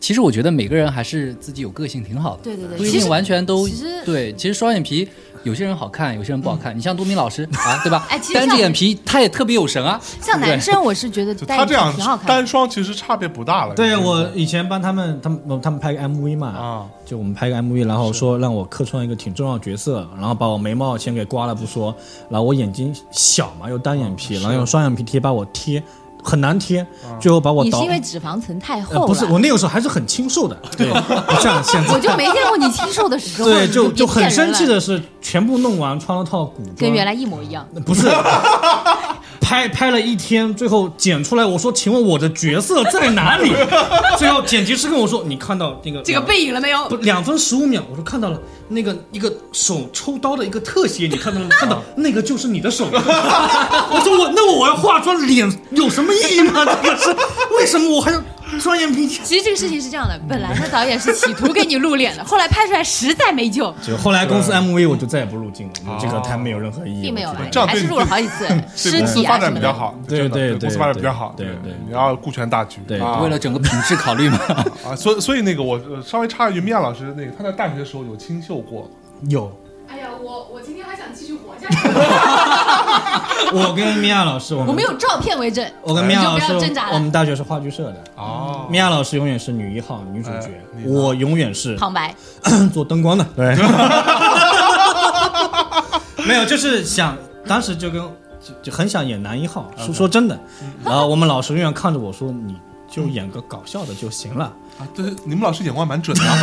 Speaker 4: 其实我觉得每个人还是自己有个性，挺好的。
Speaker 5: 对对对
Speaker 4: 不一
Speaker 5: 其
Speaker 4: 定
Speaker 5: 实
Speaker 4: 完全都
Speaker 5: 其实嗯
Speaker 4: 对。其实双眼皮有些人好看，有些人不好看。你像多明老 师啊，对吧
Speaker 5: 哎其？实
Speaker 4: 单着
Speaker 5: 像
Speaker 4: 眼皮他也特别有神啊。
Speaker 5: 像男生，我是觉得
Speaker 2: 就
Speaker 5: 单
Speaker 2: 他
Speaker 5: 眼
Speaker 2: 这样
Speaker 5: 皮挺好看
Speaker 2: 单
Speaker 5: 的。
Speaker 2: 双其实差别不大了。
Speaker 3: 对啊
Speaker 2: 你知道
Speaker 3: 我
Speaker 2: 吗
Speaker 3: 以前帮他们，他们他们拍个 MV 嘛，
Speaker 2: 啊
Speaker 3: 就我们拍个 MV，然后说让我客串一个挺重要的角色，然后把我眉毛先给刮了不说，然后我眼睛小嘛，又单眼皮，然后用双眼皮贴把我贴，很难贴，最后把我
Speaker 5: 你是
Speaker 3: 导
Speaker 5: 因为脂肪层太厚
Speaker 3: 呃
Speaker 5: 了，啊
Speaker 3: 不是我那个时候还是很清瘦的，对， 不像现在
Speaker 5: 我，就没见过你清瘦的时候，
Speaker 3: 对，
Speaker 5: 你
Speaker 3: 就
Speaker 5: 别
Speaker 3: 就很
Speaker 5: 骗人
Speaker 3: 生
Speaker 5: 了
Speaker 3: 气的是全部弄完穿了套古装，
Speaker 5: 跟原来一模一样。
Speaker 3: 不是， 拍拍了一天，最后剪出来，我说，请问我的角色在哪里？最后剪辑师跟我说，你看到那个
Speaker 5: 这个背影了没有？
Speaker 3: 嗯不两分十五秒，我说看到了那个一个手抽刀的一个特写，你看到了吗？看到那个就是你的手。 我说我那我要化妆脸有什么意义吗？这个是为什么我还要双眼皮贴？
Speaker 5: 其实这个事情是这样的，本来呢导演是企图给你露脸的， 后来拍出来实在没救，
Speaker 3: 就后来公司 MV 我就再也不入镜了，因为这个它没有任何意义。
Speaker 5: 并没有
Speaker 3: 我觉
Speaker 5: 了
Speaker 3: 得，
Speaker 2: 这样
Speaker 5: 还
Speaker 2: 对
Speaker 5: 是
Speaker 2: 你
Speaker 5: 录了好几次，
Speaker 2: 对
Speaker 5: 尸
Speaker 2: 公司
Speaker 5: 体
Speaker 2: 发
Speaker 5: 啊
Speaker 2: 展
Speaker 5: 什
Speaker 2: 比
Speaker 5: 么
Speaker 2: 较
Speaker 5: 的。
Speaker 2: 好，
Speaker 3: 对
Speaker 2: 真的
Speaker 3: 对
Speaker 2: 对，公司
Speaker 3: 对
Speaker 2: 发展比较
Speaker 3: 对
Speaker 2: 好，
Speaker 3: 对对
Speaker 2: 你要顾全大局，
Speaker 3: 对
Speaker 2: 啊
Speaker 4: 为了整个品质考虑嘛。
Speaker 2: 啊，所以所以那个我呃稍微插一句，米娅老师那个他在大学的时候有清秀过，
Speaker 3: 有。
Speaker 7: 哎呀，我我今天还想继续活下去。
Speaker 3: 我跟米娅老师，我
Speaker 5: 我
Speaker 3: 们
Speaker 5: 们有照片为证，
Speaker 3: 我跟米娅老师
Speaker 5: 你就不要挣扎，了
Speaker 3: 我们大学是话剧社的。
Speaker 2: 哦
Speaker 3: 米娅老师永远是女一号、女主角
Speaker 2: 哎，你呢
Speaker 3: 我永远是
Speaker 5: 旁白。
Speaker 3: 做灯光的。对， 没有，就是想当时就跟就就很想演男一号，说说真的。
Speaker 2: 嗯
Speaker 3: 然后我们老师永远看着我说：“你就演个搞笑的就行了。
Speaker 2: 啊，对，你们老师眼光蛮准的啊，”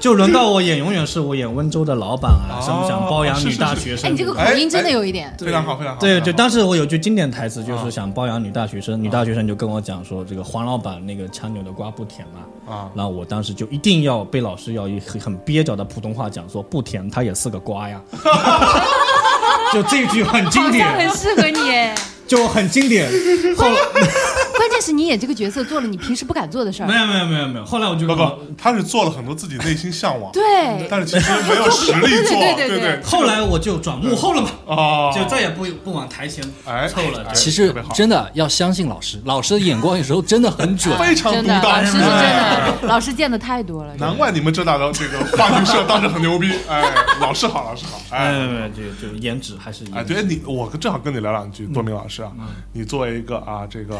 Speaker 3: 就轮到我演，永远是我演温州的老板啊，
Speaker 2: 哦
Speaker 3: 什么想包养
Speaker 2: 是
Speaker 3: 女
Speaker 2: 是
Speaker 3: 大
Speaker 2: 是
Speaker 3: 学生。
Speaker 5: 哎，你这个口音真的有一点，
Speaker 2: 非常好，
Speaker 8: 啊
Speaker 2: 非常好。
Speaker 3: 对，就
Speaker 2: 非常好
Speaker 3: 当时我有句经典台词，就是想包养女大学生，女
Speaker 8: 啊
Speaker 3: 大学生就跟我讲说，这个黄老板那个强扭的瓜不甜嘛。
Speaker 2: 啊
Speaker 3: 然后我当时就一定 要被老师要以很很蹩脚的普通话讲说，不甜它也是个瓜呀。
Speaker 8: 就这句很经
Speaker 5: 好像很
Speaker 8: 典，
Speaker 5: 适合你哎。
Speaker 8: 就很经 典。后
Speaker 5: 关键是你演这个角色做了你平时不敢做的事
Speaker 8: 没
Speaker 5: 儿，
Speaker 8: 有没有没有没有，后来我就
Speaker 2: 不不，他是做了很多自己内心向往，
Speaker 5: 对，
Speaker 2: 但是其实没有实力做，
Speaker 5: 对
Speaker 2: 对
Speaker 5: 对对对对
Speaker 8: 后来我就转幕后了嘛，
Speaker 2: 啊，
Speaker 8: 就再也不不往台前
Speaker 2: 哎
Speaker 8: 凑了。
Speaker 2: 哎
Speaker 4: 其
Speaker 2: 特
Speaker 4: 实
Speaker 2: 别好
Speaker 4: 真的要相信老师，老师的眼光有时候真的很准。
Speaker 2: 非常
Speaker 5: 真
Speaker 2: 独
Speaker 5: 的，
Speaker 2: 到，
Speaker 5: 老师是真
Speaker 2: 哎
Speaker 5: 的，老师见的太多了。
Speaker 2: 难怪你们浙大的这个话剧社当时很牛逼，哎，老师好，老师好，
Speaker 8: 哎，没
Speaker 2: 哎
Speaker 8: 有。没有，就就颜值还是
Speaker 2: 哎，
Speaker 8: 颜值
Speaker 2: 对你，我正好跟你聊两句，多明老师啊，你作为一个啊，这个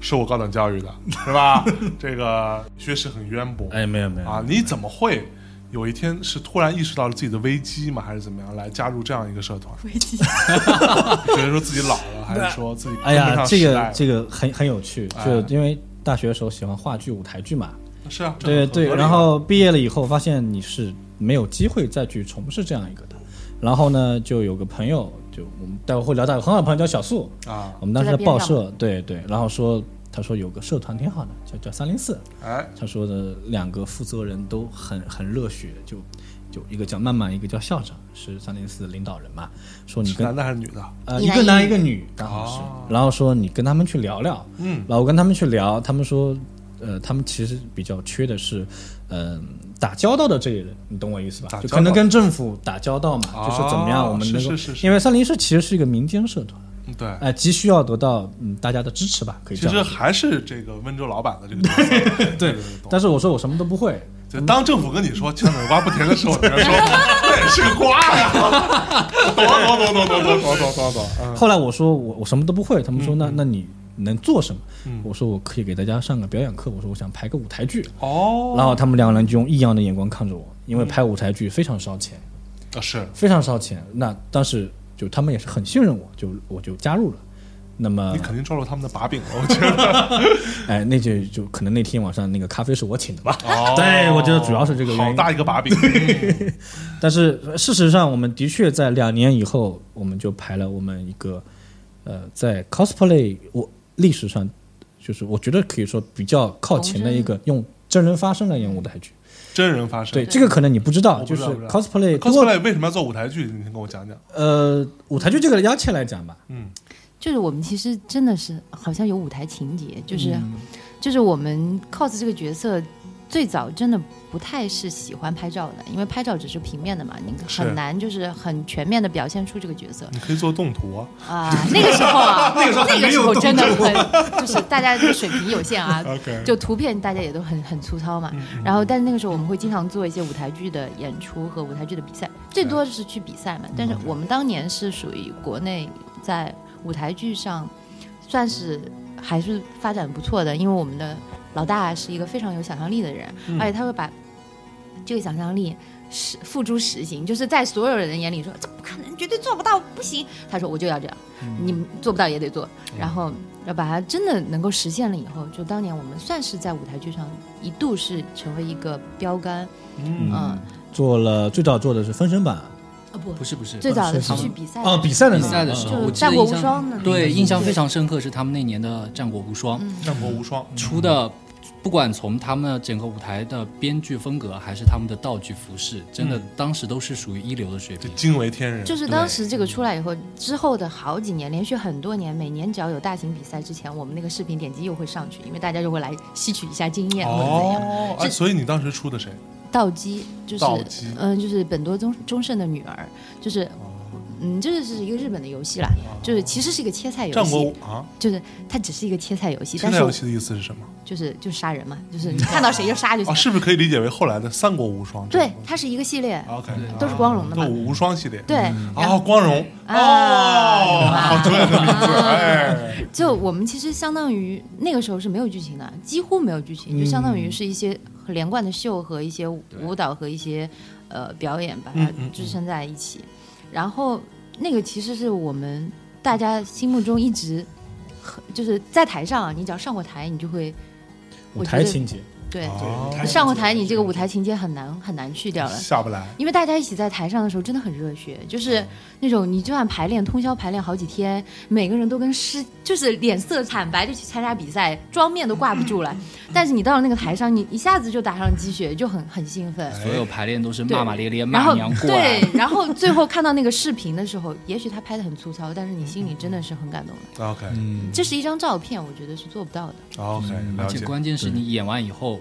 Speaker 2: 受过高等教育的，是吧？这个学识很渊博，
Speaker 8: 哎，没有没有
Speaker 2: 啊，你怎么会有一天是突然意识到了自己的危机吗？还是怎么样来加入这样一个社团？危机，觉得说自己老了，还是说自己
Speaker 8: 哎
Speaker 2: 跟不
Speaker 8: 呀，
Speaker 2: 上
Speaker 8: 这
Speaker 2: 时
Speaker 8: 个
Speaker 2: 代
Speaker 8: 这个很很有趣，
Speaker 2: 哎
Speaker 8: 就因为大学的时候喜欢话剧、舞台剧嘛，
Speaker 2: 是啊，这很合
Speaker 8: 对
Speaker 2: 理
Speaker 8: 对，
Speaker 2: 啊
Speaker 8: 然后毕业了以后发现你是没有机会再去从事这样一个的，然后呢，就有个朋友，就我们待会会聊到一个很好的朋友叫小素，
Speaker 2: 啊，
Speaker 8: 我们当时
Speaker 5: 就在边
Speaker 8: 报
Speaker 5: 上
Speaker 8: 社，对对，然后说他说有个社团挺好的，叫叫三零四，
Speaker 2: 哎，
Speaker 8: 他说的两个负责人都很很热血，就就一个叫曼曼，一个叫校长，是三零四领导人嘛，说你
Speaker 2: 是
Speaker 8: 跟
Speaker 2: 男的还是女的？
Speaker 8: 呃，
Speaker 5: 一
Speaker 8: 一
Speaker 5: 男
Speaker 8: 个
Speaker 5: 一
Speaker 8: 男
Speaker 5: 女
Speaker 8: 一个女，刚好是。
Speaker 2: 哦
Speaker 8: 然后说你跟他们去聊聊，
Speaker 2: 嗯，
Speaker 8: 然后我跟他们去聊，他们说，呃，他们其实比较缺的是，嗯、打交道的这一人，你懂我意思
Speaker 2: 打
Speaker 8: 吧？就
Speaker 2: 交道
Speaker 8: 可能跟政府打交道嘛，就是怎么样
Speaker 2: 哦
Speaker 8: 我们能够，
Speaker 2: 是是是是
Speaker 8: 因为三零四其实是一个民间社团，
Speaker 2: 嗯对。
Speaker 8: 哎、急需要得到嗯大家的支持吧，可以
Speaker 2: 其
Speaker 8: 这
Speaker 2: 实
Speaker 8: 样说。
Speaker 2: 还是这个温州老板的这个角色，
Speaker 8: 对，但是我说我什么都不会，
Speaker 2: 就当政府跟你说千层瓜不甜的时候，你还说那也是个瓜呀，懂啊懂懂懂懂懂懂懂懂懂，嗯
Speaker 8: 后来我说我我什么都不会，他们说那、那你能做什么？
Speaker 2: 嗯
Speaker 8: 我说我可以给大家上个表演课，我说我想排个舞台剧。
Speaker 2: 哦，
Speaker 8: 然后他们两个人就用异样的眼光看着我，因为拍舞台剧非常烧钱，
Speaker 2: 啊是
Speaker 8: 非常烧钱。那当时就他们也是很信任我，就我就加入了。那么
Speaker 2: 你，肯定抓住他们的把柄了，我觉得。
Speaker 8: 哎，那就就可能那天晚上那个咖啡是我请的吧？
Speaker 2: 哦
Speaker 8: 对我觉得主要是这个原因
Speaker 2: 好大一个 把柄，嗯
Speaker 8: 但是呃事实上，我们的确在两年以后，我们就排了我们一个，呃，在 cosplay 我历史上，就是我觉得可以说比较靠前的一个用真人发声来演舞台剧。
Speaker 2: 真人发生。
Speaker 8: 对，这个可能你不知道，
Speaker 2: 我
Speaker 8: 就
Speaker 2: 不知
Speaker 8: 是
Speaker 2: 道不知道
Speaker 8: cosplay 通过
Speaker 2: cosplay 为什么要做舞台剧？你先跟我讲讲。
Speaker 8: 呃舞台剧这个压切来讲吧，
Speaker 2: 嗯，
Speaker 5: 就是我们其实真的是好像有舞台情节，就是、就是我们 cos 这个角色，最早真的不太是喜欢拍照的，因为拍照只是平面的嘛，你
Speaker 2: 是
Speaker 5: 很难就是很全面的表现出这个角色
Speaker 2: 你可以做动图啊。，
Speaker 5: 啊。那个时候啊，那个时候
Speaker 8: 还没有
Speaker 5: 真的很 就是大家这个水平有限啊
Speaker 2: OK，
Speaker 5: 就图片大家也都很很粗糙嘛。然后，但是那个时候我们会经常做一些舞台剧的演出和舞台剧的比赛，最多是去比赛嘛。但是我们当年是属于国内在舞台剧上算是还是发展不错的，因为我们的老大是一个非常有想象力的人，而且他会把这个想象力。实付诸实行，就是在所有人眼里说这不可能，绝对做不到，不行。他说我就要这样，你们做不到也得做。然后要把它真的能够实现了以后，就当年我们算是在舞台剧上一度是成为一个标杆，
Speaker 2: 嗯
Speaker 5: 嗯，
Speaker 8: 做了最早做的是分身版
Speaker 5: 啊不，
Speaker 4: 不是不是，
Speaker 5: 最早的
Speaker 8: 是
Speaker 5: 是
Speaker 8: 吗
Speaker 5: 去比赛
Speaker 8: 啊，比赛的
Speaker 4: 比
Speaker 8: 那个
Speaker 4: 赛的时候，
Speaker 5: 嗯就
Speaker 4: 嗯我记
Speaker 5: 是
Speaker 4: 得
Speaker 5: 战国
Speaker 4: 印
Speaker 5: 无
Speaker 4: 象
Speaker 5: 双嗯的
Speaker 4: 对，印象非常深刻是他们那年的《战国无双》
Speaker 5: 嗯
Speaker 2: 战国无双。嗯
Speaker 4: 出的，不管从他们的整个舞台的编剧风格，还是他们的道具服饰，真
Speaker 5: 嗯
Speaker 4: 的当时都是属于一流的水
Speaker 2: 这
Speaker 4: 平。
Speaker 2: 惊为天人，
Speaker 5: 就是当时这个出来以后，之后的好几年，连续很多年，每年只要有大型比赛之前，我们那个视频点击又会上去，因为大家就会来吸取一下经验或者怎样。
Speaker 2: 哦，哎，
Speaker 5: 这
Speaker 2: 所以你当时出的谁？
Speaker 5: 道基就是
Speaker 2: 道基
Speaker 5: 嗯、就是本多忠忠胜的女儿，就是嗯，这是一个日本的游戏啦，就是其实是一个切菜游
Speaker 2: 战国
Speaker 5: 戏
Speaker 2: 无，啊，
Speaker 5: 就是它只是一个切菜游戏，
Speaker 2: 现
Speaker 5: 但
Speaker 2: 在
Speaker 5: 是
Speaker 2: 游
Speaker 5: 我
Speaker 2: 戏的意思是什么？
Speaker 5: 就是就杀人嘛，就是你看到谁就杀就行
Speaker 2: 啊，
Speaker 5: 了。
Speaker 2: 是不是可以理解为后来的三国无双？
Speaker 5: 对，它是一个系列，
Speaker 2: 啊，OK，
Speaker 5: 都是光荣的
Speaker 2: 都
Speaker 5: 嘛。
Speaker 2: 无双系列。
Speaker 5: 对，啊然
Speaker 2: 哦，
Speaker 5: 后
Speaker 2: 光荣哦，好专业的名字，哎，
Speaker 5: 就我们其实相当于那个时候是没有剧情的，几乎没有剧情，就相当
Speaker 2: 嗯
Speaker 5: 于是一些连贯的秀和一些舞蹈和一些呃表演把它
Speaker 2: 嗯嗯嗯
Speaker 5: 支撑在一起。然后那个其实是我们大家心目中一直很就是在台上啊，你只要上过台，你就会
Speaker 8: 舞
Speaker 5: 我觉
Speaker 8: 台
Speaker 5: 得
Speaker 8: 情节，
Speaker 5: 对，
Speaker 2: 哦
Speaker 8: 对
Speaker 5: 上过台你这个舞台情节很难很难去掉了。
Speaker 2: 下不来，
Speaker 5: 因为大家一起在台上的时候真的很热血，就是那种你就算排练通宵排练好几天，每个人都跟尸就是脸色惨白，就去参加比赛，妆面都挂不住了。但是你到了那个台上，你一下子就打上鸡血，就很很兴奋。
Speaker 4: 所有排练都是
Speaker 5: 对
Speaker 4: 骂骂咧咧，
Speaker 5: 然
Speaker 4: 骂
Speaker 5: 后
Speaker 4: 娘过来
Speaker 5: 对，，然后最后看到那个视频的时候，也许他拍的很粗糙，但是你心里真的是很感动的。
Speaker 2: OK
Speaker 8: 嗯，
Speaker 5: 这是一张照片，我觉得是做不到的。
Speaker 2: OK，
Speaker 4: 而
Speaker 2: 了
Speaker 4: 且
Speaker 2: 解。
Speaker 4: 关键是你演完以后，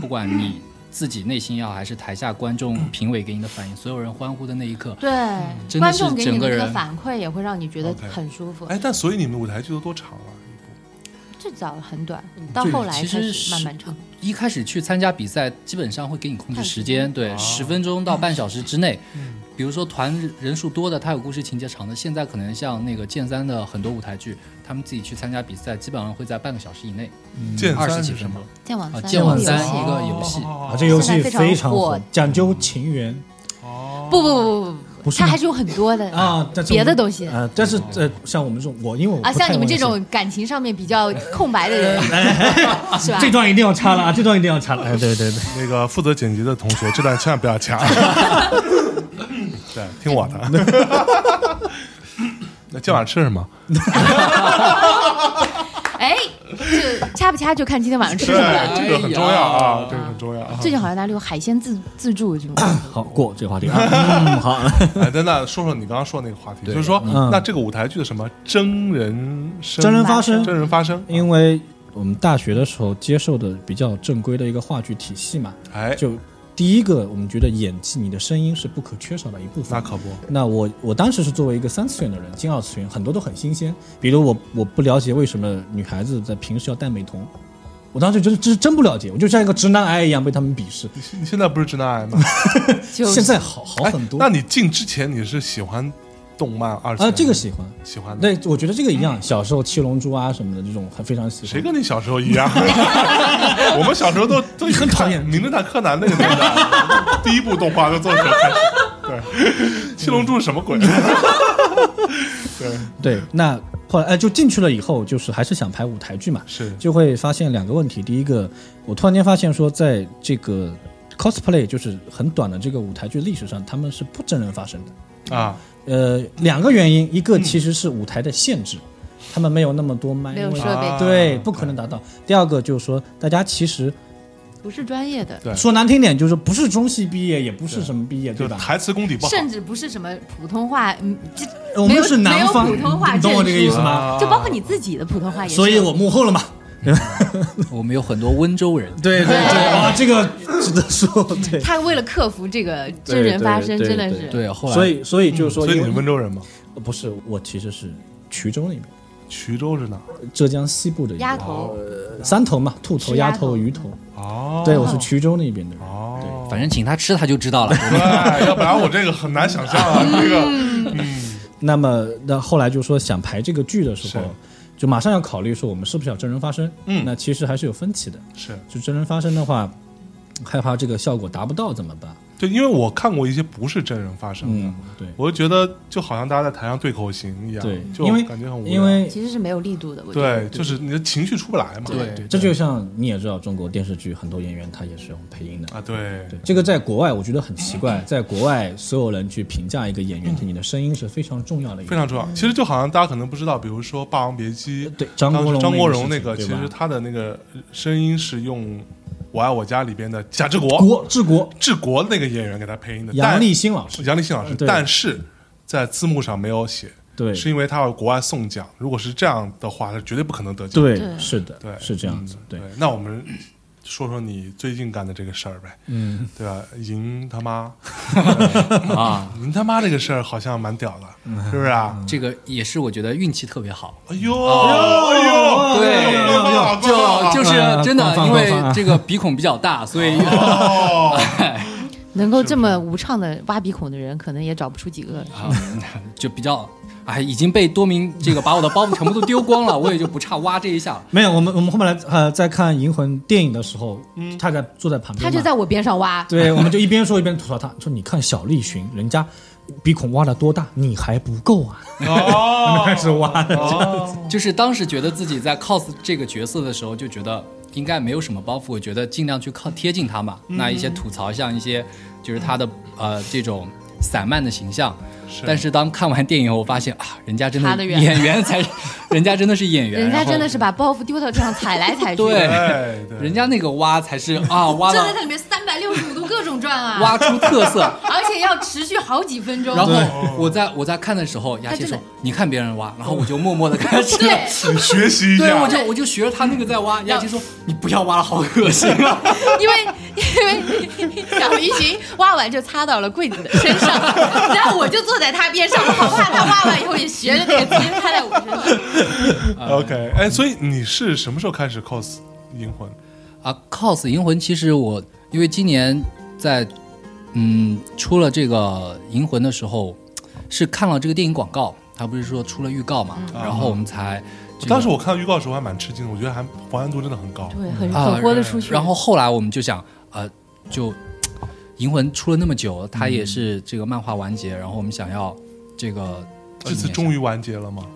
Speaker 4: 不管你自己内心也好，还是台下观众、评委给你的反应，所有人欢呼的那一刻，
Speaker 5: 对，
Speaker 4: 嗯真的
Speaker 5: 观
Speaker 4: 是
Speaker 5: 众给你
Speaker 4: 整个
Speaker 5: 的那个
Speaker 4: 人
Speaker 5: 反馈也会让你觉得
Speaker 2: OK
Speaker 5: 很舒服。
Speaker 2: 哎，但所以你们的舞台剧都多长了？
Speaker 8: 嗯
Speaker 5: 最早很短，到
Speaker 4: 对
Speaker 5: 后来
Speaker 4: 其
Speaker 5: 开
Speaker 4: 实
Speaker 5: 始
Speaker 4: 嗯
Speaker 5: 慢
Speaker 4: 是
Speaker 5: 慢长。
Speaker 4: 一开始去参加比赛，基本上会给你控制时间，对，十分钟到半小时之内。嗯比如说团人数多的，他有故事情节长的，现在可能像那个剑三的很多舞台剧，他们自己去参加比赛，基本上会在半个小时以内，
Speaker 2: 剑
Speaker 4: 二
Speaker 2: 三
Speaker 4: 十几
Speaker 2: 是什
Speaker 4: 分钟
Speaker 2: 么？。
Speaker 5: 剑网
Speaker 4: 啊
Speaker 5: 三，
Speaker 4: 剑网
Speaker 5: 游戏
Speaker 4: 三一个游戏
Speaker 2: 哦哦
Speaker 8: 啊，这个游戏
Speaker 5: 现在非
Speaker 8: 非
Speaker 5: 常
Speaker 8: 常
Speaker 5: 火
Speaker 8: 火，讲究情缘
Speaker 5: 不不不不不
Speaker 8: 不
Speaker 5: 不，
Speaker 8: 是
Speaker 5: 它
Speaker 8: 吗
Speaker 5: 还是有很多的
Speaker 8: 啊，但是
Speaker 5: 别的
Speaker 8: 我
Speaker 5: 东西
Speaker 8: 啊，但是呃，像我们这种，我因为我
Speaker 5: 啊，
Speaker 8: 不
Speaker 5: 像
Speaker 8: 太
Speaker 5: 你们这
Speaker 8: 玩游
Speaker 5: 种感情上面比较空白的人， 是吧
Speaker 8: 呃哎
Speaker 5: 嗯
Speaker 8: 戏，？这段一定要插了啊，这段一定要插了，哎，对对对，
Speaker 2: 那个负责剪辑的同学，这段千万不要掐。对，听我的。 那今晚吃什么？
Speaker 5: 哎，就掐不掐就看今天晚上吃
Speaker 2: 对，
Speaker 5: 什么了。
Speaker 2: 这个很重要
Speaker 8: 哎
Speaker 2: 啊，这个很重要啊。
Speaker 5: 最近好像哪里有海鲜自自助 这种，
Speaker 8: 好过这个话题啊， 嗯，好，
Speaker 2: 哎，那那说说你刚刚说那个话题，
Speaker 8: 对
Speaker 2: 就是说，
Speaker 8: 嗯
Speaker 2: 那这个舞台剧的什么真人生
Speaker 8: 真人发声
Speaker 2: 真人发声，
Speaker 8: 因为我们大学的时候接受的比较正规的一个话剧体系嘛，
Speaker 2: 哎，
Speaker 8: 就第一个，我们觉得演技，你的声音是不可缺少的一部分。
Speaker 2: 那可不，
Speaker 8: 那我我当时是作为一个三次元的人，进二次元很多都很新鲜，比如我我不了解为什么女孩子在平时要戴美瞳，我当时真真真不了解，我就像一个直男癌一样被他们鄙视。
Speaker 2: 你现在不是直男癌吗？
Speaker 5: 就是
Speaker 8: 现在好好
Speaker 2: 哎
Speaker 8: 哦很多
Speaker 2: 那你进之前你是喜欢动漫二次
Speaker 8: 啊，
Speaker 2: 元
Speaker 8: 这个喜欢。
Speaker 2: 喜欢的，
Speaker 8: 那我觉得这个一样，小时候七龙珠啊什么的这种还非常喜欢。
Speaker 2: 谁跟你小时候一样？我们小时候都都
Speaker 8: 很讨厌
Speaker 2: 看名侦探柯南那个年代，第一部动画就从这开始。对，七龙珠是什么鬼？对，
Speaker 8: 对，那后来哎，就进去了以后，就是还是想排舞台剧嘛，
Speaker 2: 是
Speaker 8: 就会发现两个问题。第一个，我突然间发现说，在这个 cosplay 就是很短的这个舞台剧历史上，他们是不真人发生的。
Speaker 2: 啊，
Speaker 8: 呃，两个原因，一个其实是舞台的限制，他们没有那么多麦，
Speaker 5: 没有
Speaker 8: 因为
Speaker 5: 设备
Speaker 2: 啊
Speaker 8: 对，不可能达到。第二个就是说，大家其实
Speaker 5: 不是专业的，
Speaker 2: 对
Speaker 8: 说难听点，就是不是中戏毕业，也不是什么毕业，
Speaker 2: 就
Speaker 8: 对吧？
Speaker 2: 台词功底不好，
Speaker 5: 甚至不是什么普通话，嗯，这
Speaker 8: 我
Speaker 5: 没有
Speaker 8: 们是南方，
Speaker 5: 没有普通话
Speaker 8: 你懂我这
Speaker 5: 证
Speaker 8: 个意思
Speaker 5: 书啊
Speaker 3: 啊
Speaker 8: 吗？
Speaker 5: 就包括你自己的普通话也是。
Speaker 8: 所以我幕后了嘛。
Speaker 4: 我们有很多温州人，
Speaker 8: 对对对，哇，啊这个值得说。对，
Speaker 5: 他为了克服这个真人发声，
Speaker 8: 对
Speaker 5: 真
Speaker 8: 对
Speaker 5: 的
Speaker 8: 对
Speaker 5: 是
Speaker 4: 对，后来
Speaker 8: 所以所以就是
Speaker 2: 嗯
Speaker 8: 说，
Speaker 2: 所以
Speaker 8: 因
Speaker 2: 你
Speaker 8: 为
Speaker 2: 是温州人吗？
Speaker 8: 呃不是我其实是衢州那边，
Speaker 2: 衢州是哪儿？
Speaker 8: 浙江西部的一个
Speaker 5: 鸭头
Speaker 8: 三头嘛，兔头、
Speaker 5: 是鸭
Speaker 8: 鸭
Speaker 5: 头
Speaker 8: 头、鱼头。
Speaker 2: 哦，
Speaker 8: 对，我是衢州那边的人。
Speaker 2: 哦，
Speaker 4: 反正请他吃他就知道了。
Speaker 2: 哎，要不然我这个很难想象啊，这个
Speaker 8: 那么那后来就说想排这个剧的时候
Speaker 2: 是，
Speaker 8: 就马上要考虑说我们是不是要真人发声。
Speaker 2: 嗯
Speaker 8: 那其实还是有分歧的。
Speaker 2: 是
Speaker 8: 就真人发声的话，害怕这个效果达不到怎么办？
Speaker 2: 对，因为我看过一些不是真人发生的
Speaker 8: 嗯，，对。
Speaker 2: 我就觉得就好像大家在台上对口型一样，
Speaker 8: 对，
Speaker 2: 就
Speaker 8: 因为
Speaker 2: 感觉很无聊
Speaker 8: 因为
Speaker 5: 其实是没有力度的。我觉得
Speaker 2: 对，就是你的情绪出不来嘛，
Speaker 4: 对
Speaker 8: 这就像你也知道，中国电视剧很多演员他也是用配音的。
Speaker 2: 啊，对
Speaker 8: 对，这个在国外我觉得很奇
Speaker 2: 嗯
Speaker 8: 怪，在国外所有人去评价一个演员，你的声音是非常重要的一
Speaker 2: 非
Speaker 8: 个。
Speaker 2: 常重要。其实就好像大家可能不知道，比如说《霸王别姬》，
Speaker 8: 呃对张国
Speaker 2: 当时
Speaker 8: 荣
Speaker 2: 张国
Speaker 8: 那个
Speaker 2: 荣那个，
Speaker 8: 事情
Speaker 2: 其
Speaker 8: 对吧
Speaker 2: 实他的那个声音是用《我爱我家》里边的贾志国、
Speaker 8: 国治国，
Speaker 2: 治国那个演员给他配音的，
Speaker 8: 杨
Speaker 2: 但
Speaker 8: 立新老师，
Speaker 2: 杨立新老师，
Speaker 8: 对
Speaker 2: 但是在字幕上没有写，
Speaker 8: 对，
Speaker 2: 是因为他要国外送奖，如果是这样的话，他绝对不可能得奖。
Speaker 8: 对，
Speaker 5: 对
Speaker 8: 是的，
Speaker 2: 对，
Speaker 8: 是这样子
Speaker 2: 嗯，
Speaker 8: 对，
Speaker 2: 那我们说说你最近干的这个事儿呗，
Speaker 8: 嗯，
Speaker 2: 对吧？赢他妈，
Speaker 4: 啊，
Speaker 2: 赢他妈这个事儿好像蛮屌
Speaker 8: 嗯
Speaker 2: 的，是不是啊？
Speaker 4: 这个也是我觉得运气特别好。
Speaker 2: 哎呦，哎呦，
Speaker 4: 对，就就是真的
Speaker 8: 官，方
Speaker 4: 因为
Speaker 8: 官方
Speaker 4: 这个鼻孔比较大，所以
Speaker 2: 哦，
Speaker 5: 能够这么无畅的挖鼻孔的人，可能也找不出几个。
Speaker 4: 啊，就比较，哎，已经被多名这个把我的包袱全部都丢光了，我也就不差挖这一下了。
Speaker 8: 没有，我们我们后面来呃，在看《银魂》电影的时候，
Speaker 2: 嗯
Speaker 8: 他在坐在旁边
Speaker 5: 他
Speaker 8: 嘛，
Speaker 5: 就在我边上挖，
Speaker 8: 对，我们就一边说一边吐槽他，说你看小栗旬，人家鼻孔挖的多大，你还不够啊，
Speaker 2: 哦，
Speaker 8: 开始挖的，
Speaker 2: 哦，
Speaker 4: 就是当时觉得自己在 cos 这个角色的时候，就觉得应该没有什么包袱，我觉得尽量去靠贴近他嘛。那一些吐槽，像一些就是他的呃这种散漫的形象。但是当看完电影后，我发现啊，人家真
Speaker 5: 差
Speaker 4: 的
Speaker 5: 得远
Speaker 4: 演员才，人家真的是演员，
Speaker 5: 人家
Speaker 4: 然后
Speaker 5: 真的是把包袱丢到地上踩来踩去，
Speaker 4: 对
Speaker 2: 哎，对
Speaker 4: 人家那个挖才是啊，挖
Speaker 5: 站
Speaker 4: 到
Speaker 5: 在它里面三百六十五度各种转 啊，
Speaker 4: 挖出特色。
Speaker 5: 而且要持续好几分钟。
Speaker 4: 然后我在我在看的时候，雅琪
Speaker 5: 真
Speaker 4: 说
Speaker 5: 的：“
Speaker 4: 你看别人挖。”然后我就默默的开始。
Speaker 5: 对，嗯
Speaker 2: 你学习一
Speaker 4: 对，
Speaker 2: 下
Speaker 4: 我，就我就学着他那个在挖。雅琪说：“你不要挖了，好恶心啊
Speaker 5: 因为因为小鱼群挖完就擦到了柜子的身 上，然后我就坐在他边上，我好怕他挖完以后也学着那个直接擦在我身上。
Speaker 2: OK，哎，所以你是什么时候开始 cos 银魂？！”
Speaker 4: 啊，cos 银魂，其实我因为今年在嗯出了这个银魂的时候，是看了这个电影广告，他不是说出了预告嘛，
Speaker 5: 嗯
Speaker 4: 啊然后我们才这个。
Speaker 2: 当时我看到预告的时候还蛮吃惊的，我觉得还还原度真的很高。
Speaker 5: 对，很
Speaker 4: 啊，
Speaker 5: 很豁得出去。
Speaker 4: 然后后来我们就想，呃，就银魂出了那么久，它也是这个漫画完结，然后我们想要这个
Speaker 2: 这次
Speaker 4: 于
Speaker 2: 终于完结了吗？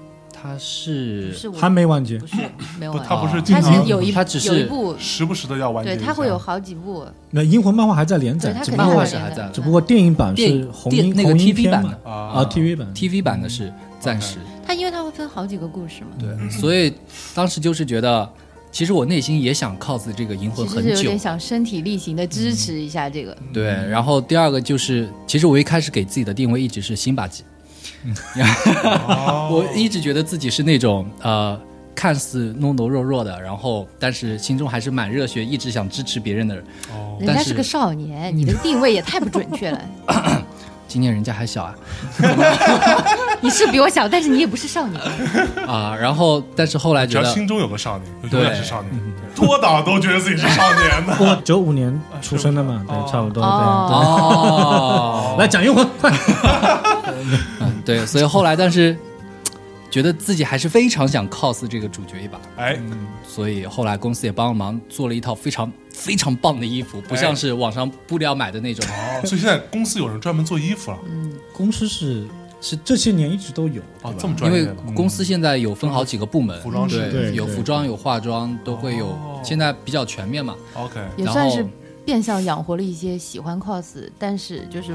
Speaker 4: 它是
Speaker 5: 是我
Speaker 3: 还没完结
Speaker 5: 不，是没有
Speaker 2: 不，
Speaker 5: 完
Speaker 2: 他，不是经
Speaker 5: 他
Speaker 2: 常
Speaker 5: 是有一
Speaker 4: 它只是
Speaker 5: 有一部，
Speaker 2: 时不时的要完结
Speaker 5: 对
Speaker 2: 一下，
Speaker 5: 他会有好几部，
Speaker 3: 那《银魂》漫画还在连载
Speaker 5: 对他，
Speaker 3: 只
Speaker 5: 肯
Speaker 3: 不
Speaker 5: 定
Speaker 4: 漫画
Speaker 3: 过
Speaker 4: 是还在
Speaker 5: 的
Speaker 3: 只不过电影版是
Speaker 4: 电
Speaker 3: 红
Speaker 4: 电
Speaker 3: 银
Speaker 4: 那个
Speaker 3: 红银
Speaker 4: TV
Speaker 3: 片
Speaker 4: 版
Speaker 3: 嘛
Speaker 4: 的
Speaker 2: 啊
Speaker 3: 啊，TV 版
Speaker 4: TV 版的是暂时，
Speaker 5: 他因为他会分好几个故事嘛，
Speaker 4: 对，所以当时就是觉得，其实我内心也想 cos 这个银魂
Speaker 5: 其实
Speaker 4: 很
Speaker 5: 是有
Speaker 4: 久嗯
Speaker 5: 点，想身体力行的支持一下这个。
Speaker 4: 对。然后第二个就是，其实我一开始给自己的定位一直是辛巴吉， 我一直觉得自己是那种呃，看似懦懦弱弱的，然后但是心中还是满热血，一直想支持别人的人。
Speaker 2: 哦
Speaker 5: 人家
Speaker 4: 但
Speaker 5: 是
Speaker 4: 是
Speaker 5: 个少年，你的定位也太不准确了。
Speaker 4: 今年人家还小啊
Speaker 5: 你是比我小，但是你也不是少 年。
Speaker 4: 啊，然后但是后来
Speaker 2: 只
Speaker 4: 觉
Speaker 2: 要
Speaker 4: 得
Speaker 2: 心中有个少年，
Speaker 4: 对
Speaker 2: 永远是少年，多导都觉得自己是少年的。
Speaker 3: 我九五年
Speaker 2: 啊
Speaker 3: 出生的嘛，对，差不多对。
Speaker 4: 哦，
Speaker 5: 哦，
Speaker 3: 来讲《银魂》，快！
Speaker 4: 嗯对，所以后来但是觉得自己还是非常想 cos 这个主角一把，
Speaker 2: 哎，
Speaker 4: 所以后来公司也帮了忙做了一套非常非常棒的衣服，不
Speaker 2: 哎
Speaker 4: 像是网上布料买的那种。
Speaker 2: 哦，所以现在公司有人专门做衣服了，
Speaker 3: 公司是是这些年一直都有，
Speaker 2: 哦
Speaker 3: 对吧，
Speaker 2: 这么专
Speaker 4: 因为
Speaker 2: 业的，
Speaker 4: 公司现在有分好几个部门，
Speaker 2: 服装设计
Speaker 4: 对，
Speaker 3: 对
Speaker 4: 有
Speaker 3: 对
Speaker 4: 服装，有化妆，都会有
Speaker 2: 哦。
Speaker 4: 现在比较全面嘛，
Speaker 2: OK，
Speaker 5: 也
Speaker 4: 然
Speaker 5: 算
Speaker 4: 后
Speaker 5: 是变相养活了一些喜欢 cos，但是就是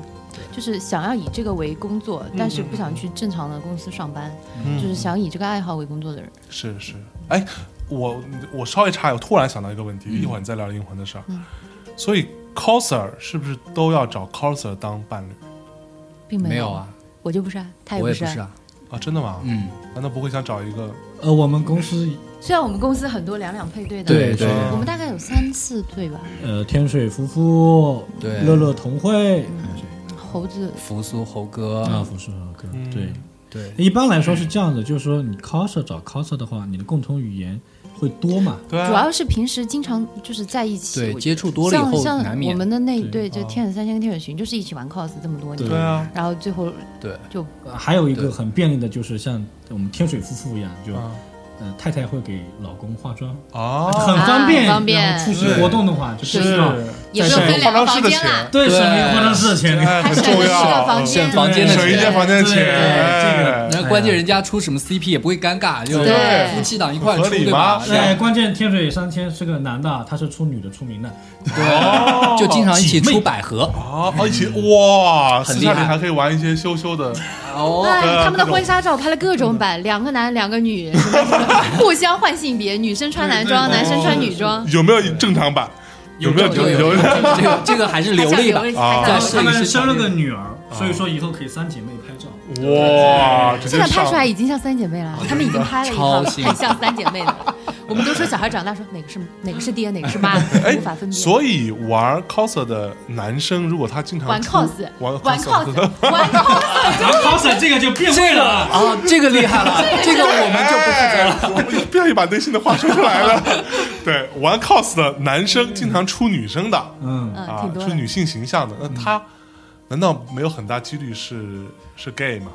Speaker 5: 就是想要以这个为工作，
Speaker 4: 嗯
Speaker 5: 但是不想去正常的公司上班，就是想以这个爱好为工作的人。
Speaker 2: 是是，哎，我我稍微插一下，我突然想到一个问题，一会儿你再聊灵魂的事儿。
Speaker 5: 嗯
Speaker 2: 所以 coser 是不是都要找 coser 当伴侣
Speaker 5: 并
Speaker 4: 没有
Speaker 5: 有
Speaker 4: 啊，，
Speaker 5: 我就不是啊，他也
Speaker 4: 我也
Speaker 5: 是
Speaker 4: 不是
Speaker 5: 啊。
Speaker 4: 啊，
Speaker 2: 啊？真的吗？
Speaker 4: 嗯，
Speaker 2: 难道不会想找一个？
Speaker 3: 呃，我们公司
Speaker 5: 虽然我们公司很多两两配对的，
Speaker 4: 对对
Speaker 5: 我们大概有三四对吧。
Speaker 3: 呃，天水夫妇、
Speaker 4: 对
Speaker 3: 乐乐同会
Speaker 2: 嗯
Speaker 5: 猴子
Speaker 4: 扶苏猴哥
Speaker 3: 啊，不是哥，对
Speaker 4: 对
Speaker 3: 一般来说是这样的，就是说你 coser 找 coser 的话，你的共同语言会多嘛？
Speaker 2: 对
Speaker 5: 主
Speaker 2: 啊，
Speaker 5: 要是平时经常就是在一起，
Speaker 4: 对
Speaker 5: 我觉得
Speaker 4: 接触多了以后
Speaker 5: 像
Speaker 4: 难
Speaker 5: 像
Speaker 4: 免
Speaker 5: 我们的那一
Speaker 3: 对
Speaker 5: 对就天使三千跟天使寻就是一起玩 cos 这么多
Speaker 2: 对
Speaker 5: 年，
Speaker 2: 啊，
Speaker 5: 然后最后
Speaker 4: 对
Speaker 5: 就
Speaker 3: 呃还有一
Speaker 4: 对
Speaker 3: 个很便利的就是像我们天水夫妇一样，就
Speaker 2: 啊
Speaker 3: 呃太太会给老公化妆，
Speaker 2: 啊，
Speaker 3: 很方便。
Speaker 5: 啊方便
Speaker 3: 然后出席活动的话，就不需要
Speaker 5: 也不
Speaker 3: 在
Speaker 5: 用
Speaker 3: 省
Speaker 5: 分两
Speaker 2: 化妆师的
Speaker 5: 个房间
Speaker 2: 钱
Speaker 5: 啦，
Speaker 3: 对
Speaker 4: 对
Speaker 3: 省一化妆师的钱，
Speaker 2: 哎
Speaker 5: 还
Speaker 2: 很
Speaker 5: 省
Speaker 2: 重
Speaker 5: 了四个
Speaker 2: 要，
Speaker 5: 房
Speaker 2: 嗯
Speaker 5: 间
Speaker 4: 省房间的
Speaker 2: 省一
Speaker 4: 钱
Speaker 2: 间房间的
Speaker 3: 对
Speaker 2: 钱，
Speaker 3: 对这个
Speaker 2: 哎
Speaker 4: 然后关键人家出什么 CP 也不会尴尬，就
Speaker 5: 对
Speaker 4: 夫妻档一块出
Speaker 2: 合理
Speaker 4: 对吧啊
Speaker 2: 吗？
Speaker 4: 对
Speaker 3: 哎，关键天水三千是个男的，他是出女的出名的，
Speaker 4: 对，就经常一起出百合
Speaker 2: 啊，哦一起哇，
Speaker 4: 很
Speaker 2: 私
Speaker 4: 厉
Speaker 2: 下里
Speaker 4: 害
Speaker 2: 还可以玩一些羞羞的，
Speaker 4: 哦，
Speaker 5: 哎，他们的
Speaker 2: 各种
Speaker 5: 婚纱照拍了各种版，两个男，两个女，什么什么互相换性别，女生穿男装，男生穿女装，
Speaker 2: 有没有正常版？有没有
Speaker 4: 有
Speaker 2: 有
Speaker 4: 有这个这个还是留
Speaker 5: 还
Speaker 4: 了
Speaker 5: 是
Speaker 4: 一
Speaker 5: 要
Speaker 4: 把
Speaker 5: 留一，下
Speaker 2: 啊
Speaker 5: 还
Speaker 4: 在
Speaker 5: 哎是
Speaker 3: 他
Speaker 4: 摄
Speaker 5: 啊要
Speaker 4: 影
Speaker 3: 们
Speaker 4: 师
Speaker 3: 生了
Speaker 4: 场
Speaker 3: 个
Speaker 4: 地
Speaker 3: 女儿，所以说以后可以三姐妹拍照。
Speaker 2: 哇，直接
Speaker 5: 现在拍
Speaker 2: 上
Speaker 5: 出来已经像三姐妹了，他们已经拍了一套
Speaker 4: 超新
Speaker 5: 很像三姐妹了。我们都说小孩长大说哪个是哪个是爹，哪个是妈，
Speaker 2: 哎
Speaker 5: 无法分，辨。
Speaker 2: 所以玩 coser 的男生，如果他经常
Speaker 5: 玩
Speaker 2: 出
Speaker 5: cos，
Speaker 2: 玩
Speaker 5: 玩
Speaker 2: cos，
Speaker 5: cos，玩 cos，
Speaker 3: 然后 coser 这个就变味
Speaker 4: 这个
Speaker 3: 了啊，
Speaker 4: 啊，这个厉害了，这个 我们就不负责了。
Speaker 2: 哎，我们不要把内心的话说出来 了。对，玩 cos 的男生经常出女生的
Speaker 3: 嗯。
Speaker 5: 嗯，
Speaker 2: 啊
Speaker 5: 挺，多
Speaker 2: 出
Speaker 5: 的。嗯
Speaker 2: 女性形象的，那他难道没有很大几率是是 gay 吗？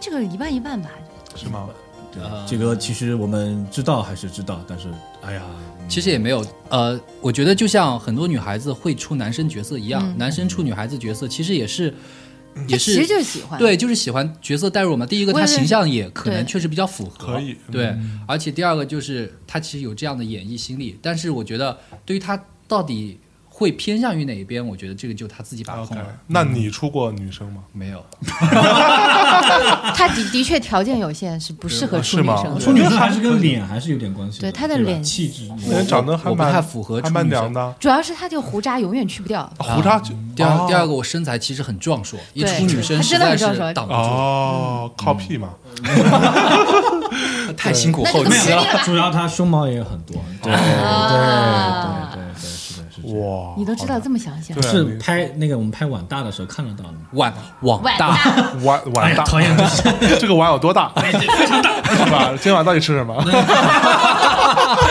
Speaker 5: 这个一半一半吧，
Speaker 2: 是吗？
Speaker 3: 对，呃这个其实我们知道还是知道，但是哎呀，
Speaker 4: 其实也没有，呃，我觉得就像很多女孩子会出男生角色一样，男生出女孩子角色，其实也是也
Speaker 5: 其
Speaker 4: 是
Speaker 5: 实就是喜欢，
Speaker 4: 对，就是喜欢角色代入嘛。第一个，
Speaker 5: 我
Speaker 4: 他
Speaker 5: 也是
Speaker 4: 形象也可能
Speaker 5: 对
Speaker 4: 确实比较符合，
Speaker 2: 可以嗯
Speaker 4: 对。而且第二个就是他其实有这样的演绎心理，但是我觉得对于他到底会偏向于哪一边，我觉得这个就他自己把控
Speaker 2: 啊 OK，
Speaker 4: 了。嗯
Speaker 2: 那你出过女生吗？
Speaker 4: 没有，
Speaker 5: 他的的确条件有限，是不适合处
Speaker 2: 是
Speaker 5: 女
Speaker 2: 吗
Speaker 5: 生
Speaker 2: 我
Speaker 5: 的。
Speaker 3: 处女生还是跟脸还是有点关系的，
Speaker 5: 对她的
Speaker 3: 吧
Speaker 5: 脸
Speaker 3: 气质，
Speaker 2: 那人长得还
Speaker 4: 我不
Speaker 2: 蛮
Speaker 4: 太符合
Speaker 2: 还
Speaker 4: 处
Speaker 2: 蛮
Speaker 4: 女
Speaker 2: 娘
Speaker 4: 生。啊
Speaker 2: 的，啊
Speaker 5: 主要是他这个胡渣永远去不掉，
Speaker 2: 胡渣就
Speaker 4: 第二，第二
Speaker 2: 个
Speaker 4: 个我身材其实很壮硕，一
Speaker 5: 对
Speaker 4: 出女生
Speaker 5: 他
Speaker 4: 实
Speaker 5: 真的
Speaker 4: 在
Speaker 5: 很
Speaker 4: 是
Speaker 5: 壮硕
Speaker 4: 挡不住，
Speaker 2: 哦，
Speaker 4: 嗯
Speaker 2: 靠屁嘛，
Speaker 4: 太辛苦
Speaker 5: 那
Speaker 4: 后
Speaker 5: 就
Speaker 4: 期
Speaker 5: 没
Speaker 4: 了
Speaker 5: 有。
Speaker 3: 主要她胸毛也有很多，对对
Speaker 5: 啊
Speaker 3: 对对对，是的，是的。
Speaker 2: 哇，
Speaker 5: 嗯你都知道这么详细啊，
Speaker 2: 对
Speaker 3: 是拍那个我们拍碗大的时候看得到的吗？
Speaker 4: 碗网
Speaker 5: 碗
Speaker 4: 大，
Speaker 5: 大
Speaker 2: 碗碗大，
Speaker 3: 讨厌就是
Speaker 2: 这个碗有多大？非常大， 是吧？今天晚上到底吃什么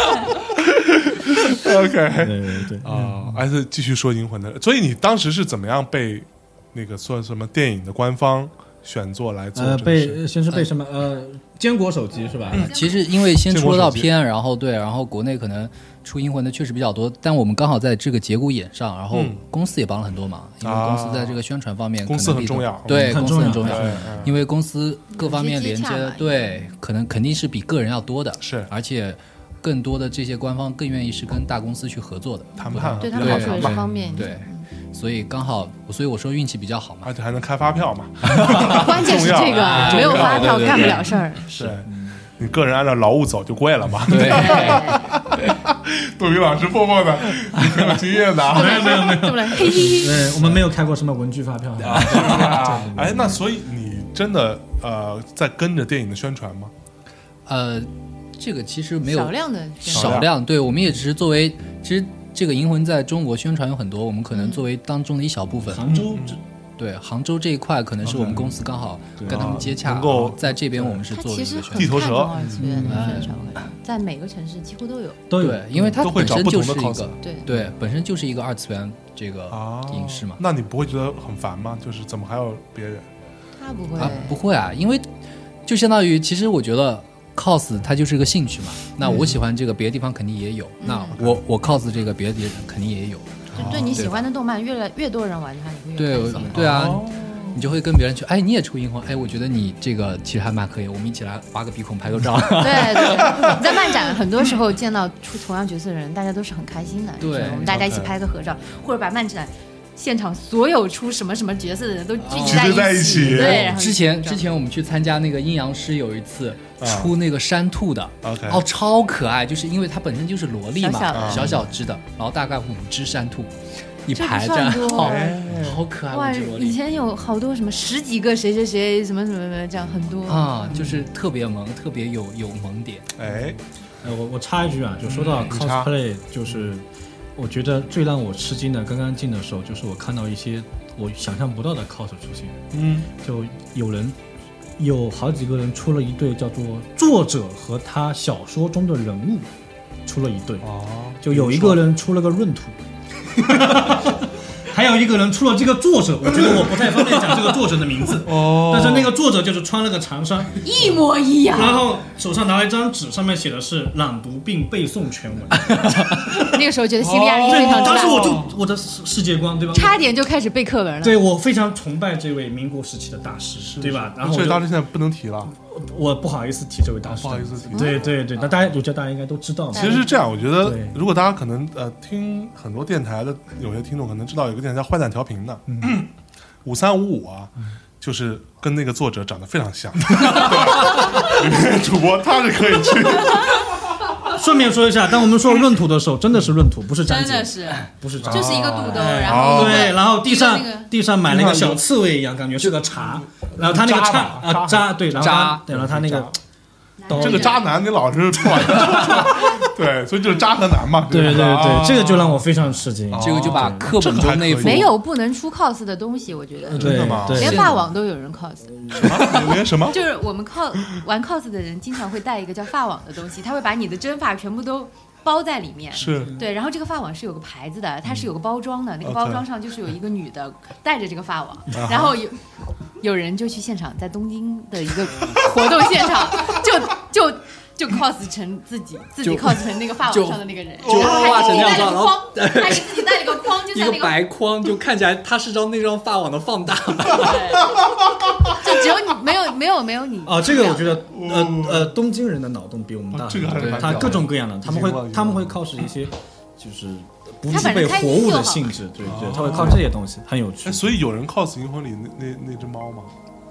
Speaker 2: ？OK
Speaker 3: 对对对，
Speaker 2: 啊，还是继续说银魂的。所以你当时是怎么样被那个算什么电影的官方选作来做
Speaker 3: 呃，
Speaker 2: 这个事？
Speaker 3: 被先是被什么呃坚果手机是吧？
Speaker 4: 其实因为先
Speaker 2: 建
Speaker 4: 出
Speaker 2: 国
Speaker 4: 了照
Speaker 2: 手机
Speaker 4: 片，然后对，然后国内可能出英魂的确实比较多，但我们刚好在这个节骨眼上，然后
Speaker 2: 嗯啊
Speaker 4: 公司也帮了很多忙，因为公司在这个宣传方面可能
Speaker 2: 公司很
Speaker 4: 力度
Speaker 2: 重要
Speaker 4: 对，
Speaker 3: 嗯很
Speaker 4: 公司很重
Speaker 3: 重要
Speaker 4: 要
Speaker 2: 对，
Speaker 4: 因为公司
Speaker 5: 嗯
Speaker 4: 各方面连接
Speaker 5: 直接接洽嘛，
Speaker 4: 对，可能肯定是比个人要多的，
Speaker 2: 是
Speaker 4: 而且更多的这些官方更愿意是跟大公司去合作的
Speaker 2: 谈判
Speaker 5: 对
Speaker 2: 比
Speaker 5: 他
Speaker 2: 较
Speaker 5: 们
Speaker 2: 好
Speaker 5: 来
Speaker 2: 谈
Speaker 4: 对
Speaker 5: 说也是
Speaker 2: 判，
Speaker 5: 方便。嗯
Speaker 4: 对，所以刚好，所以我说运气比 较好嘛，
Speaker 2: 而且还能开发票嘛？
Speaker 5: 关键是
Speaker 2: 重要
Speaker 5: 这
Speaker 2: 啊
Speaker 5: 个没有发票干不了事儿。
Speaker 2: 是。你个人按照劳务走就贵了嘛？
Speaker 4: 对，
Speaker 2: 杜宇老师默默的，你很有经验的啊。
Speaker 3: 没有没有没有，
Speaker 5: 对不对？嘿嘿嘿
Speaker 3: 对我们没有开过什么文具发票的。
Speaker 2: 啊哎，那所以你真的呃在跟着电影的宣传吗？
Speaker 4: 呃，这个其实没有
Speaker 5: 少量的
Speaker 2: 少量
Speaker 4: 少量，对，我们也只是作为，其实这个《银魂》在中国宣传有很多，我们可能作为当中的一小部分。
Speaker 3: 杭州
Speaker 4: 对，杭州这一块可能是我们公司刚好
Speaker 3: 对
Speaker 4: 跟他们接洽，
Speaker 2: 能够
Speaker 4: 然后在这边我们是
Speaker 5: 他
Speaker 4: 做了
Speaker 5: 其
Speaker 4: 一
Speaker 5: 实
Speaker 4: 个
Speaker 5: 很
Speaker 4: 宣
Speaker 2: 地
Speaker 4: 传。
Speaker 2: 头蛇
Speaker 5: 看重二次元的宣传会，在每个城市几乎都有。
Speaker 3: 都有
Speaker 4: 对，因为它
Speaker 2: 都会
Speaker 4: 本
Speaker 2: 找
Speaker 4: 身
Speaker 2: 不同
Speaker 4: 就
Speaker 2: 的
Speaker 4: 是一
Speaker 2: cos
Speaker 4: 个
Speaker 5: 对，
Speaker 4: 对，本身就是一个二次元这个
Speaker 2: 哦
Speaker 4: 影视嘛。
Speaker 2: 那你不会觉得很烦吗？就是怎么还有别人？
Speaker 5: 他不会
Speaker 4: 啊，不会啊，因为就相当于，其实我觉得 cos 它就是个兴趣嘛。那我喜欢这个，别的地方肯定也有。
Speaker 5: 嗯
Speaker 4: 那我我 cos 这个，别的地方肯定也有。
Speaker 5: 就对你喜欢的动漫越来越多人玩它，你会越
Speaker 4: 对
Speaker 5: 开心。
Speaker 4: 对啊，
Speaker 2: 哦
Speaker 4: 你就会跟别人去，哎，你也出银魂，哎，我觉得你这个其实还蛮可以，我们一起来挖个鼻孔拍个照。
Speaker 5: 对对，你在漫展很多时候见到出同样角色的人，大家都是很开心的。
Speaker 4: 对
Speaker 5: 就是我们大家一起拍个合照，或者把漫展现场所有出什么什么角色的人都聚集
Speaker 2: 聚集在
Speaker 5: 一
Speaker 2: 一起
Speaker 5: 对，然后
Speaker 4: 哎之前之前我们去参加那个阴阳师，有一次出那个山兔的，
Speaker 2: OK
Speaker 4: 哦，超可爱，就是因为它本身就是萝莉嘛，
Speaker 5: 小小的
Speaker 4: 小只的，然后大概五只山兔一
Speaker 5: 这不
Speaker 4: 排
Speaker 5: 算
Speaker 4: 站，
Speaker 5: 多
Speaker 4: 好
Speaker 5: 哎
Speaker 4: 好可爱，
Speaker 5: 哇，
Speaker 4: 五只萝
Speaker 5: 以
Speaker 4: 莉
Speaker 5: 前有好多什么十几个谁谁谁什么什么什么这样很多
Speaker 4: 啊，就是特别萌，特别有有萌点。
Speaker 2: 哎，
Speaker 3: 呃，我我插一句啊，就说到
Speaker 2: 嗯你插
Speaker 3: cosplay，就是我觉得最让我吃惊的，刚刚进的时候，就是我看到一些我想象不到的 cos 出现，
Speaker 2: 嗯，
Speaker 3: 就有人有好几个人出了一对叫做作者和他小说中的人物出了一对，
Speaker 2: 哦，，
Speaker 3: 就有一个人出了个闰土。还有一个人出了这个作者，我觉得我不太方便讲这个作者的名字
Speaker 2: 哦，
Speaker 3: 但是那个作者就是穿了个长衫，
Speaker 5: 一模一样，
Speaker 3: 然后手上拿了一张纸，上面写的是朗读并背诵全 文。
Speaker 5: 哦那个时候觉得心理压力非常大，
Speaker 3: 当时我就我的世世界观对吧？
Speaker 5: 哦差点就开始背课
Speaker 2: 嗯
Speaker 5: 文了。
Speaker 3: 对我非常崇拜这位民国时期的大师，对吧？然后
Speaker 2: 所
Speaker 3: 我
Speaker 2: 以
Speaker 3: 就
Speaker 2: 当时现在不能提了。
Speaker 3: 我不好意思提这位大师，
Speaker 2: 哦不好意思嗯提
Speaker 3: 对对对，那大家我觉得大家应该都知道。
Speaker 2: 其实是这样，我觉得
Speaker 3: 对
Speaker 2: 如果大家可能呃听很多电台的有些听众可能知道有个电台叫坏蛋调频的，
Speaker 3: 嗯
Speaker 2: 五三五五啊，就是跟那个作者长得非常像， 对主播他是可以去，
Speaker 3: 哦顺便说一下，当我们说闰土的时候，真的是�润土，不是粘
Speaker 6: 真的
Speaker 3: 结，
Speaker 6: 是，
Speaker 3: 不是粘
Speaker 6: 就
Speaker 3: 结。
Speaker 6: 是一个肚兜，
Speaker 3: 哎
Speaker 6: 然
Speaker 2: 哦
Speaker 6: 后一个
Speaker 3: 对，然后地上
Speaker 6: 一个那个
Speaker 3: 地上买了一个小刺猬一样，感觉是个茶，然后他那个
Speaker 2: 嗯渣
Speaker 3: 叉
Speaker 2: 吧
Speaker 3: 啊渣，对，然后他
Speaker 4: 渣
Speaker 3: 对，然后他那个刀
Speaker 2: 这个渣男你老是不好意思说出来， 对，所以就是渣和男嘛，
Speaker 3: 对对对
Speaker 2: 啊
Speaker 3: 对，这个就让我非常吃惊。
Speaker 4: 哦
Speaker 2: 哦
Speaker 4: 这个就把课本中那一幅
Speaker 5: 没有不能出 cos 的东西，我觉得
Speaker 3: 对
Speaker 2: 嗯真的吗
Speaker 3: 对
Speaker 5: 连发网都有人 cos，
Speaker 2: 有些什么
Speaker 5: 就是我们 cos 玩 cos 的人经常会带一个叫发网的东西，他会把你的真发全部都包在里面。
Speaker 2: 是
Speaker 5: 对，然后这个发网是有个牌子的，它是
Speaker 4: 嗯
Speaker 5: 有个包装的，那个
Speaker 2: OK
Speaker 5: 包
Speaker 4: 哦
Speaker 5: 装上就是有一个女的带着这个发网，
Speaker 4: 啊
Speaker 5: 然后有有人就去现场，在东京的一个活动现场，就就就 cos 成自己，自己
Speaker 4: 就
Speaker 5: cos 成那个发
Speaker 4: 就
Speaker 5: 网上的那个人，
Speaker 4: 就
Speaker 5: 然后
Speaker 4: 画
Speaker 5: 还自
Speaker 4: 成
Speaker 5: 己
Speaker 4: 那样
Speaker 5: 带了
Speaker 4: 然
Speaker 5: 个
Speaker 4: 后
Speaker 5: 框，还给自己带了个框，就
Speaker 4: 一
Speaker 5: 像
Speaker 4: 个
Speaker 5: 那
Speaker 4: 白框，就看起来他是张那张发网的放大版。
Speaker 5: 就只有你没有没有没有你
Speaker 4: 哦
Speaker 3: 啊，这个我觉得，呃呃，东京人的脑洞比我们大
Speaker 2: 哦
Speaker 3: 很
Speaker 2: 这个
Speaker 3: 多，
Speaker 2: 还是蛮
Speaker 3: 他
Speaker 2: 屌
Speaker 3: 嗯各
Speaker 2: 的
Speaker 3: 种各样的，他们
Speaker 2: 已经忘记
Speaker 3: 会
Speaker 2: 了
Speaker 3: 他们会靠是一些就是不具
Speaker 5: 他反正
Speaker 3: 备活
Speaker 5: 开心
Speaker 3: 物
Speaker 5: 就
Speaker 3: 的
Speaker 5: 好
Speaker 3: 性质，对对，
Speaker 2: 哦
Speaker 3: 他会靠这些东西，很有趣
Speaker 2: 哎，。所以有人 cos 银魂里那那那只猫 吗？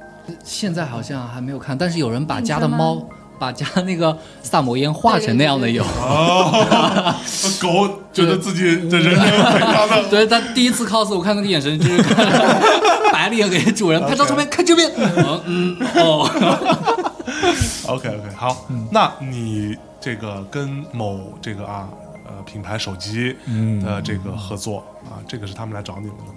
Speaker 4: 现在好像还没有看，但是有人把
Speaker 5: 你
Speaker 4: 家
Speaker 5: 说
Speaker 4: 的
Speaker 5: 吗
Speaker 4: 猫，把家那个萨摩耶画成那样的有。
Speaker 2: 哦，狗觉得自己的人 生非常的
Speaker 4: 对他第一次 cos，我看那个眼神就是看 白脸给主人拍张照片，看这边，嗯嗯哦，
Speaker 2: OK OK 好，
Speaker 3: 嗯
Speaker 2: 那你这个跟某这个啊呃品牌手机
Speaker 3: 嗯
Speaker 2: 的这个合作啊，这个是他们来找你们 的吗？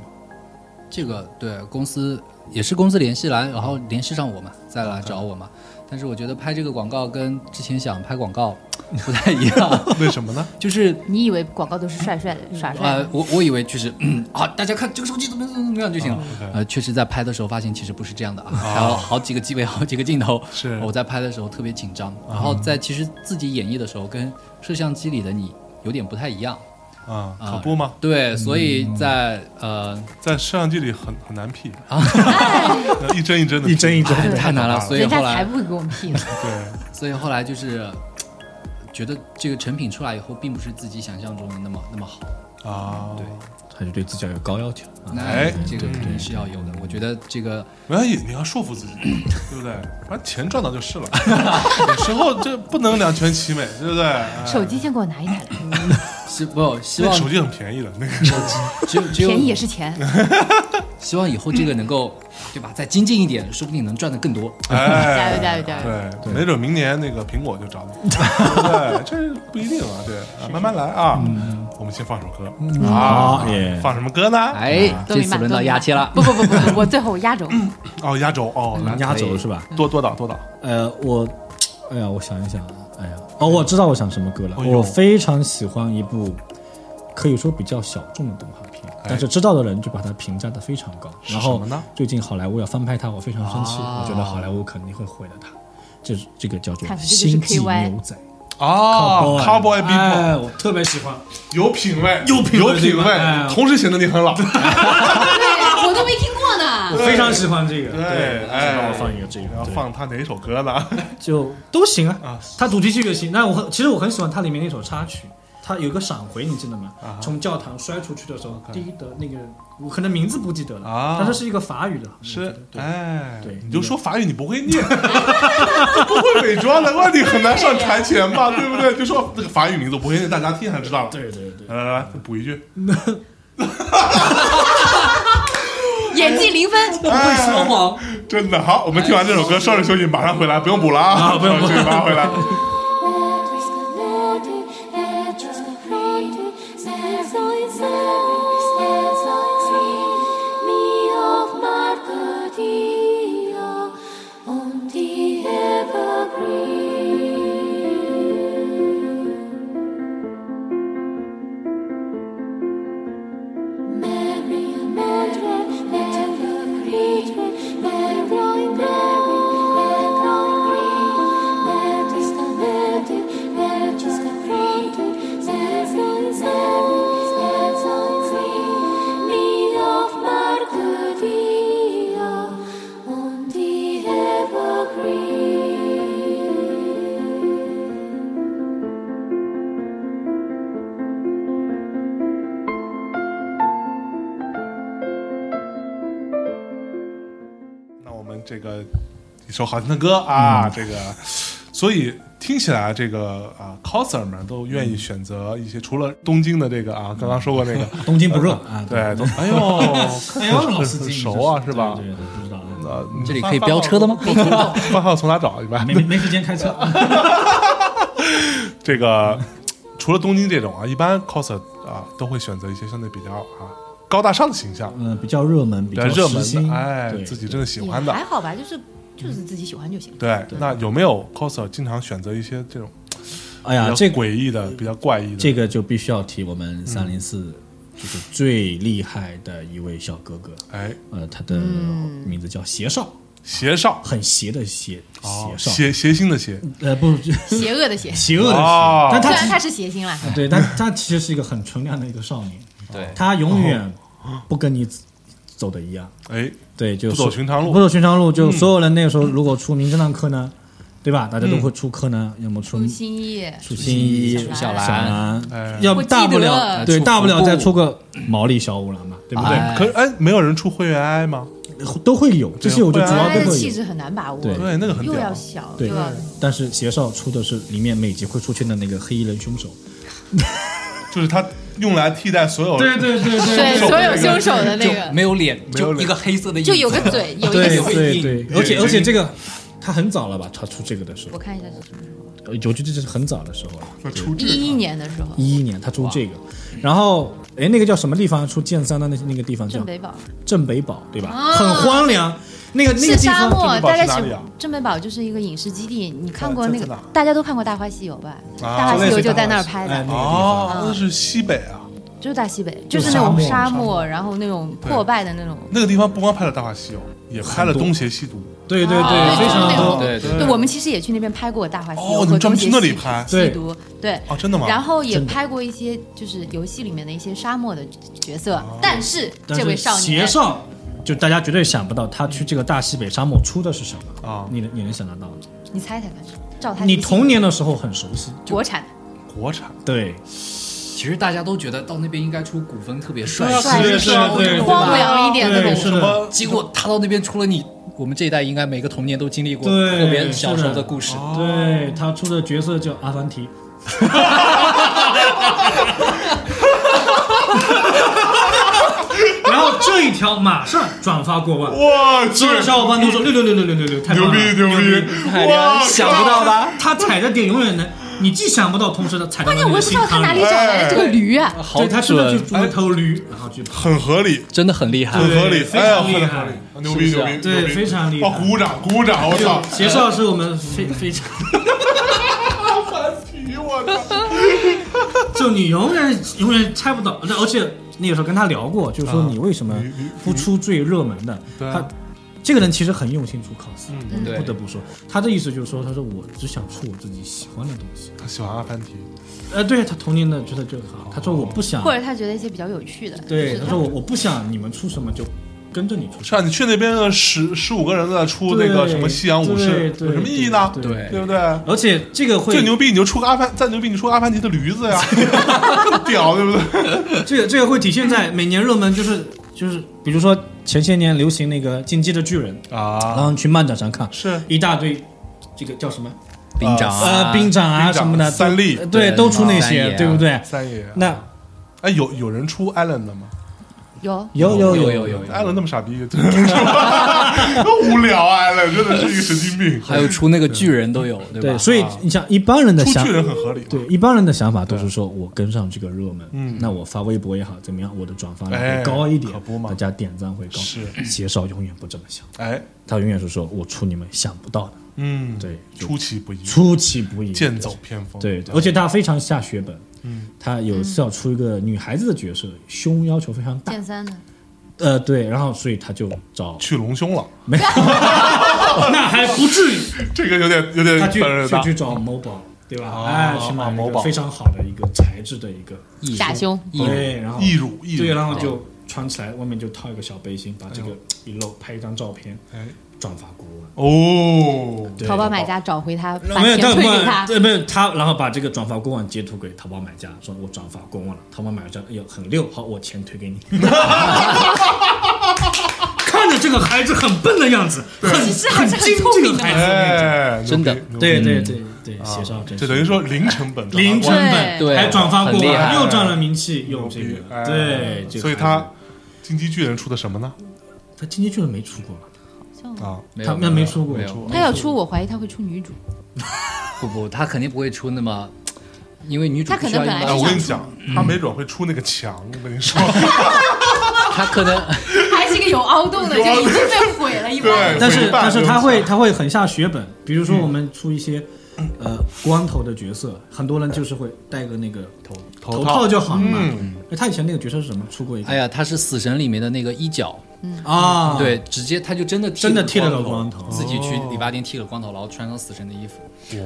Speaker 4: 这个对公司也是公司联系来，然后联系上我嘛，再来找我嘛。但是我觉得拍这个广告跟之前想拍广告 不太一样，
Speaker 2: 为什么呢？
Speaker 4: 就是
Speaker 5: 你以为广告都是帅帅的耍帅
Speaker 4: 呃
Speaker 5: 的，，
Speaker 4: 我我以为就是嗯 啊，大家看这个手机怎么怎么怎么样就行了。
Speaker 2: OK
Speaker 4: 呃，确实在拍的时候发现其实不是这样的啊，还有好几个机 位，好几个镜头。
Speaker 2: 是
Speaker 4: 我在拍的时候特别紧张，然后在其实自己演绎的时候跟摄像机里的你有点不太一样。
Speaker 2: 啊，
Speaker 4: 啊
Speaker 2: 可不吗？
Speaker 4: 对，所以在呃
Speaker 2: 在摄像机里很很难 P 啊， 一帧一帧的 P，
Speaker 3: 一帧一帧的
Speaker 4: 太难了，
Speaker 2: 太
Speaker 4: 所以
Speaker 5: 人
Speaker 4: 后
Speaker 5: 家才
Speaker 4: 来
Speaker 5: 不会给我们 P 呢。
Speaker 2: 对，
Speaker 4: 所以后来就是。觉得这个成品出来以后，并不是自己想象中的那么那么好。
Speaker 2: 啊，
Speaker 4: 对
Speaker 3: 还是对自己要有高要求啊。
Speaker 4: 那
Speaker 2: 哎
Speaker 4: 这个肯定是要有的。我觉得这个
Speaker 2: 没关系，你要说服自己，对不对？反正钱赚到就是了， 有时候这不能两全其美，对不对？哎
Speaker 5: 手机先给我拿一台嗯来，
Speaker 4: 是不希
Speaker 2: 那
Speaker 4: 望
Speaker 2: 手机很便宜的，那个手机
Speaker 4: 只有只有
Speaker 5: 便宜也是钱。
Speaker 4: 希望以后这个能够，对吧？再精进一点，说不定能赚得更多。
Speaker 2: 哎，
Speaker 5: 加油加油加油！
Speaker 2: 对，没准明年那个苹果就找你，对，这不一定啊，对，啊慢慢来啊。我们先放首歌啊
Speaker 3: 好耶，
Speaker 2: 放什么歌呢？
Speaker 4: 哎，
Speaker 5: 都
Speaker 4: 这
Speaker 5: 明
Speaker 4: 次
Speaker 5: 白
Speaker 4: 轮到牙切了
Speaker 5: 不。不不不，不我最后我压轴，
Speaker 2: 哦，压轴哦，
Speaker 8: 嗯
Speaker 2: 来
Speaker 3: 压轴是吧？
Speaker 2: 多多导多导，
Speaker 3: 呃，我，哎呀，我想一想啊，哎呀，哦，我知道我想什么歌了。
Speaker 2: 哎呦
Speaker 3: 我非常喜欢一部可以说比较小众的动画片，
Speaker 2: 哎
Speaker 3: 但是知道的人就把它评价的非常高。然
Speaker 2: 什
Speaker 3: 后
Speaker 2: 么呢
Speaker 3: 最近好莱坞要翻拍它，我非常生气，
Speaker 4: 啊
Speaker 2: 哦
Speaker 3: 我觉得好莱坞肯定会毁了它。这这个叫做
Speaker 5: 看
Speaker 3: 《
Speaker 5: 来这就是
Speaker 3: 星际
Speaker 5: KY
Speaker 3: 牛仔
Speaker 2: 哦》，Cowboy Bebop，
Speaker 3: 哎，我特别喜欢。
Speaker 2: 有品位，
Speaker 3: 有品味
Speaker 2: 有品
Speaker 3: 对吧哎
Speaker 2: 位，同时显得你很老。
Speaker 5: 对我都没听过呢。
Speaker 3: 我非常喜欢这个，
Speaker 2: 对哎
Speaker 3: 让我放一个这个，
Speaker 2: 你要
Speaker 3: 对
Speaker 2: 放他哪首歌呢？
Speaker 3: 就都行啊
Speaker 2: 啊。
Speaker 3: 它主题曲也行。那我很其实我很喜欢它里面那首插曲，它有个闪回，你记得
Speaker 2: 啊
Speaker 3: 吗？从教堂摔出去的时候，滴的那个，我可能名字不记得了，
Speaker 2: 啊
Speaker 3: 但是是一个法语的，好像
Speaker 2: 是
Speaker 3: 我记得，对。
Speaker 2: 哎，
Speaker 3: 对
Speaker 2: 你就说法语，你不会念， 不会伪装的话，你很难上台前吧，对不对？就说这个法语名字我不会念，大家听还知道了。
Speaker 3: 对对对，
Speaker 2: 来来来，补一句，
Speaker 5: 演技零分，
Speaker 4: 不会说谎，
Speaker 2: 真的好，我们听完这首歌，稍事休息，马上回来，不用补了哎啊，不用补，马上回 来。
Speaker 6: On the evergreen. Mary, Mary, evergreen, Mary, Mary, Mary, green. Mary is the lady, Mary is the green. Says on says on says, me of Margaria on the evergreen.
Speaker 2: 那我们这个一首好听的歌啊，这个，所以听起来这个啊，coser 们都愿意选择一些除了东京的这个啊，刚刚说过那个，
Speaker 3: 东京不热啊，
Speaker 2: 对， 都哎呦，
Speaker 3: 哎呦，老司
Speaker 2: 很
Speaker 3: 机
Speaker 2: 熟啊
Speaker 3: 真
Speaker 2: 是吧
Speaker 3: 对，对对不知道啊，
Speaker 2: 呃，
Speaker 4: 这里可以飙车 的吗？
Speaker 2: 番号从哪找？一般
Speaker 3: 啊没没没时间开车， 啊
Speaker 2: 这个除了东京这种啊，一般 coser 啊都会选择一些相对比较啊高大上的形象，
Speaker 3: 嗯，比较热门，比
Speaker 2: 比
Speaker 3: 较
Speaker 2: 较热
Speaker 3: 时
Speaker 2: 门
Speaker 3: 兴
Speaker 2: 的，哎
Speaker 3: 对，
Speaker 2: 自己
Speaker 3: 对
Speaker 2: 真的喜
Speaker 5: 也
Speaker 2: 欢的。
Speaker 5: 还好吧，就是就是自己喜欢就行。
Speaker 2: 对，那有没有 coser 经常选择一些这种
Speaker 3: 哎
Speaker 2: 比
Speaker 3: 呀，
Speaker 2: 较嗯
Speaker 3: 这个
Speaker 2: 诡异的、比较怪异的？
Speaker 3: 这
Speaker 2: 个
Speaker 3: 个就必须要提我们三零四就是最厉害的一位小哥哥，
Speaker 2: 哎，
Speaker 3: 嗯呃，他的名字叫邪少，
Speaker 2: 邪少，
Speaker 3: 很邪的邪邪少，
Speaker 2: 哦邪邪心的邪，
Speaker 3: 呃不，
Speaker 5: 邪恶的邪，
Speaker 8: 嗯
Speaker 3: 邪恶的
Speaker 2: 哦
Speaker 3: 邪，但
Speaker 5: 虽
Speaker 3: 他
Speaker 5: 然
Speaker 3: 其
Speaker 5: 他是谐星啦，
Speaker 3: 对，但他其实是一个很纯良的一个少年，
Speaker 4: 对
Speaker 3: 他永远不跟你走的一样，
Speaker 2: 哎，
Speaker 3: 对，就
Speaker 2: 不走
Speaker 3: 是
Speaker 2: 寻常路嗯
Speaker 3: 不走寻常路，就所有人那个时候如果出名侦探柯南，对吧？大家都会出柯南，要么嗯出
Speaker 8: 嗯
Speaker 5: 吴心意，
Speaker 3: 出新一、
Speaker 5: 出小
Speaker 4: 兰
Speaker 2: 哎
Speaker 3: 兰，要不大不
Speaker 5: 我
Speaker 3: 了
Speaker 4: 记得
Speaker 3: 对，
Speaker 4: 出
Speaker 3: 大不了
Speaker 4: 服部
Speaker 3: 再出个毛利小五郎嘛，对不对？
Speaker 4: 哎
Speaker 2: 可是哎，没有人出会员 I 吗？
Speaker 3: 都会有这些，我觉得主
Speaker 2: 对
Speaker 3: 要
Speaker 5: 他
Speaker 3: 都
Speaker 5: 的
Speaker 3: 会
Speaker 5: 气
Speaker 3: 有。
Speaker 5: 质很难把握，
Speaker 3: 对
Speaker 2: 对，那个很
Speaker 5: 又要
Speaker 2: 屌，啊
Speaker 5: 小，
Speaker 3: 对啊
Speaker 5: 又要，
Speaker 3: 但是邪少出的是里面每集会出现的那个黑衣人凶手，
Speaker 2: 就是他用来替代所有
Speaker 3: 对对
Speaker 5: 对，所有
Speaker 4: 嗯
Speaker 5: 凶手的那
Speaker 4: 就
Speaker 5: 个，
Speaker 4: 没有脸，
Speaker 2: 有
Speaker 4: 就
Speaker 2: 脸
Speaker 4: 一个黑色的影子，
Speaker 5: 就有个嘴，有一个
Speaker 3: 对
Speaker 5: 嘴。
Speaker 3: 对对，而且
Speaker 2: 对
Speaker 3: 而且这个他很早了吧？他出这个的时候
Speaker 5: 我，看一下是什么时候，
Speaker 3: 我觉得这是很早的时候了，
Speaker 2: 出质
Speaker 5: 一一年的时候，
Speaker 3: 一一年他出这个，然后哎那个叫什么地方？出剑三的那那个地方叫
Speaker 5: 镇北堡
Speaker 3: 镇北堡，对吧？
Speaker 5: 啊
Speaker 3: 很荒凉，那个那个
Speaker 5: 是
Speaker 3: 地方。
Speaker 5: 沙漠，
Speaker 2: 镇北堡
Speaker 5: 大
Speaker 2: 是
Speaker 5: 概
Speaker 2: 哪
Speaker 5: 喜
Speaker 2: 里啊
Speaker 5: 镇北堡就是一个影视基地，你看
Speaker 3: 哦
Speaker 5: 过
Speaker 2: 在
Speaker 5: 那
Speaker 2: 在
Speaker 5: 个
Speaker 2: 哪儿？
Speaker 5: 大家都看过《大话西游》吧？大
Speaker 3: 就
Speaker 5: 话
Speaker 3: 类
Speaker 5: 西
Speaker 3: 似
Speaker 5: 游》
Speaker 3: 于
Speaker 5: 就
Speaker 3: 大
Speaker 5: 在那
Speaker 3: 话
Speaker 5: 儿
Speaker 3: 西
Speaker 5: 拍
Speaker 3: 啊哎那
Speaker 5: 的，
Speaker 3: 个
Speaker 2: 哦，那是西北啊，
Speaker 5: 就是大西北，
Speaker 3: 就
Speaker 5: 就是是那
Speaker 3: 沙
Speaker 5: 种
Speaker 3: 漠
Speaker 5: 沙漠，然后那种破败的那种。
Speaker 2: 那个地方不光拍了《大话西游》，也拍了《东邪西毒
Speaker 8: 哦
Speaker 3: 对对
Speaker 4: 嗯
Speaker 3: 对，
Speaker 5: 啊
Speaker 3: 非常多。
Speaker 4: 对对
Speaker 5: 对，我们其实也去那边拍过《大话西
Speaker 2: 哦》
Speaker 5: 游
Speaker 2: 你
Speaker 5: 和
Speaker 2: 们
Speaker 5: 《
Speaker 2: 专
Speaker 5: 东
Speaker 2: 门
Speaker 5: 邪
Speaker 2: 去那里拍
Speaker 5: 吸毒》，对，》
Speaker 2: 啊，真的吗？
Speaker 5: 然后
Speaker 3: 哦
Speaker 5: 也
Speaker 3: 真的
Speaker 5: 拍过一些就是游戏里面的一些沙漠的角色，但是
Speaker 3: 哦但
Speaker 5: 这
Speaker 3: 是
Speaker 5: 位少
Speaker 3: 邪
Speaker 5: 年
Speaker 3: 少，就大家绝对想不到他去这个大西北沙漠出的是什么
Speaker 2: 啊
Speaker 3: 你能你能想得到吗？
Speaker 5: 你猜猜看，照他
Speaker 3: 你
Speaker 5: 的性
Speaker 3: 童年的时候很熟悉，
Speaker 5: 格国产
Speaker 2: 国产
Speaker 3: 对，
Speaker 4: 其实大家都觉得到那边应该出古风特别帅
Speaker 2: 对啊
Speaker 4: 气，
Speaker 5: 是
Speaker 2: 是啊
Speaker 3: 对对
Speaker 2: 对
Speaker 5: 荒凉一点那
Speaker 3: 对
Speaker 5: 种
Speaker 3: 是
Speaker 2: 什
Speaker 3: 的，
Speaker 2: 么
Speaker 4: 结果他到那边，除了你，我们这一代应该每个童年都经历过
Speaker 3: 对
Speaker 4: 特别小时候的故事。
Speaker 3: 对他出的角色叫阿凡提，然后这一条马上转发过万，
Speaker 2: 哇，
Speaker 3: 所有的小伙伴都说六六六六六六六，太
Speaker 2: 牛
Speaker 3: 棒了
Speaker 2: 逼牛逼，哇，
Speaker 4: 哎想不到吧？
Speaker 3: 他踩的点永远能，你既想不到，同时他踩到
Speaker 5: 关键我也不知道他哪里
Speaker 2: 哎
Speaker 5: 找来的这个驴啊，
Speaker 4: 好
Speaker 3: 对他真的去
Speaker 4: 准，
Speaker 3: 煮了头驴，然后去跑，
Speaker 2: 很合理，
Speaker 4: 真的很厉害
Speaker 2: 很。合理，
Speaker 3: 非
Speaker 2: 哎呀，
Speaker 3: 常厉
Speaker 2: 很
Speaker 3: 害
Speaker 2: 合理，牛逼
Speaker 4: 是
Speaker 2: 牛
Speaker 4: 不是
Speaker 2: 逼，
Speaker 3: 对
Speaker 2: 牛逼
Speaker 3: 非常厉害
Speaker 2: 哇，鼓掌鼓掌，我操！
Speaker 3: 邪少是我们非非常，
Speaker 2: 顽皮，我操！
Speaker 3: 就你永远永远猜不到，而且那个时候跟他聊过，就是说
Speaker 2: 啊
Speaker 3: 你为什么
Speaker 2: 你你
Speaker 3: 不出最热门的？
Speaker 2: 对啊
Speaker 3: 他这个人其实很用心出 cos，
Speaker 2: 嗯，
Speaker 4: 对
Speaker 3: 不得不说，他的意思就是说，他说我只想出我自己喜欢的东西。
Speaker 2: 他喜欢阿凡提，
Speaker 3: 呃，对他童年的觉得就很好，他说我不想，
Speaker 5: 或者他觉得一些比较有趣的，
Speaker 3: 对，
Speaker 5: 就是
Speaker 3: 他
Speaker 5: 他
Speaker 3: 说我我不想你们出什么就跟着你出什么。
Speaker 2: 是啊，你去那边的十十五个人在出那个
Speaker 3: 对
Speaker 2: 什么西洋武
Speaker 3: 对
Speaker 2: 士，
Speaker 3: 对
Speaker 2: 有什么意义呢？
Speaker 3: 对
Speaker 4: 对
Speaker 2: 对不对？
Speaker 3: 而且这个会
Speaker 2: 最牛逼你就出个阿凡，再牛逼你出个阿凡提的驴子呀，屌对不对？
Speaker 3: 这个这个会体现在每年热门就是就是，比如说前些年流行那个《进击的巨人》，然
Speaker 2: 啊，
Speaker 3: 后你去漫展上看，
Speaker 2: 是
Speaker 3: 一大堆这个叫什么
Speaker 4: 兵长
Speaker 3: 呃
Speaker 4: 啊，
Speaker 3: 兵长啊
Speaker 2: 兵长
Speaker 3: 什么的，
Speaker 2: 三笠
Speaker 3: 呃对，
Speaker 4: 对
Speaker 3: 都出那
Speaker 4: 三爷
Speaker 3: 些，
Speaker 4: 啊
Speaker 3: 对不对？
Speaker 2: 三爷，
Speaker 3: 那
Speaker 2: 哎，有有人出艾伦的吗？
Speaker 5: 有
Speaker 3: 有有
Speaker 4: 有
Speaker 3: 有
Speaker 4: 有有，
Speaker 2: 艾伦那么傻逼，真的多无聊啊！艾伦真的是一个神经 病，
Speaker 4: 还有出那个巨人都有，对吧
Speaker 3: 对，？所以你想一般人的
Speaker 2: 出
Speaker 3: 想
Speaker 2: 去人很合理，
Speaker 3: 对，一般人的想法啊都是说，我跟上这个热门，
Speaker 2: 嗯
Speaker 3: 那我发微博也好，怎么样，我的转发量
Speaker 2: 哎
Speaker 3: 会高一点
Speaker 2: 可不，嘛
Speaker 3: 大家点赞会高。
Speaker 2: 是
Speaker 3: 邪少永远不这么想，
Speaker 2: 哎，
Speaker 3: 他永远是说我出你们想不到的，
Speaker 2: 嗯，
Speaker 3: 对就
Speaker 2: 出其不意，
Speaker 3: 出其不意，嗯
Speaker 2: 剑走偏锋，
Speaker 3: 对，对而且他非常下血本。他有一次要出一个女孩子的角色，胸要求非常大
Speaker 5: 剑，三的，
Speaker 3: 呃，对，然后所以他就找，
Speaker 2: 去隆胸了，
Speaker 3: 没有， 那还不至于，
Speaker 2: 这个有点有点
Speaker 3: 他去
Speaker 2: 本事
Speaker 3: 去
Speaker 2: 大，
Speaker 3: 去找某宝，对吧？
Speaker 2: 哦
Speaker 3: 哎，去买
Speaker 2: 某
Speaker 3: 某
Speaker 2: 宝
Speaker 3: 宝非常好的一个材质的一个，
Speaker 4: 艺
Speaker 5: 假
Speaker 4: 术
Speaker 5: 胸，
Speaker 4: 艺术
Speaker 3: 对，然后
Speaker 2: 义乳义乳，
Speaker 3: 对，然后就穿起来，外面就套一个小背心，把这个一露，拍一张照片，
Speaker 2: 哎
Speaker 3: 转发国外。
Speaker 2: 哦，
Speaker 3: 对
Speaker 5: 淘宝买家找回他，把
Speaker 3: 没有，
Speaker 5: 钱退给
Speaker 3: 他
Speaker 5: 他
Speaker 3: 不，，对，没有他，然后把这个转发过万截图给淘宝买家，说我转发过万了，淘宝买家，哎呦，很溜，好，我钱退给你。 看着这个孩子很笨的样子，很
Speaker 5: 实还是很啊
Speaker 3: 精
Speaker 5: 聪
Speaker 3: 这
Speaker 5: 明
Speaker 3: 个
Speaker 5: 的
Speaker 3: 孩子的样子，
Speaker 2: 哎，
Speaker 4: 真的
Speaker 2: 牛逼，牛逼
Speaker 3: 对对对对，写上真
Speaker 2: 这
Speaker 3: 是
Speaker 2: 等于说零成本，
Speaker 3: 零成本，
Speaker 4: 对
Speaker 3: 还转发过
Speaker 4: 很厉害
Speaker 3: 万，又赚了名气，又
Speaker 2: 牛
Speaker 3: 这
Speaker 2: 逼，
Speaker 3: 个，
Speaker 2: 哎
Speaker 3: 对，这个
Speaker 2: 所以
Speaker 3: 孩
Speaker 2: 他
Speaker 3: 子
Speaker 2: 进击巨人出的什么呢？
Speaker 3: 他今天居然没出过吧？
Speaker 2: 啊，
Speaker 4: 没
Speaker 3: 他
Speaker 4: 有
Speaker 3: 们没出过
Speaker 4: 没有
Speaker 5: 他要出，我怀疑他会出女主，
Speaker 4: 不不，他肯定不会出那么，因为女主
Speaker 5: 他可
Speaker 4: 必须
Speaker 5: 能
Speaker 4: 要
Speaker 5: 本来
Speaker 4: 一
Speaker 2: 哎，
Speaker 4: 个
Speaker 5: 是
Speaker 2: 我
Speaker 5: 想
Speaker 2: 跟你讲，他没准会出那个墙，我跟你说，
Speaker 4: 他可能
Speaker 5: 还是一个有凹洞的，就已经被毁了一半。
Speaker 2: 对，
Speaker 3: 但是
Speaker 2: 回半
Speaker 3: 但是
Speaker 2: 就
Speaker 3: 他会他会很下血本，比
Speaker 2: 嗯
Speaker 3: 如说我们出一些、呃光头的角色，很多人就是会戴个那个头
Speaker 2: 头套
Speaker 3: 套就好了嘛。
Speaker 2: 嗯
Speaker 3: 哎他以前那个角色是什么？出过一个，
Speaker 4: 哎呀，他是死神里面的那个一角，
Speaker 3: 啊，
Speaker 4: 对，直接他就真的剃
Speaker 3: 真的剃了个
Speaker 4: 光
Speaker 3: 光头哦
Speaker 4: 自己去理发店剃了光头，然后穿上死神的衣服，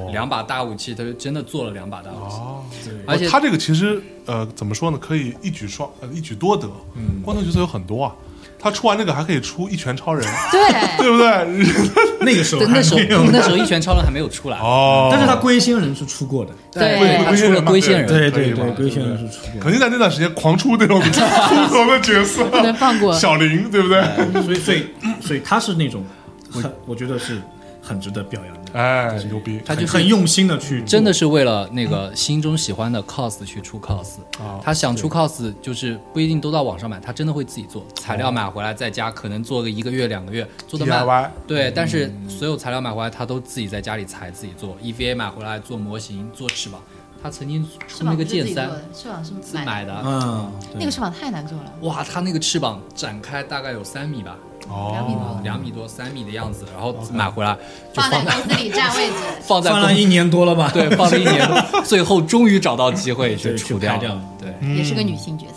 Speaker 4: 两把大武器，他就真的做了两把大武器，
Speaker 3: 哦
Speaker 4: 而且
Speaker 2: 他这个其实呃怎么说呢，可以一举双呃一举多得。嗯，光头角色有很多啊，他出完这个还可以出一拳超人，
Speaker 5: 对，
Speaker 2: 对不对？
Speaker 3: 那个时候
Speaker 4: 对那时
Speaker 3: 还没有
Speaker 4: 候那时候一拳超人还没有出来，
Speaker 2: 哦
Speaker 3: 但是他龟仙人是出过的，
Speaker 5: 对
Speaker 4: 他出了龟仙人，
Speaker 3: 对
Speaker 2: 可以
Speaker 3: 对
Speaker 2: 吧
Speaker 3: 对，龟仙人
Speaker 2: 对
Speaker 3: 是出过的
Speaker 2: 肯定在那段时间狂出那种秃头的角色，
Speaker 5: 不能放过。
Speaker 2: 小林对不对？
Speaker 3: 所以所以
Speaker 2: 嗯
Speaker 3: 所以他是那种很，我觉得是很值得表扬的，
Speaker 2: 哎，牛逼！
Speaker 4: 他
Speaker 3: 很
Speaker 4: 就是
Speaker 3: 很用心的去做，
Speaker 4: 真的是为了那个心中喜欢的 cos 去出 cos，、他想出 cos 哦就是不一定都到网上买，他真的会自己做，材料买回来在家可能做个一个月两个月，做的慢。
Speaker 2: DIY
Speaker 4: 对，但是所有材料买回来他都自己在家里裁自己做，EVA 买回来做模型做翅膀，他曾经出那个剑三
Speaker 5: 翅膀是自己
Speaker 4: 是
Speaker 5: 做的，翅膀是买
Speaker 4: 买
Speaker 5: 的，
Speaker 8: 哦
Speaker 4: 的，
Speaker 3: 嗯，对
Speaker 5: 那个翅膀太难做了，
Speaker 4: 哇，他那个翅膀展开大概有三米吧，
Speaker 2: 哦
Speaker 4: 哦
Speaker 5: 两米多，
Speaker 4: 两米多三米的样子，然后买回来就
Speaker 9: 放在
Speaker 4: 放
Speaker 9: 公
Speaker 4: 在
Speaker 9: 司里占位 置。
Speaker 4: 放在
Speaker 3: 放
Speaker 4: 公
Speaker 3: 了一年多了吧？
Speaker 4: 对，放了一年，最后终于找到机会去
Speaker 3: 对
Speaker 4: 除
Speaker 3: 去开
Speaker 4: 掉
Speaker 3: 掉
Speaker 4: 了，对。
Speaker 5: 也是个女性角色，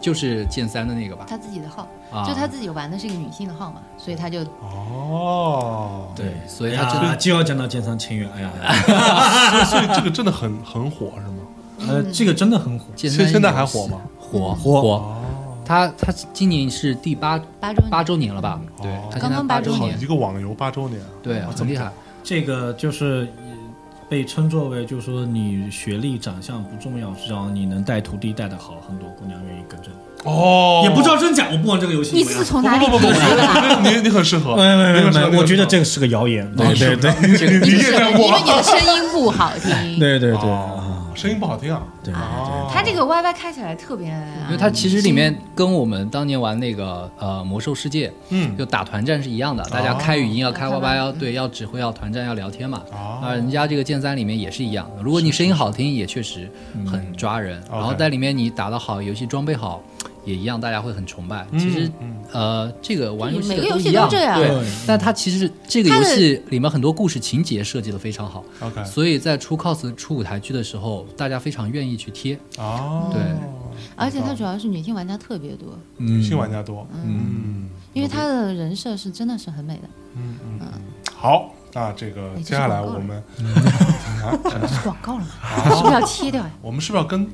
Speaker 4: 就是剑三的那个吧？
Speaker 5: 她自己的号
Speaker 4: 啊，
Speaker 5: 就她自己玩的是一个女性的号嘛，所以她就
Speaker 2: 嗯哦，
Speaker 4: 对，所
Speaker 3: 哎
Speaker 4: 以
Speaker 3: 呀，
Speaker 4: 他真的
Speaker 3: 就要讲到剑三千月，哎呀， 哎呀
Speaker 2: 所以这个真的很很火是吗？
Speaker 3: 呃，这个真的很火，
Speaker 4: 剑
Speaker 2: 现
Speaker 4: 三
Speaker 2: 现在还火哦吗？
Speaker 4: 火
Speaker 3: 火
Speaker 4: 火，他他今年是第八
Speaker 5: 八周年
Speaker 4: 八周年了吧？
Speaker 2: 哦
Speaker 4: 对，他现
Speaker 5: 刚
Speaker 4: 在
Speaker 5: 刚
Speaker 4: 八
Speaker 5: 八周
Speaker 2: 好，
Speaker 4: 年
Speaker 2: 哦一，个网游八周年，啊
Speaker 4: 对，很厉害。
Speaker 3: 这个就是呃被称作为，就是说你学历长相不重要，只要你能带徒弟带得好，很多姑娘愿意跟着你。
Speaker 2: 哦，
Speaker 3: 也不知道真假，我不玩这个游戏。
Speaker 5: 你是从
Speaker 2: 不
Speaker 5: 哪里
Speaker 2: 不不不
Speaker 5: 学的？啊
Speaker 2: 不，你你很适合，
Speaker 3: 没有没有没
Speaker 2: 你
Speaker 3: 有
Speaker 2: 很适
Speaker 3: 没
Speaker 2: 合
Speaker 3: 有，我觉得这个是个谣言。对对对
Speaker 2: 你你
Speaker 5: 你
Speaker 2: 也
Speaker 5: 是
Speaker 2: 在
Speaker 5: 因为你
Speaker 2: 火，
Speaker 5: 的声音不好 听。
Speaker 3: 对对对啊
Speaker 2: 哦声音不好听啊，
Speaker 3: 对
Speaker 2: 哦
Speaker 5: 他这个 YY 开起来特别，啊
Speaker 4: 因为它其实里面跟我们当年玩那个呃魔兽世界，
Speaker 2: 嗯哦
Speaker 4: 就打团战是一样的，大家开语音要开 YY，要对要指挥要团战要聊天嘛。
Speaker 2: 哦
Speaker 4: 啊，人家这个剑三里面也是一样，如果你声音好听，也确实很抓人。然后
Speaker 2: 嗯 OK
Speaker 4: 在里面你打得好，游戏装备好，也一样，大家会很崇拜。其
Speaker 2: 嗯
Speaker 4: 实呃，这个玩游戏的
Speaker 5: 每个游戏
Speaker 4: 一样
Speaker 5: 都这样
Speaker 4: 对
Speaker 3: 对。
Speaker 4: 但它其实这个
Speaker 5: 它
Speaker 4: 游
Speaker 5: 的
Speaker 4: 戏里面很多故事情节设计的非常好，
Speaker 2: OK
Speaker 4: 所以在出 cos 出舞台剧的时候，大家非常愿意去贴。
Speaker 2: 哦，
Speaker 4: 对，
Speaker 5: 而且他主要是女性玩家特别多，
Speaker 2: 女性玩家多，嗯
Speaker 5: 因为他的人设是真的是很美的。
Speaker 2: 嗯嗯，好，那这个接下来我 们啊
Speaker 5: 这是广告了吗？ 是不是要切掉呀？
Speaker 2: 我们是不是要跟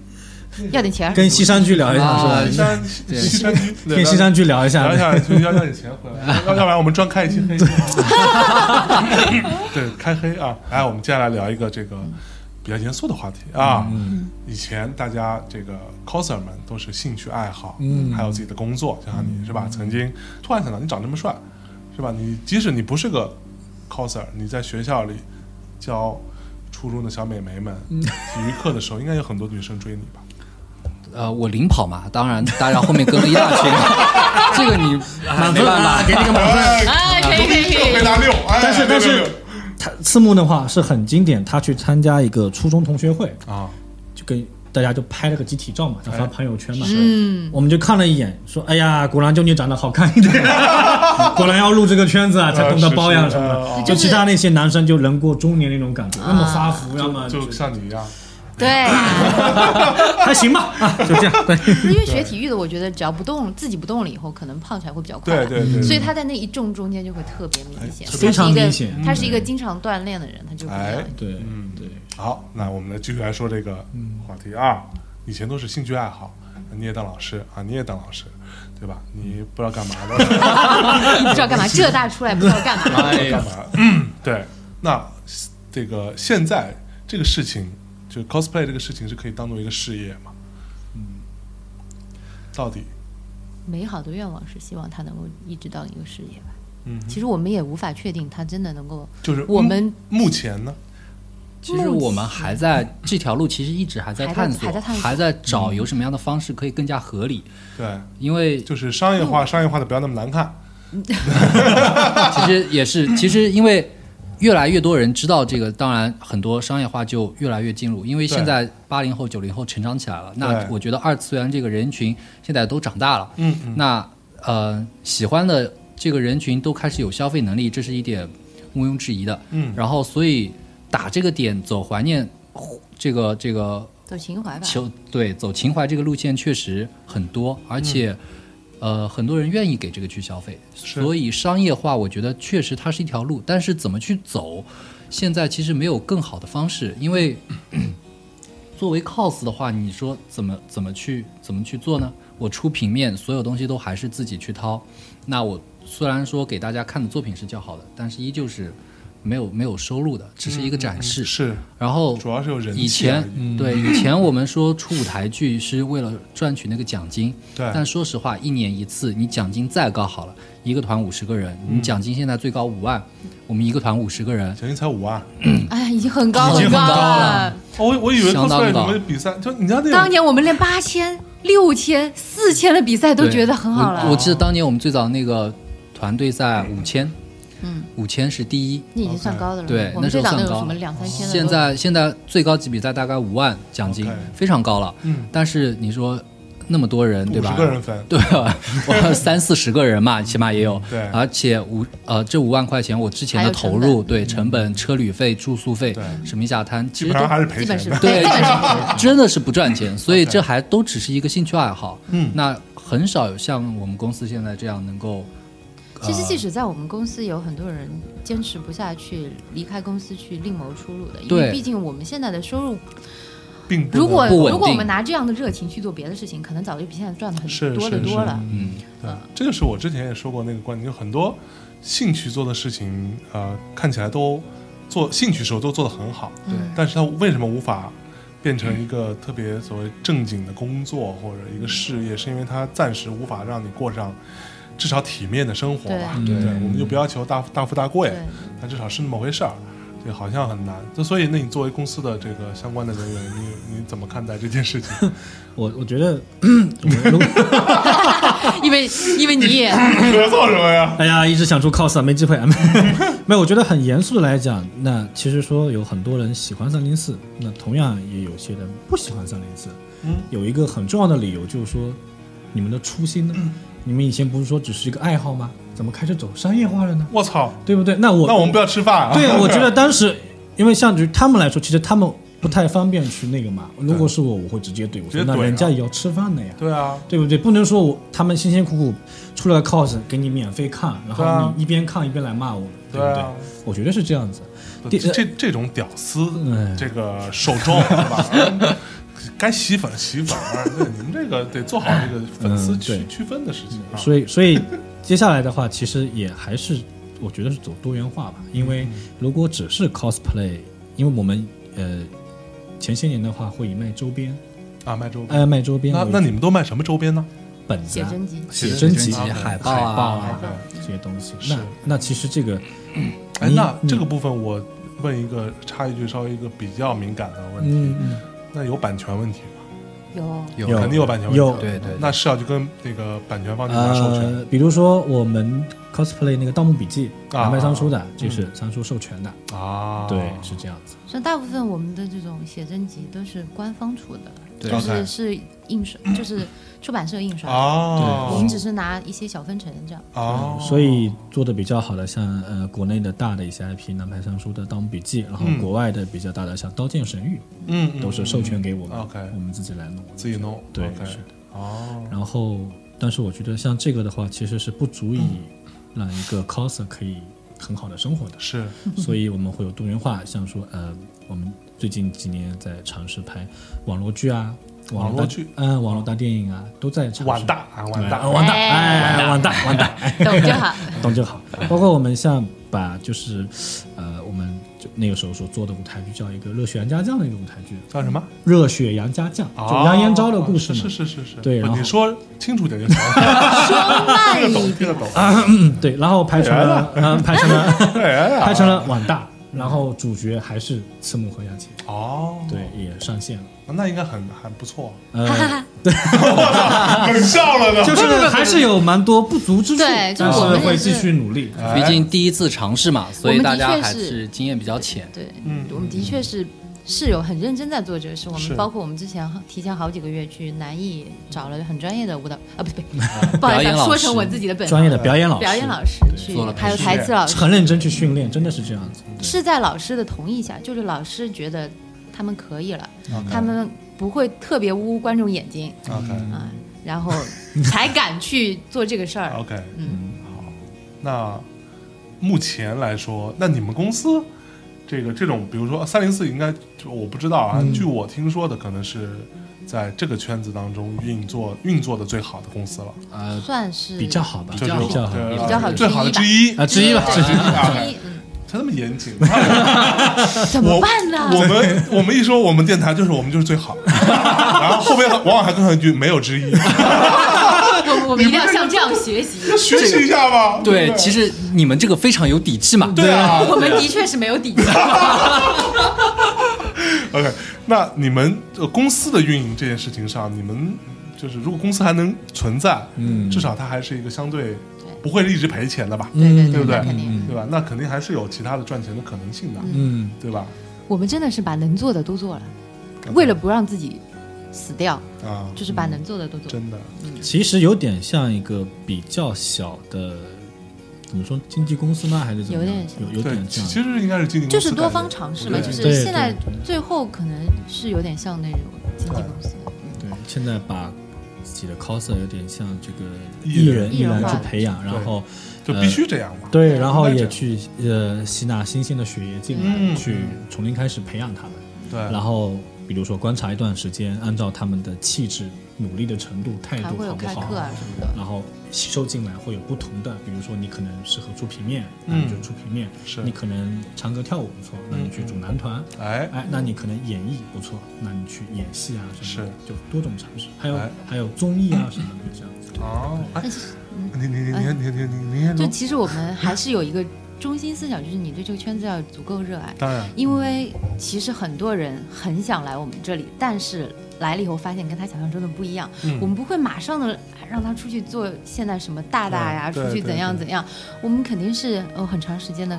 Speaker 5: 要点钱儿？
Speaker 3: 跟西山居聊一下
Speaker 4: 啊
Speaker 2: 西
Speaker 3: 是吧？
Speaker 2: 山西山居
Speaker 3: 跟呃西山居聊
Speaker 2: 聊
Speaker 3: 一下
Speaker 2: 一，下，就要要点钱回来，要要不然我们专开一期黑。对，开黑啊！来，我们接下来聊一个这个比较严肃的话题啊。以前大家这个 coser 们都是兴趣爱好，嗯，还有自己的工作，就像你是吧？曾经突然想到你长这么帅，是吧？你即使你不是个 coser，你在学校里教初中的小美眉们体育课的时候，应该有很多女生追你吧？
Speaker 4: 呃，我领跑嘛，当然大家后面跟了一大 群，这个你哎没办法，
Speaker 3: 给你个满分。
Speaker 5: 啊
Speaker 9: 哎，可以可以可以。
Speaker 2: 回答六，哎
Speaker 3: 但是
Speaker 2: 六
Speaker 3: 但
Speaker 2: 六
Speaker 3: 是
Speaker 2: 六
Speaker 3: 他次木的话是很经典，他去参加一个初中同学会，
Speaker 2: 啊，
Speaker 3: 就跟大家就拍了个集体照嘛，他发
Speaker 2: 哎
Speaker 3: 朋友圈嘛，嗯，我们就看了一眼，说哎呀，果然就你长得好看一点， 果然要入这个圈子啊，才懂得包养什么
Speaker 2: 呃是是
Speaker 3: 的。
Speaker 2: 呃
Speaker 3: 就其他那些男生就人过中年那种感觉，要么
Speaker 5: 啊
Speaker 3: 发福，要么
Speaker 2: 哦就是像你一样。
Speaker 5: 对啊，
Speaker 3: 还行吧，啊，就这样。对，
Speaker 5: 因为学体育的，我觉得只要不动，自己不动了以后，可能胖起来会比较快。
Speaker 2: 对对对，
Speaker 5: 所以他在那一众中间就会特别明显，
Speaker 2: 哎
Speaker 5: 他
Speaker 3: 非常
Speaker 5: 是一个
Speaker 3: 明显
Speaker 5: 他是一个经常锻炼的人，他就会这样
Speaker 2: 哎。
Speaker 3: 对，
Speaker 2: 嗯
Speaker 3: 对，
Speaker 2: 好，那我们来继续来说这个
Speaker 3: 嗯
Speaker 2: 话题啊。以前都是兴趣爱好，你也当老师啊，你也当老师，对吧？你不知道干嘛的，
Speaker 5: 不知道干嘛，浙大出来不知道干嘛。
Speaker 4: 哎呀
Speaker 2: 干，嘛？ 嗯，对。那这个现在这个事情，就 cosplay 这个事情是可以当做一个事业嘛？嗯，到底，
Speaker 5: 美好的愿望是希望他能够一直到一个事业吧。
Speaker 2: 嗯哼，
Speaker 5: 其实我们也无法确定他真的能够，
Speaker 2: 就是
Speaker 5: 我们
Speaker 2: 目目前呢，
Speaker 4: 其实我们还在这条路，其实一直还在
Speaker 5: 还在
Speaker 4: 探索，
Speaker 5: 还在探索
Speaker 4: 找有什么样的方式可以更加合理。
Speaker 2: 对，
Speaker 4: 因为
Speaker 2: 就是商业
Speaker 5: 嗯
Speaker 2: 化，商业化的不要那么难看，
Speaker 4: 其实也是， 其实因为越来越多人知道这个，当然很多商业化就越来越进入。因为现在八零后、九零后成长起来了，那
Speaker 2: 对
Speaker 4: 我觉得二次元这个人群现在都长大了，
Speaker 2: 嗯嗯，
Speaker 4: 那呃，喜欢的这个人群都开始有消费能力，这是一点毋庸置疑的。
Speaker 2: 嗯
Speaker 4: 然后所以打这个点走怀念这个这个
Speaker 5: 走情怀吧。
Speaker 4: 求对走情怀这个路线确实很多，而且呃，很多人愿意给这个去消费，
Speaker 2: 是
Speaker 4: 所以商业化，我觉得确实它是一条路，但是怎么去走，现在其实没有更好的方式，因为作为 cos 的话，你说怎么怎么去怎么去做呢？我出平面，所有东西都还是自己去掏。那我虽然说给大家看的作品是较好的，但是依旧是没有没有收入的，只是一个展示。
Speaker 2: 是
Speaker 4: 然后
Speaker 2: 主要是有人气啊嗯
Speaker 4: 以前
Speaker 2: 而已
Speaker 4: 对以前我们说出舞台剧是为了赚取那个奖金，
Speaker 2: 对
Speaker 4: 但说实话，一年一次，你奖金再高好了，一个团五十个人，
Speaker 2: 嗯
Speaker 4: 你奖金现在最高五万，我们一个团五十个人，
Speaker 2: 奖金才五万，
Speaker 5: 哎，已经很高
Speaker 4: 已经很
Speaker 5: 高
Speaker 4: 高
Speaker 5: 了。
Speaker 2: 哦我我以为
Speaker 4: 相当
Speaker 2: cosplay
Speaker 4: 高
Speaker 2: 你们比赛，就你家那
Speaker 5: 当
Speaker 2: 种
Speaker 5: 年我们连八千、六千、四千的比赛都
Speaker 4: 对
Speaker 5: 觉得很好
Speaker 4: 我。我
Speaker 5: 了，
Speaker 4: 记得当年我们最早那个团队赛五千，
Speaker 5: 嗯，
Speaker 4: 五千是第一，
Speaker 5: 那已经算高的了。
Speaker 4: 对
Speaker 5: 我
Speaker 4: 那
Speaker 5: 们
Speaker 4: 时
Speaker 5: 最
Speaker 4: 候
Speaker 5: 早那
Speaker 4: 算
Speaker 5: 种
Speaker 4: 高
Speaker 5: 什么两三千的都，
Speaker 4: 现在现在最高级比赛大概五万奖金
Speaker 2: OK
Speaker 4: 非常高了。
Speaker 2: 嗯，
Speaker 4: 但是你说那么多人对
Speaker 2: 五
Speaker 4: 吧？
Speaker 2: 十个人分，
Speaker 4: 对吧？ 我三四十个人嘛，起码也有。
Speaker 2: 嗯对
Speaker 4: 而且五呃，这五万块钱我之前的投
Speaker 5: 还有
Speaker 4: 入，对成本、车旅费、住宿费
Speaker 2: 嗯对、
Speaker 4: 什么一下摊，
Speaker 2: 基
Speaker 4: 其
Speaker 2: 本
Speaker 4: 实都
Speaker 2: 上还是赔
Speaker 5: 基
Speaker 2: 钱
Speaker 5: 本是
Speaker 2: 的。
Speaker 4: 对
Speaker 5: 基本上，
Speaker 4: 真的是不赚钱，所以
Speaker 2: OK
Speaker 4: 这还都只是一个兴趣爱好。
Speaker 2: 嗯
Speaker 4: 那很少有像我们公司现在这样能够。
Speaker 5: 其实
Speaker 4: 呃
Speaker 5: 即使在我们公司，有很多人坚持不下去，离开公司去另谋出路的，因
Speaker 4: 对
Speaker 5: 为毕竟我们现在的收入，
Speaker 2: 并不
Speaker 5: 如果
Speaker 2: 能
Speaker 4: 不稳定
Speaker 5: 如果我们拿这样的热情去做别的事情，可能早就比现在赚的
Speaker 2: 是
Speaker 5: 很多的
Speaker 2: 是
Speaker 5: 多了。
Speaker 4: 嗯，
Speaker 2: 对，这个是我之前也说过那个观点，就很多兴趣做的事情，呃，看起来都做兴趣时候都做得很好，
Speaker 4: 对
Speaker 2: 但是他为什么无法变成一个特别所谓正经的工作或者一个事业，是因为他暂时无法让你过上至少体面的生活吧？
Speaker 4: 对
Speaker 2: 对，我们就不要求大富大富大贵
Speaker 5: 对，
Speaker 2: 但至少是那么回事儿。对，好像很难。就所以，那你作为公司的这个相关的人员，你你怎么看待这件事情？
Speaker 8: 我我觉得，
Speaker 3: 嗯
Speaker 8: 我如果
Speaker 5: 因为因为你也
Speaker 2: 咳嗽什么呀？
Speaker 8: 哎呀，一直想出 cos 啊，没机会啊。 没有，我觉得很严肃的来讲，那其实说有很多人喜欢三零四，那同样也有些人不喜欢三零四。
Speaker 2: 嗯，
Speaker 8: 有一个很重要的理由就是说，你们的初心呢？你们以前不是说只是一个爱好吗？怎么开始走商业化了呢？
Speaker 2: 我操！
Speaker 8: 对不对？那我
Speaker 2: 那我们不要吃饭啊！
Speaker 8: 对，我觉得当时，因为像对于他们来说，其实他们不太方便去那个嘛。如果是我，我会直接怼，我
Speaker 2: 啊直接
Speaker 8: 说那
Speaker 2: 怼
Speaker 8: 人
Speaker 2: 啊
Speaker 8: 家也要吃饭的呀。
Speaker 2: 对啊，
Speaker 8: 对不对？不能说我他们辛辛苦苦出了个 cos 给你免费看，然
Speaker 2: 对啊
Speaker 8: 后你一边看一边来骂我们，对
Speaker 2: 对
Speaker 8: 不对？
Speaker 2: 啊
Speaker 8: 我觉得是这样子。第呃
Speaker 2: 这这这种屌丝，
Speaker 8: 哎
Speaker 2: 这个手中是吧， 该洗粉洗粉儿，对你们这个得做好这个粉丝
Speaker 8: 嗯
Speaker 2: 区
Speaker 8: 对
Speaker 2: 区分的事情啊。
Speaker 8: 所以所以接下来的话，其实也还是我觉得是走多元化吧，因为如果只是 cosplay，因为我们呃前些年的话会以卖周边，
Speaker 2: 啊，卖周边，
Speaker 8: 呃卖周边
Speaker 2: 那
Speaker 8: 为
Speaker 2: 那你们都卖什么周边呢？
Speaker 8: 本子
Speaker 5: 写
Speaker 8: 啊、
Speaker 5: 真集，
Speaker 8: 写
Speaker 4: 真
Speaker 8: 集、
Speaker 4: 集海
Speaker 8: 报
Speaker 4: 报啊
Speaker 8: 啊
Speaker 5: 海报
Speaker 8: 这些东西。
Speaker 2: 是
Speaker 8: 那那其实这个，
Speaker 2: 哎，
Speaker 8: 你嗯
Speaker 2: 那
Speaker 8: 你
Speaker 2: 这个部分我问一个插一句，稍微一个比较敏感的问题，
Speaker 8: 嗯，嗯
Speaker 2: 那有版权问题吗？
Speaker 5: 有
Speaker 4: 有
Speaker 8: 有
Speaker 2: 肯定有版权问题。
Speaker 8: 有
Speaker 4: 对对对
Speaker 2: 那是要去跟那个版权方去拿授权
Speaker 8: 呃，比如说我们 cosplay 那个《盗墓笔记》，
Speaker 2: 啊嗯
Speaker 8: 南派三叔的，就是三叔授权的，
Speaker 2: 啊？
Speaker 8: 呃对，是这样子。
Speaker 5: 像大部分我们的这种写真集都是官方出的，
Speaker 4: 对
Speaker 5: 就
Speaker 2: OK
Speaker 5: 是是印刷，就是出版社印刷的。
Speaker 2: 啊，
Speaker 5: 我们只是拿一些小分成这样。
Speaker 2: 啊，
Speaker 8: 所以做的比较好的，像呃国内的大的一些 IP，南派三叔的《盗墓笔记》，然后
Speaker 2: 嗯
Speaker 8: 国外的比较大的像《刀剑神域
Speaker 2: 嗯，嗯》，
Speaker 8: 都是授权给我们
Speaker 2: 嗯嗯，OK
Speaker 8: 我们自己来弄。
Speaker 2: 自己弄，
Speaker 8: 对
Speaker 2: OK
Speaker 8: 是的
Speaker 2: 哦，
Speaker 8: 然后，但是我觉得像这个的话，其实是不足以
Speaker 2: 嗯
Speaker 8: 让一个 coser 可以很好的生活的。
Speaker 2: 是
Speaker 8: 所以我们会有多元化，像说呃，我们最近几年在尝试拍网络剧啊，
Speaker 2: 网
Speaker 8: 络
Speaker 2: 络
Speaker 8: 大
Speaker 2: 剧，
Speaker 8: 嗯，网络大电影啊，都在尝试。
Speaker 2: 碗大啊，碗大
Speaker 8: 哎，碗大，
Speaker 5: 哎
Speaker 8: 哎，碗大，碗大，
Speaker 5: 懂就好。
Speaker 8: 懂 就好。包括我们像把就是呃，我们就那个时候所做的舞台剧叫一个《热血杨家将》的一个舞台剧，
Speaker 2: 叫什么？
Speaker 8: 《热血杨家将》就
Speaker 2: 哦
Speaker 8: 杨延昭的故事嘛。
Speaker 2: 是是是是是，
Speaker 8: 对
Speaker 2: 不
Speaker 8: 然后
Speaker 2: 你说清楚点就行了。
Speaker 5: 慢一点
Speaker 2: 听得懂啊？
Speaker 8: 嗯对，然后拍成了，嗯，拍 成了，
Speaker 2: 哎
Speaker 8: 拍成了碗大，然后主角还是赤木和雅琴，
Speaker 2: 哦，
Speaker 8: 对，，也上线了。
Speaker 2: 那应该很还不错，啊
Speaker 8: 呃，
Speaker 2: 冷笑 了呢。
Speaker 8: 就是还是有蛮多不足之处，
Speaker 5: 对就是
Speaker 8: 但
Speaker 5: 我
Speaker 8: 是
Speaker 5: 们
Speaker 8: 会
Speaker 5: 也是
Speaker 8: 继续努力。
Speaker 2: 哎
Speaker 4: 毕竟第一次尝试嘛，所以
Speaker 5: 我们的
Speaker 4: 大家
Speaker 5: 确
Speaker 4: 还
Speaker 5: 是
Speaker 4: 是经验比较浅。
Speaker 5: 对，
Speaker 2: 嗯
Speaker 5: 我们的确是是有很认真在做这个事。我
Speaker 2: 是
Speaker 5: 们包括我们之前提前好几个月去南艺找了很专业的舞蹈啊，不对，不好
Speaker 4: 表
Speaker 5: 意
Speaker 4: 演
Speaker 5: 思，
Speaker 4: 老
Speaker 5: 说
Speaker 4: 师
Speaker 5: 成我自己的本行
Speaker 8: 专业的表演老师，
Speaker 5: 表演老师去
Speaker 4: 做了，培
Speaker 5: 还有
Speaker 4: 训
Speaker 5: 台词老师，
Speaker 8: 很认真去训练，真的是这样子。对
Speaker 5: 是在老师的同意下，就是老师觉得他们可以了，他们不会特别污观众眼睛
Speaker 2: OK，
Speaker 5: 啊。然后才敢去做这个事儿。
Speaker 2: OK，
Speaker 5: 嗯，
Speaker 2: 那目前来说，那你们公司这个这种，比如说三零四，应该就我不知道啊，据我听说的，可能是在这个圈子当中运作运作的最好的公司了，
Speaker 3: 呃，
Speaker 5: 算是
Speaker 3: 比较好吧，
Speaker 2: 这就
Speaker 3: 比较好，
Speaker 2: 对
Speaker 5: 比较好之一吧
Speaker 2: 最好的之一
Speaker 3: 啊，之一吧，
Speaker 5: 对
Speaker 3: 之一
Speaker 5: 之一。嗯
Speaker 2: 他那么严谨，
Speaker 5: 怎么办呢？
Speaker 2: 我们我们一说我们电台就是我们就是最好，然后后面往往还跟上一句没有之一，
Speaker 5: 我我们一定要像这样学习。
Speaker 2: 学习一下吧。
Speaker 4: 对
Speaker 2: 不，
Speaker 4: 其实你们这个非常有底气嘛。
Speaker 2: 对啊
Speaker 5: 我们的确是没有底气。
Speaker 2: ，OK，那你们呃公司的运营这件事情上，你们就是如果公司还能存在，
Speaker 3: 嗯
Speaker 2: 至少它还是一个相对不会一直赔钱的吧，
Speaker 5: 对对
Speaker 2: 嗯对不对
Speaker 5: 那肯定。
Speaker 2: 对吧？那肯定还是有其他的赚钱的可能性的，
Speaker 3: 嗯，
Speaker 2: 对吧？
Speaker 5: 我们真的是把能做的都做了，为了不让自己死掉，
Speaker 2: 啊，
Speaker 5: 就是把能做的都做。
Speaker 2: 真的，
Speaker 3: 其实有点像一个比较小的，怎么说经纪公司吗？还是怎么样？
Speaker 5: 有点像
Speaker 3: 有有
Speaker 2: 对，
Speaker 3: 点
Speaker 2: 其
Speaker 3: 像，
Speaker 2: 其实应该是经纪公司
Speaker 5: 就是多
Speaker 2: 感觉
Speaker 5: 方尝试嘛，
Speaker 2: 对
Speaker 5: 就是
Speaker 3: 对
Speaker 5: 现在
Speaker 3: 对对
Speaker 5: 最后可能是有点像那种经纪公司，
Speaker 3: 对，现在把自己的 coser 有点像这个
Speaker 2: 艺
Speaker 3: 艺
Speaker 2: 人
Speaker 3: 人
Speaker 5: 艺人
Speaker 3: 人
Speaker 5: 化
Speaker 3: 去培养，然后
Speaker 2: 就必须这样嘛。
Speaker 3: 对，然后
Speaker 2: 应该这
Speaker 3: 也
Speaker 2: 样
Speaker 3: 去呃吸纳新鲜的血液进来，
Speaker 2: 嗯
Speaker 3: 去重新开始培养他们。
Speaker 2: 对，
Speaker 3: 然后比如说观察一段时间，按照他们的气质、努力的程度、态
Speaker 5: 还
Speaker 3: 度
Speaker 5: 会有
Speaker 3: 好不
Speaker 5: 开
Speaker 3: 好
Speaker 5: 课，啊什么的。
Speaker 3: 然后吸收进来会有不同的，比如说你可能适合出平面，那
Speaker 2: 嗯
Speaker 3: 你就出平面；
Speaker 2: 是嗯
Speaker 3: 你可能唱歌跳舞不错，那你去组男团。
Speaker 2: 哎，
Speaker 3: 哎，那你可能演绎不错，那你去演戏啊什么的，就多种尝试。还有、
Speaker 2: 哎
Speaker 3: 还有综艺啊什么的，就这样子。
Speaker 2: 哦，哎
Speaker 5: 但，是
Speaker 2: 你你你你你你你你，
Speaker 5: 就其实我们还是有一个中心思想，就是你对这个圈子要有足够热爱，
Speaker 2: 当然，
Speaker 5: 因为其实很多人很想来我们这里，但是来了以后发现跟他想象中的不一样。
Speaker 2: 嗯
Speaker 5: 我们不会马上的让他出去做现在什么大大呀，
Speaker 2: 对
Speaker 5: 出去
Speaker 2: 对
Speaker 5: 怎样
Speaker 2: 对
Speaker 5: 怎样，我们肯定是有很长时间的，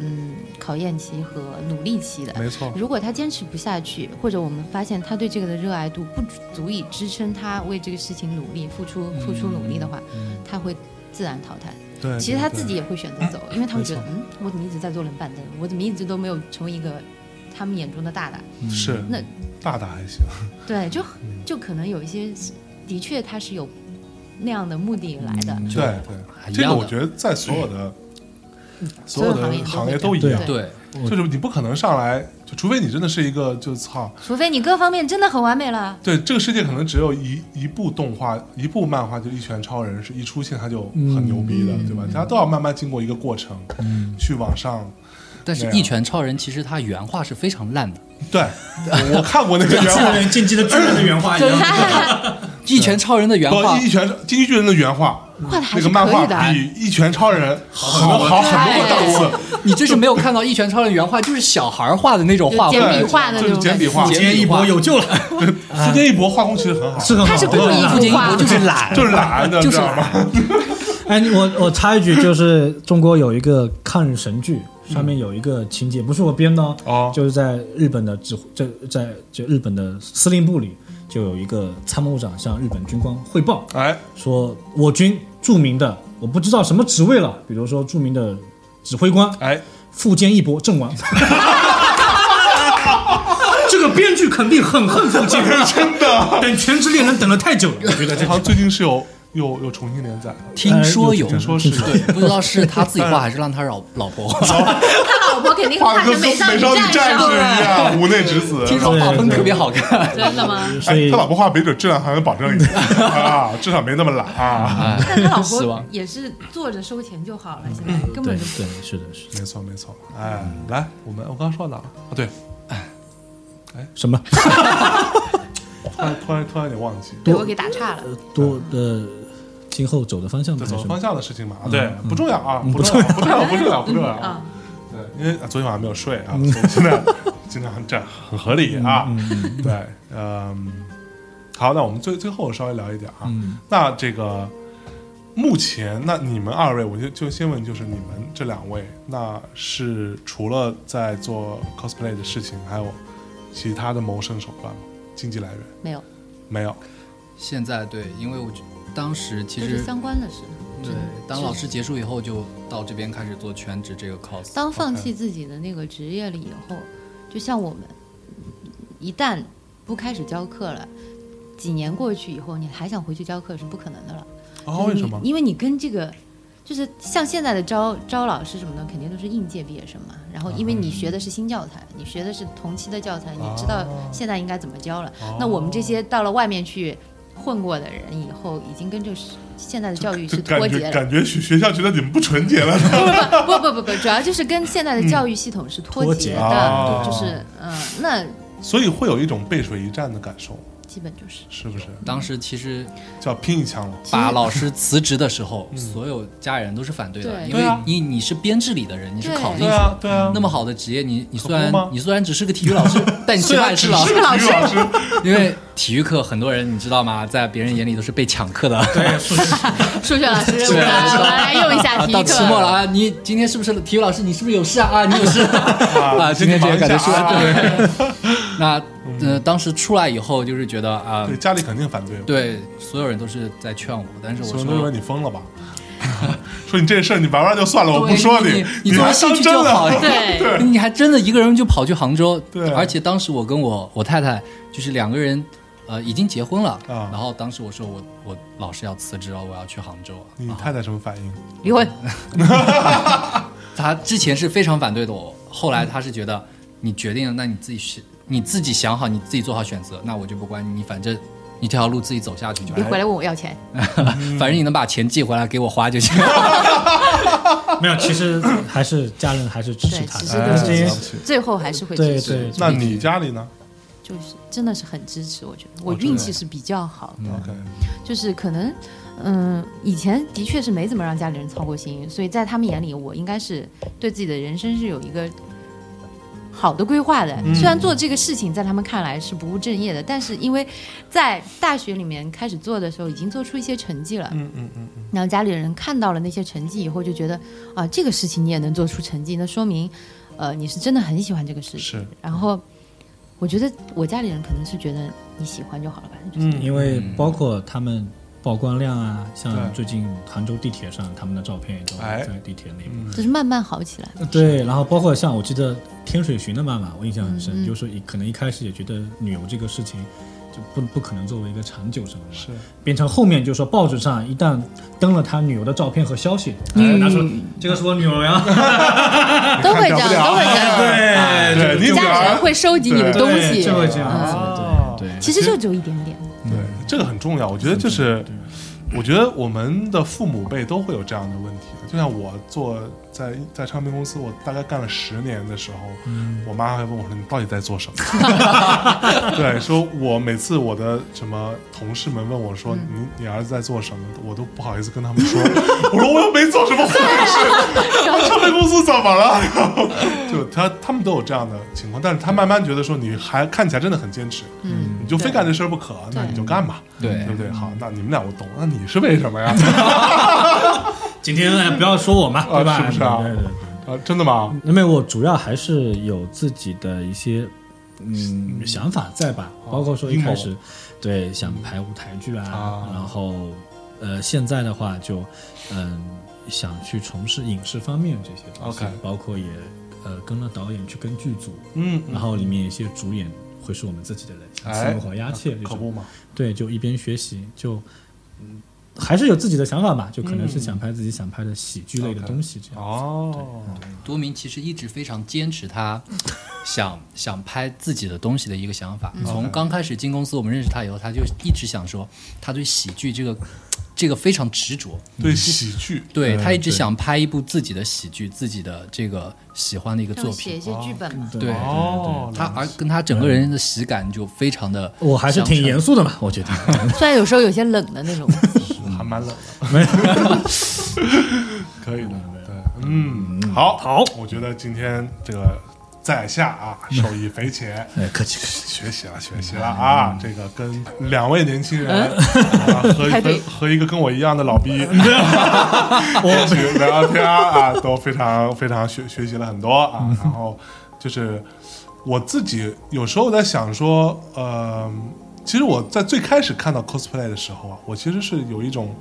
Speaker 5: 嗯，考验期和努力期的。
Speaker 2: 嗯没错，
Speaker 5: 如果他坚持不下去，或者我们发现他对这个的热爱度不足足以支撑他为这个事情努力、付出、
Speaker 2: 嗯
Speaker 5: 付出努力的话，他会自然淘汰。
Speaker 2: 对，
Speaker 5: 其实他自己也会选择走，因为他们觉得
Speaker 2: 没，
Speaker 5: 嗯，我怎么一直在做冷板凳，我怎么一直都没有成为一个他们眼中的大大？
Speaker 2: 对是
Speaker 5: 那
Speaker 2: 嗯大大还行，
Speaker 5: 对，就就可能有一些，的确他是有那样的目的来的。
Speaker 3: 嗯
Speaker 2: 对
Speaker 4: 还
Speaker 2: 对，
Speaker 4: 一
Speaker 2: 这个
Speaker 4: 样
Speaker 2: 我
Speaker 4: 的嗯
Speaker 2: 觉得在所有的所
Speaker 5: 所
Speaker 2: 有
Speaker 5: 有
Speaker 2: 的行
Speaker 5: 行
Speaker 2: 业
Speaker 5: 业
Speaker 2: 都
Speaker 5: 都
Speaker 2: 一
Speaker 5: 一
Speaker 2: 样
Speaker 5: 样，
Speaker 4: 对，
Speaker 2: 就是你不可能上来就，除非你真的是一个就操，
Speaker 5: 除非你各方面真的很完美了，
Speaker 2: 对这个世界可能只有一一部动画、一部漫画，就《一拳超人》是一出现他就很牛逼
Speaker 4: 嗯
Speaker 2: 的，对吧？大家都要慢慢经过一个过程，去往上。
Speaker 4: 但是
Speaker 2: 对啊
Speaker 4: 《一拳超人》其实它原画是非常烂的，
Speaker 2: 对，我看过那个 原画，
Speaker 3: 进击的巨人的原话一样。
Speaker 4: 《一拳超人》的原画
Speaker 2: 不，一拳《进击巨人》的原画，
Speaker 5: 画的还
Speaker 2: 那
Speaker 5: 是
Speaker 2: 个
Speaker 5: 可
Speaker 2: 漫画
Speaker 5: 以
Speaker 2: 比
Speaker 5: 的
Speaker 2: 《
Speaker 5: 啊。
Speaker 2: 一拳超人》好好很多个档次。
Speaker 4: 你这是没有看到《一拳超人》原画，就是小孩画的那种画
Speaker 5: 就
Speaker 4: 风
Speaker 5: 简，笔画的
Speaker 2: 就
Speaker 5: 那
Speaker 2: 是
Speaker 5: 种
Speaker 2: 简
Speaker 5: 感
Speaker 2: 笔
Speaker 5: 觉，
Speaker 2: 画。
Speaker 4: 简笔画
Speaker 3: 救了，
Speaker 2: 福建一博画工其实很好，
Speaker 3: 是很好。
Speaker 5: 他是故
Speaker 3: 对
Speaker 5: 意
Speaker 4: 付
Speaker 5: 不
Speaker 4: 建一
Speaker 5: 画
Speaker 4: 博就
Speaker 5: 的。
Speaker 4: 是懒，
Speaker 2: 就是懒的，
Speaker 4: 就
Speaker 2: 知
Speaker 4: 是
Speaker 2: 道吗？
Speaker 3: 哎，你我我插一句，就是中国有一个抗日神剧，上面有一个情节，不是我编的哦，
Speaker 2: 哦
Speaker 3: 就是在日本的指挥，这在就日本的司令部里，就有一个参谋长向日本军官汇报，
Speaker 2: 哎，
Speaker 3: 说我军著名的我不知道什么职位了，比如说著名的指挥官
Speaker 2: 哎，
Speaker 3: 富坚义博阵 亡。这个编剧肯定很恨富坚，真的，等《全职猎人》等了太久了， 我觉得
Speaker 2: 好像最近是有有有重新连载，
Speaker 4: 听说有，
Speaker 2: 听说是哎有
Speaker 4: 对，不知道是他自己画还是让他老老婆画，
Speaker 5: 他老婆肯定
Speaker 2: 画的
Speaker 5: 看着
Speaker 2: 跟
Speaker 5: 美少
Speaker 2: 美
Speaker 5: 女
Speaker 2: 少女
Speaker 5: 战
Speaker 2: 战士一样，无内之 子。
Speaker 4: 听说画风特别好看。
Speaker 5: 真的 吗？
Speaker 3: 所
Speaker 2: 哎，
Speaker 3: 以
Speaker 2: 他老婆画没准质量还能保证一 点啊，至少没那么懒啊。
Speaker 4: 哎
Speaker 5: 但他老
Speaker 4: 死
Speaker 5: 婆
Speaker 4: 亡
Speaker 5: 也是坐着收钱就好了，现在根
Speaker 3: 对对
Speaker 5: 本就不
Speaker 3: 是的是的，
Speaker 2: 没错没错，哎，来，我们我刚刚说到哪了？啊，对，
Speaker 3: 什 么
Speaker 2: 嗯突然突然突然有点忘记，
Speaker 5: 被我给打岔了。
Speaker 3: 多呃，今后走的方向
Speaker 2: 对
Speaker 3: 吧，还
Speaker 2: 走
Speaker 3: 是
Speaker 2: 方
Speaker 3: 吗
Speaker 2: 向的事情嘛，啊对，不重要啊，
Speaker 3: 嗯
Speaker 2: 不重要，不重要，不重要，不重要啊
Speaker 5: 啊。
Speaker 2: 对，因为啊昨天晚上没有睡啊，所以现在 经常这样很合理啊。对，嗯，好，那我们最最后稍微聊一点啊。那这个目前，那你们二位，我就就先问，就是你们这两位，那是除了在做 cosplay 的事情，还有其他的谋生手段吗？经济来源
Speaker 5: 没有，
Speaker 2: 没有？
Speaker 4: 现在对，因为我觉当时其
Speaker 5: 这
Speaker 4: 实
Speaker 5: 是相关的事。
Speaker 4: 对，当老师结束以后，就到这边开始做全职这个 cos。
Speaker 5: 当放弃自己的那个职业了以后，就像我们，一旦不开始教课了，几年过去以后，你还想回去教课是不可能的了。
Speaker 2: 哦，
Speaker 5: 就是
Speaker 2: 为
Speaker 5: 你
Speaker 2: 什么？
Speaker 5: 因为你跟这个，就是像现在的招招老师什么的，肯定都是应届毕业生嘛。然后，因为你学的是新教材，你学的是同期的教材，你知道现在应该怎么教了。
Speaker 2: 哦
Speaker 5: 那我们这些到了外面去混过的人，以后已经跟这个时现在的教育
Speaker 2: 就是感
Speaker 5: 脱节
Speaker 2: 觉
Speaker 5: 了。
Speaker 2: 感觉学学校觉得你们不纯洁了，
Speaker 5: 不不不不，主要就是跟现在的教育系统是脱
Speaker 3: 脱
Speaker 5: 节
Speaker 3: 节
Speaker 5: 的，
Speaker 2: 啊
Speaker 5: 对就是嗯，那
Speaker 2: 所以会有一种背水一战的感受，
Speaker 5: 基本就是
Speaker 2: 是不是？
Speaker 4: 当时其实
Speaker 2: 叫拼一枪了。
Speaker 4: 把老师辞职的时候，所有家人都是反对的，
Speaker 5: 对
Speaker 4: 因
Speaker 2: 嗯
Speaker 4: 为
Speaker 2: 对啊
Speaker 4: 你你是编制里的人，你是考进
Speaker 2: 对
Speaker 4: 去
Speaker 2: 啊
Speaker 4: 的，，
Speaker 2: 对啊。
Speaker 4: 那么好的职业，你你虽然
Speaker 2: 可不吗
Speaker 4: 你虽然只是个体育老 师，但你起码也是老师，
Speaker 2: 老师，老师，
Speaker 4: 因为体育课很多人你知道吗，在别人眼里都是被抢课的。
Speaker 5: 数学老师，
Speaker 4: 是
Speaker 5: 我
Speaker 4: 啊
Speaker 5: 来
Speaker 4: 是
Speaker 5: 我
Speaker 4: 啊
Speaker 5: 来用一下
Speaker 4: 啊，
Speaker 5: 题
Speaker 4: 到期末了
Speaker 5: 课。
Speaker 4: 啊！你今天是不是体育老师？你是不是有事啊？啊，你有 事啊？今天这个感觉是
Speaker 2: 先忙一啊下
Speaker 4: 对。 那呃，当时出来以后就是觉得啊
Speaker 2: 对，，家里肯定反对，
Speaker 4: 对，所有人都是在劝我，但是我
Speaker 2: 所有
Speaker 4: 说
Speaker 2: 人都认为你疯了吧？ 说你这事儿你玩玩就算了，我不说
Speaker 4: 对你
Speaker 2: 还
Speaker 4: 做
Speaker 2: 当
Speaker 4: 兴趣
Speaker 2: 真
Speaker 4: 就好
Speaker 2: 了。。
Speaker 5: 对，
Speaker 4: 你还真的一个人就跑去杭州，
Speaker 2: 对
Speaker 4: 而且当时我跟我我太太就是两个人，呃，已经结婚了，
Speaker 2: 啊
Speaker 4: 然后当时我说我我老师要辞职了，我要去杭州， 啊
Speaker 2: 你太太什么反应？
Speaker 5: 离婚。
Speaker 4: 他之前是非常反对的我，后来他是觉得你决定了，那你自己是你自己想好，你自己做好选择，那我就不管你，你反正你这条路自己走下去就
Speaker 5: 你
Speaker 4: 好，
Speaker 5: 回来问我要钱，
Speaker 4: 反正你能把钱寄回来给我花就行。
Speaker 3: 没有，其实还是家人还是支持
Speaker 5: 对
Speaker 3: 他
Speaker 5: 其
Speaker 3: 的，
Speaker 5: 实
Speaker 3: 但是
Speaker 5: 都
Speaker 3: 因
Speaker 5: 是
Speaker 3: 为
Speaker 2: 哎了不起
Speaker 5: 最后还是会
Speaker 3: 对
Speaker 5: 支持。
Speaker 3: 对，
Speaker 2: 那你家里呢
Speaker 5: 就是真的是很支持，我觉得我
Speaker 2: 真的
Speaker 5: 运气是比较好的，
Speaker 2: ？OK，
Speaker 5: 就是可能，嗯，以前的确是没怎么让家里人操过心，所以在他们眼里，我应该是对自己的人生是有一个好的规划的。
Speaker 2: 嗯
Speaker 5: 虽然做这个事情在他们看来是不务正业的，但是因为在大学里面开始做的时候，已经做出一些成绩了，
Speaker 2: 嗯嗯嗯，
Speaker 5: 然后家里人看到了那些成绩以后，就觉得啊，这个事情你也能做出成绩，那说明，呃，你是真的很喜欢这个事情。
Speaker 2: 是，
Speaker 5: 然后，我觉得我家里人可能是觉得你喜欢就好了吧，就是、
Speaker 8: 嗯
Speaker 3: 因为包括他们曝光量啊，像
Speaker 2: 嗯对
Speaker 3: 最近杭州地铁上他们的照片也都
Speaker 2: 哎
Speaker 3: 在地铁内部。
Speaker 5: 就是慢慢好起来。
Speaker 3: 对，然后包括像我记得天水寻的妈妈，我印象很深，就是一可能一开始也觉得旅游这个事情就不不可能作为一个长久什么的，
Speaker 2: 是
Speaker 3: 变成后面就说报纸上一旦登了她女儿的照片和消息，哎，拿出 这个是我女儿呀，
Speaker 5: 嗯都会这
Speaker 2: 看
Speaker 5: 样，
Speaker 2: 不了
Speaker 5: 都会 这
Speaker 3: 哎
Speaker 5: 样。
Speaker 3: 对哎
Speaker 2: 对你女
Speaker 5: 家里人
Speaker 2: 儿，
Speaker 5: 会收集你的
Speaker 2: 对
Speaker 5: 东西，
Speaker 3: 就会这样子，
Speaker 2: 哦
Speaker 3: 对对。
Speaker 5: 其实就只有一点点。
Speaker 2: 对这个很重要。我觉得就是，我觉得我们的父母辈都会有这样的问题的。就像我做在在唱片公司，我大概干了十年的时候，我妈还问我说：“你到底在做什么？”对，说我每次我的什么同事们问我说：“你你儿子在做什么？”我都不好意思跟他们说， 我说我又没做什么坏事，唱片公司怎么了？ 然后就他他们都有这样的情况，但是他慢慢觉得说你还看起来真的很坚持，
Speaker 5: 嗯，
Speaker 2: 你就非
Speaker 5: 对
Speaker 2: 干这事儿不可，那你就干吧，
Speaker 4: 对
Speaker 2: 对不对？好，那你们俩我懂，那你是为什么 呀？
Speaker 3: 今天哎不要说我嘛，
Speaker 2: 啊
Speaker 3: 对吧？
Speaker 2: 是不是啊
Speaker 3: 对对对
Speaker 2: 啊，真的吗？
Speaker 3: 因为我主要还是有自己的一些嗯想法在吧，包括说一开
Speaker 2: 哦阴
Speaker 3: 始对想排舞台剧啊，
Speaker 2: 啊
Speaker 3: 然后呃现在的话就嗯、想去从事影视方面这些东西
Speaker 2: OK
Speaker 3: 包括也呃跟了导演去跟剧组，
Speaker 2: 嗯，
Speaker 3: 然后里面有一些主演会是我们自己的人，像
Speaker 2: 哎
Speaker 3: 刺猬火鸭妾这
Speaker 2: 可
Speaker 3: 种
Speaker 2: 不，嘛，
Speaker 3: 对，就一边学习就。嗯还是有自己的想法吧，就可能是想拍自己想拍的喜剧类的
Speaker 2: 嗯 OK
Speaker 3: 东西这样。
Speaker 2: 哦，
Speaker 4: 多明其实一直非常坚持他想想拍自己的东西的一个想法。从刚开始进公司我们认识他以后，他就一直想说他对喜剧这个这个非常执着，
Speaker 2: 对喜剧，
Speaker 4: 对
Speaker 3: 嗯
Speaker 4: 他一直
Speaker 3: 对
Speaker 4: 想拍一部自己的喜剧，自己的这个喜欢的一个
Speaker 5: 就
Speaker 4: 作
Speaker 5: 写一
Speaker 4: 品。
Speaker 5: 些剧本嘛。
Speaker 4: 对
Speaker 2: 哦，
Speaker 4: 他而跟他整个人的喜感就非常的，
Speaker 3: 我还是挺严肃的嘛，我觉得。
Speaker 5: 虽然有时候有些冷的那 种，
Speaker 2: 还蛮冷的， 可以的，对，嗯，好，好，我觉得今天这个在下啊，受益匪浅。
Speaker 3: 哎，客气客气。
Speaker 2: 学习了，学习了啊！这个跟两位年轻人、啊、和
Speaker 5: 排队
Speaker 2: 和和一个跟我一样的老 逼，我去聊天啊，都非常非常学学习了很多啊。然后就是我自己有时候在想说，呃，其实我在最开始看到 cosplay 的时候啊，我其实是有一种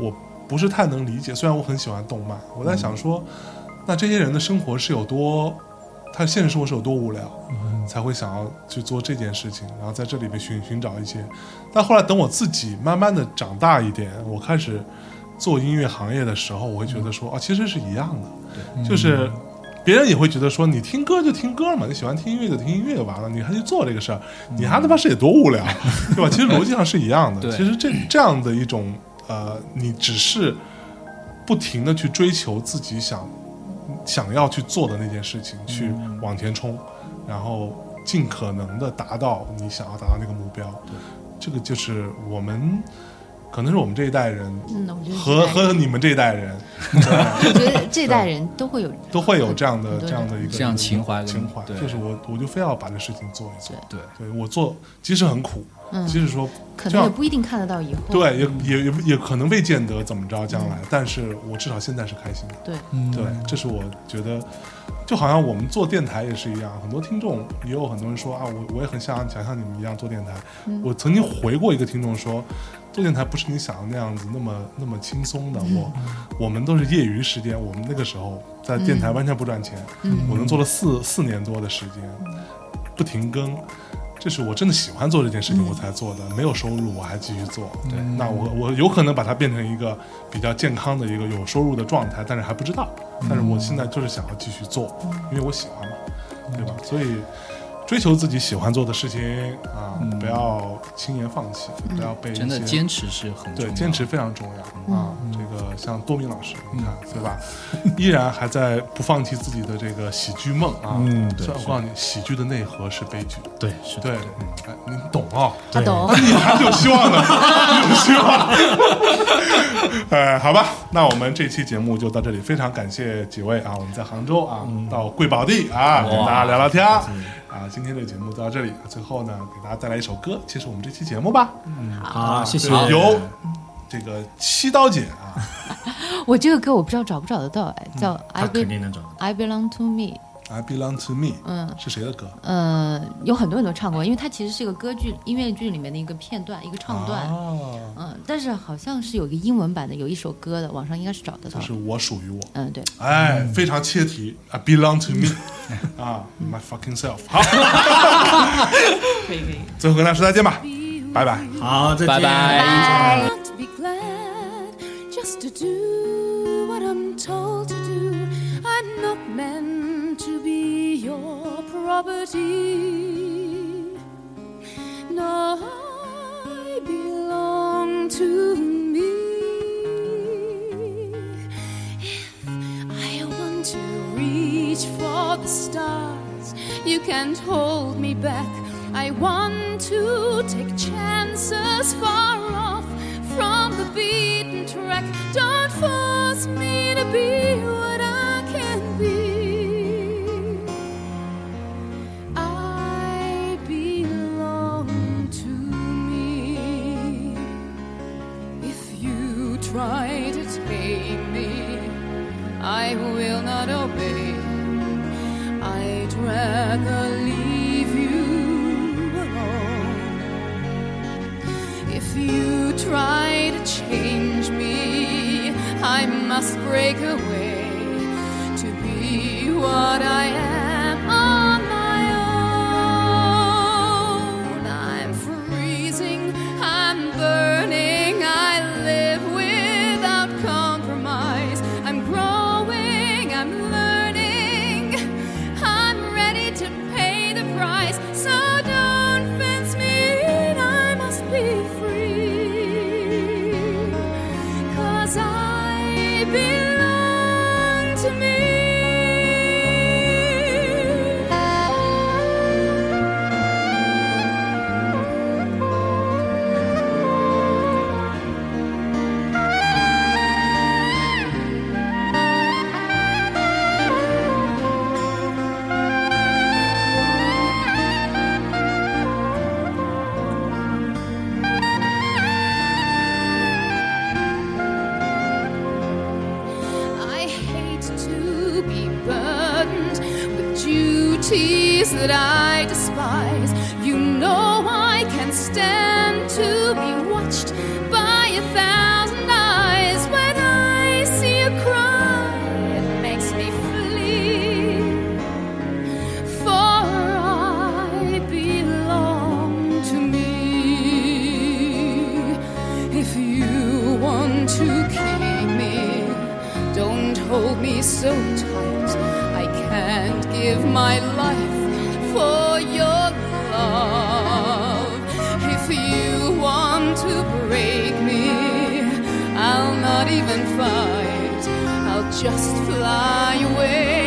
Speaker 2: 我不是太能理解，虽然我很喜欢动漫，我在想说，那这些人的生活是有多他现实生活是有多无聊，才会想要去做这件事情，然后在这里面寻寻找一些。但后来等我自己慢慢的长大一点，我开始做音乐行业的时候，我会觉得说，啊，其实是一样的，就是别人也会觉得说，你听歌就听歌嘛，你喜欢听音乐就听音乐就完了，你还去做这个事儿，你还他妈是也多无聊， 对吧？其实逻辑上是一样的。
Speaker 4: 对
Speaker 2: 其实这这样的一种呃，你只是不停的去追求自己想想要去做的那件事情，去往前冲，然后尽可能的达到你想要达到那个目标。这个就是我们。可能是我们这一代人
Speaker 5: 嗯，我觉得
Speaker 2: 和和你们这一代人
Speaker 5: 我觉得这代人都会有
Speaker 2: 都会有这样的
Speaker 5: 很多
Speaker 2: 这样的一个
Speaker 4: 这样情怀跟
Speaker 2: 情怀，
Speaker 4: 对
Speaker 2: 就是我我就非要把这事情做一做，
Speaker 4: 对
Speaker 2: 对我做即使很苦，
Speaker 5: 嗯
Speaker 2: 即使说
Speaker 5: 可
Speaker 2: 这
Speaker 5: 能也
Speaker 2: 样
Speaker 5: 不一定看得到以后。嗯
Speaker 2: 对也也也也可能未见得怎么着将来，但是我至少现在是开心的，
Speaker 5: 对
Speaker 2: 对，这是我觉得，就好像我们做电台也是一样，很多听众也有很多人说啊，我我也很想想像你们一样做电台。
Speaker 5: 嗯
Speaker 2: 我曾经回过一个听众说，做电台不是你想的那样子那么那么轻松的，我
Speaker 5: 嗯
Speaker 2: 我们都是业余时间，我们那个时候在电
Speaker 5: 嗯
Speaker 2: 台完全不赚钱，我能做了四四年多的时间，不停更。这是我真的喜欢做这件事情，我才做的。没有收入，我还继续做。对，那我我有可能把它变成一个比较健康的一个有收入的状态，但是还不知道。但是我现在就是想要继续做，因为我喜欢嘛，对吧？所以追求自己喜欢做的事情啊，不要轻言放弃，不要被一些
Speaker 4: 嗯真的坚持是很重
Speaker 2: 对
Speaker 4: 要的
Speaker 2: 坚持非常重要啊。这个像多明老师，你看对吧？依然还在不放弃自己的这个喜剧梦啊。
Speaker 3: 嗯对
Speaker 2: 虽然我告诉你，喜剧的内核是悲剧。
Speaker 8: 嗯
Speaker 3: 对，是
Speaker 2: 对
Speaker 3: 的，，
Speaker 2: 哎，你懂啊、
Speaker 5: 他懂。
Speaker 2: 你还是有希望的，有希望。呃，好吧，那我们这期节目就到这里，非常感谢几位啊，我们在杭州啊，到贵宝地啊，跟大家聊聊天儿啊。今天这个节目就到这里，最后呢，给大家带来一首歌，结束我们这期节目吧。
Speaker 9: 啊
Speaker 3: 好，谢嗯谢，
Speaker 2: 是由这个七刀姐啊，
Speaker 5: 我这个歌我不知道找不找得到，哎，叫
Speaker 3: 他
Speaker 5: I
Speaker 3: 肯定
Speaker 5: Be
Speaker 3: 能找到。
Speaker 5: I Belong to Me。
Speaker 2: I 啊 belong to me，
Speaker 5: 嗯
Speaker 2: 是谁的歌？
Speaker 5: 呃，有很多人都唱过，因为它其实是一个歌剧、音乐剧里面的一个片段、一个唱段。
Speaker 2: 啊，
Speaker 5: 嗯，但是好像是有一个英文版的，有一首歌的，网上应该是找得
Speaker 2: 就
Speaker 5: 到的。
Speaker 2: 是我属于我。
Speaker 5: 嗯，对，
Speaker 2: 哎，非常切题，I belong to me，啊，my fucking self。好，
Speaker 9: 嗯可以可以。
Speaker 2: 最后跟大家说再见吧，拜拜。
Speaker 3: 好，再见，
Speaker 4: 拜拜
Speaker 6: want to be glad just to do what I'm told to do. I'm not meant to be your property. No, I belong to me. I want to reach for the stars. You can't hold me back. I want to take chances far off from the beaten track. Don't force me to be what I can be. I belong to me. If you try to tame me, I will not obey. I'd rather leave you alone. If you try to change me, I must break away to be what I am on my own. I'm freezing, I'm burning, I live without compromise. I'm growing, I'm learning, I'm ready to pay the price. So don't fence me in, I must be free. Cause I belong to me. I hate to be burdened with duties that I despise. You know I can stand to be watched by a thousand eyes. When I see you cry, it makes me flee. hold me so tight. I can't give my life for your love. If you want to break me, I'll not even fight. I'll just fly away.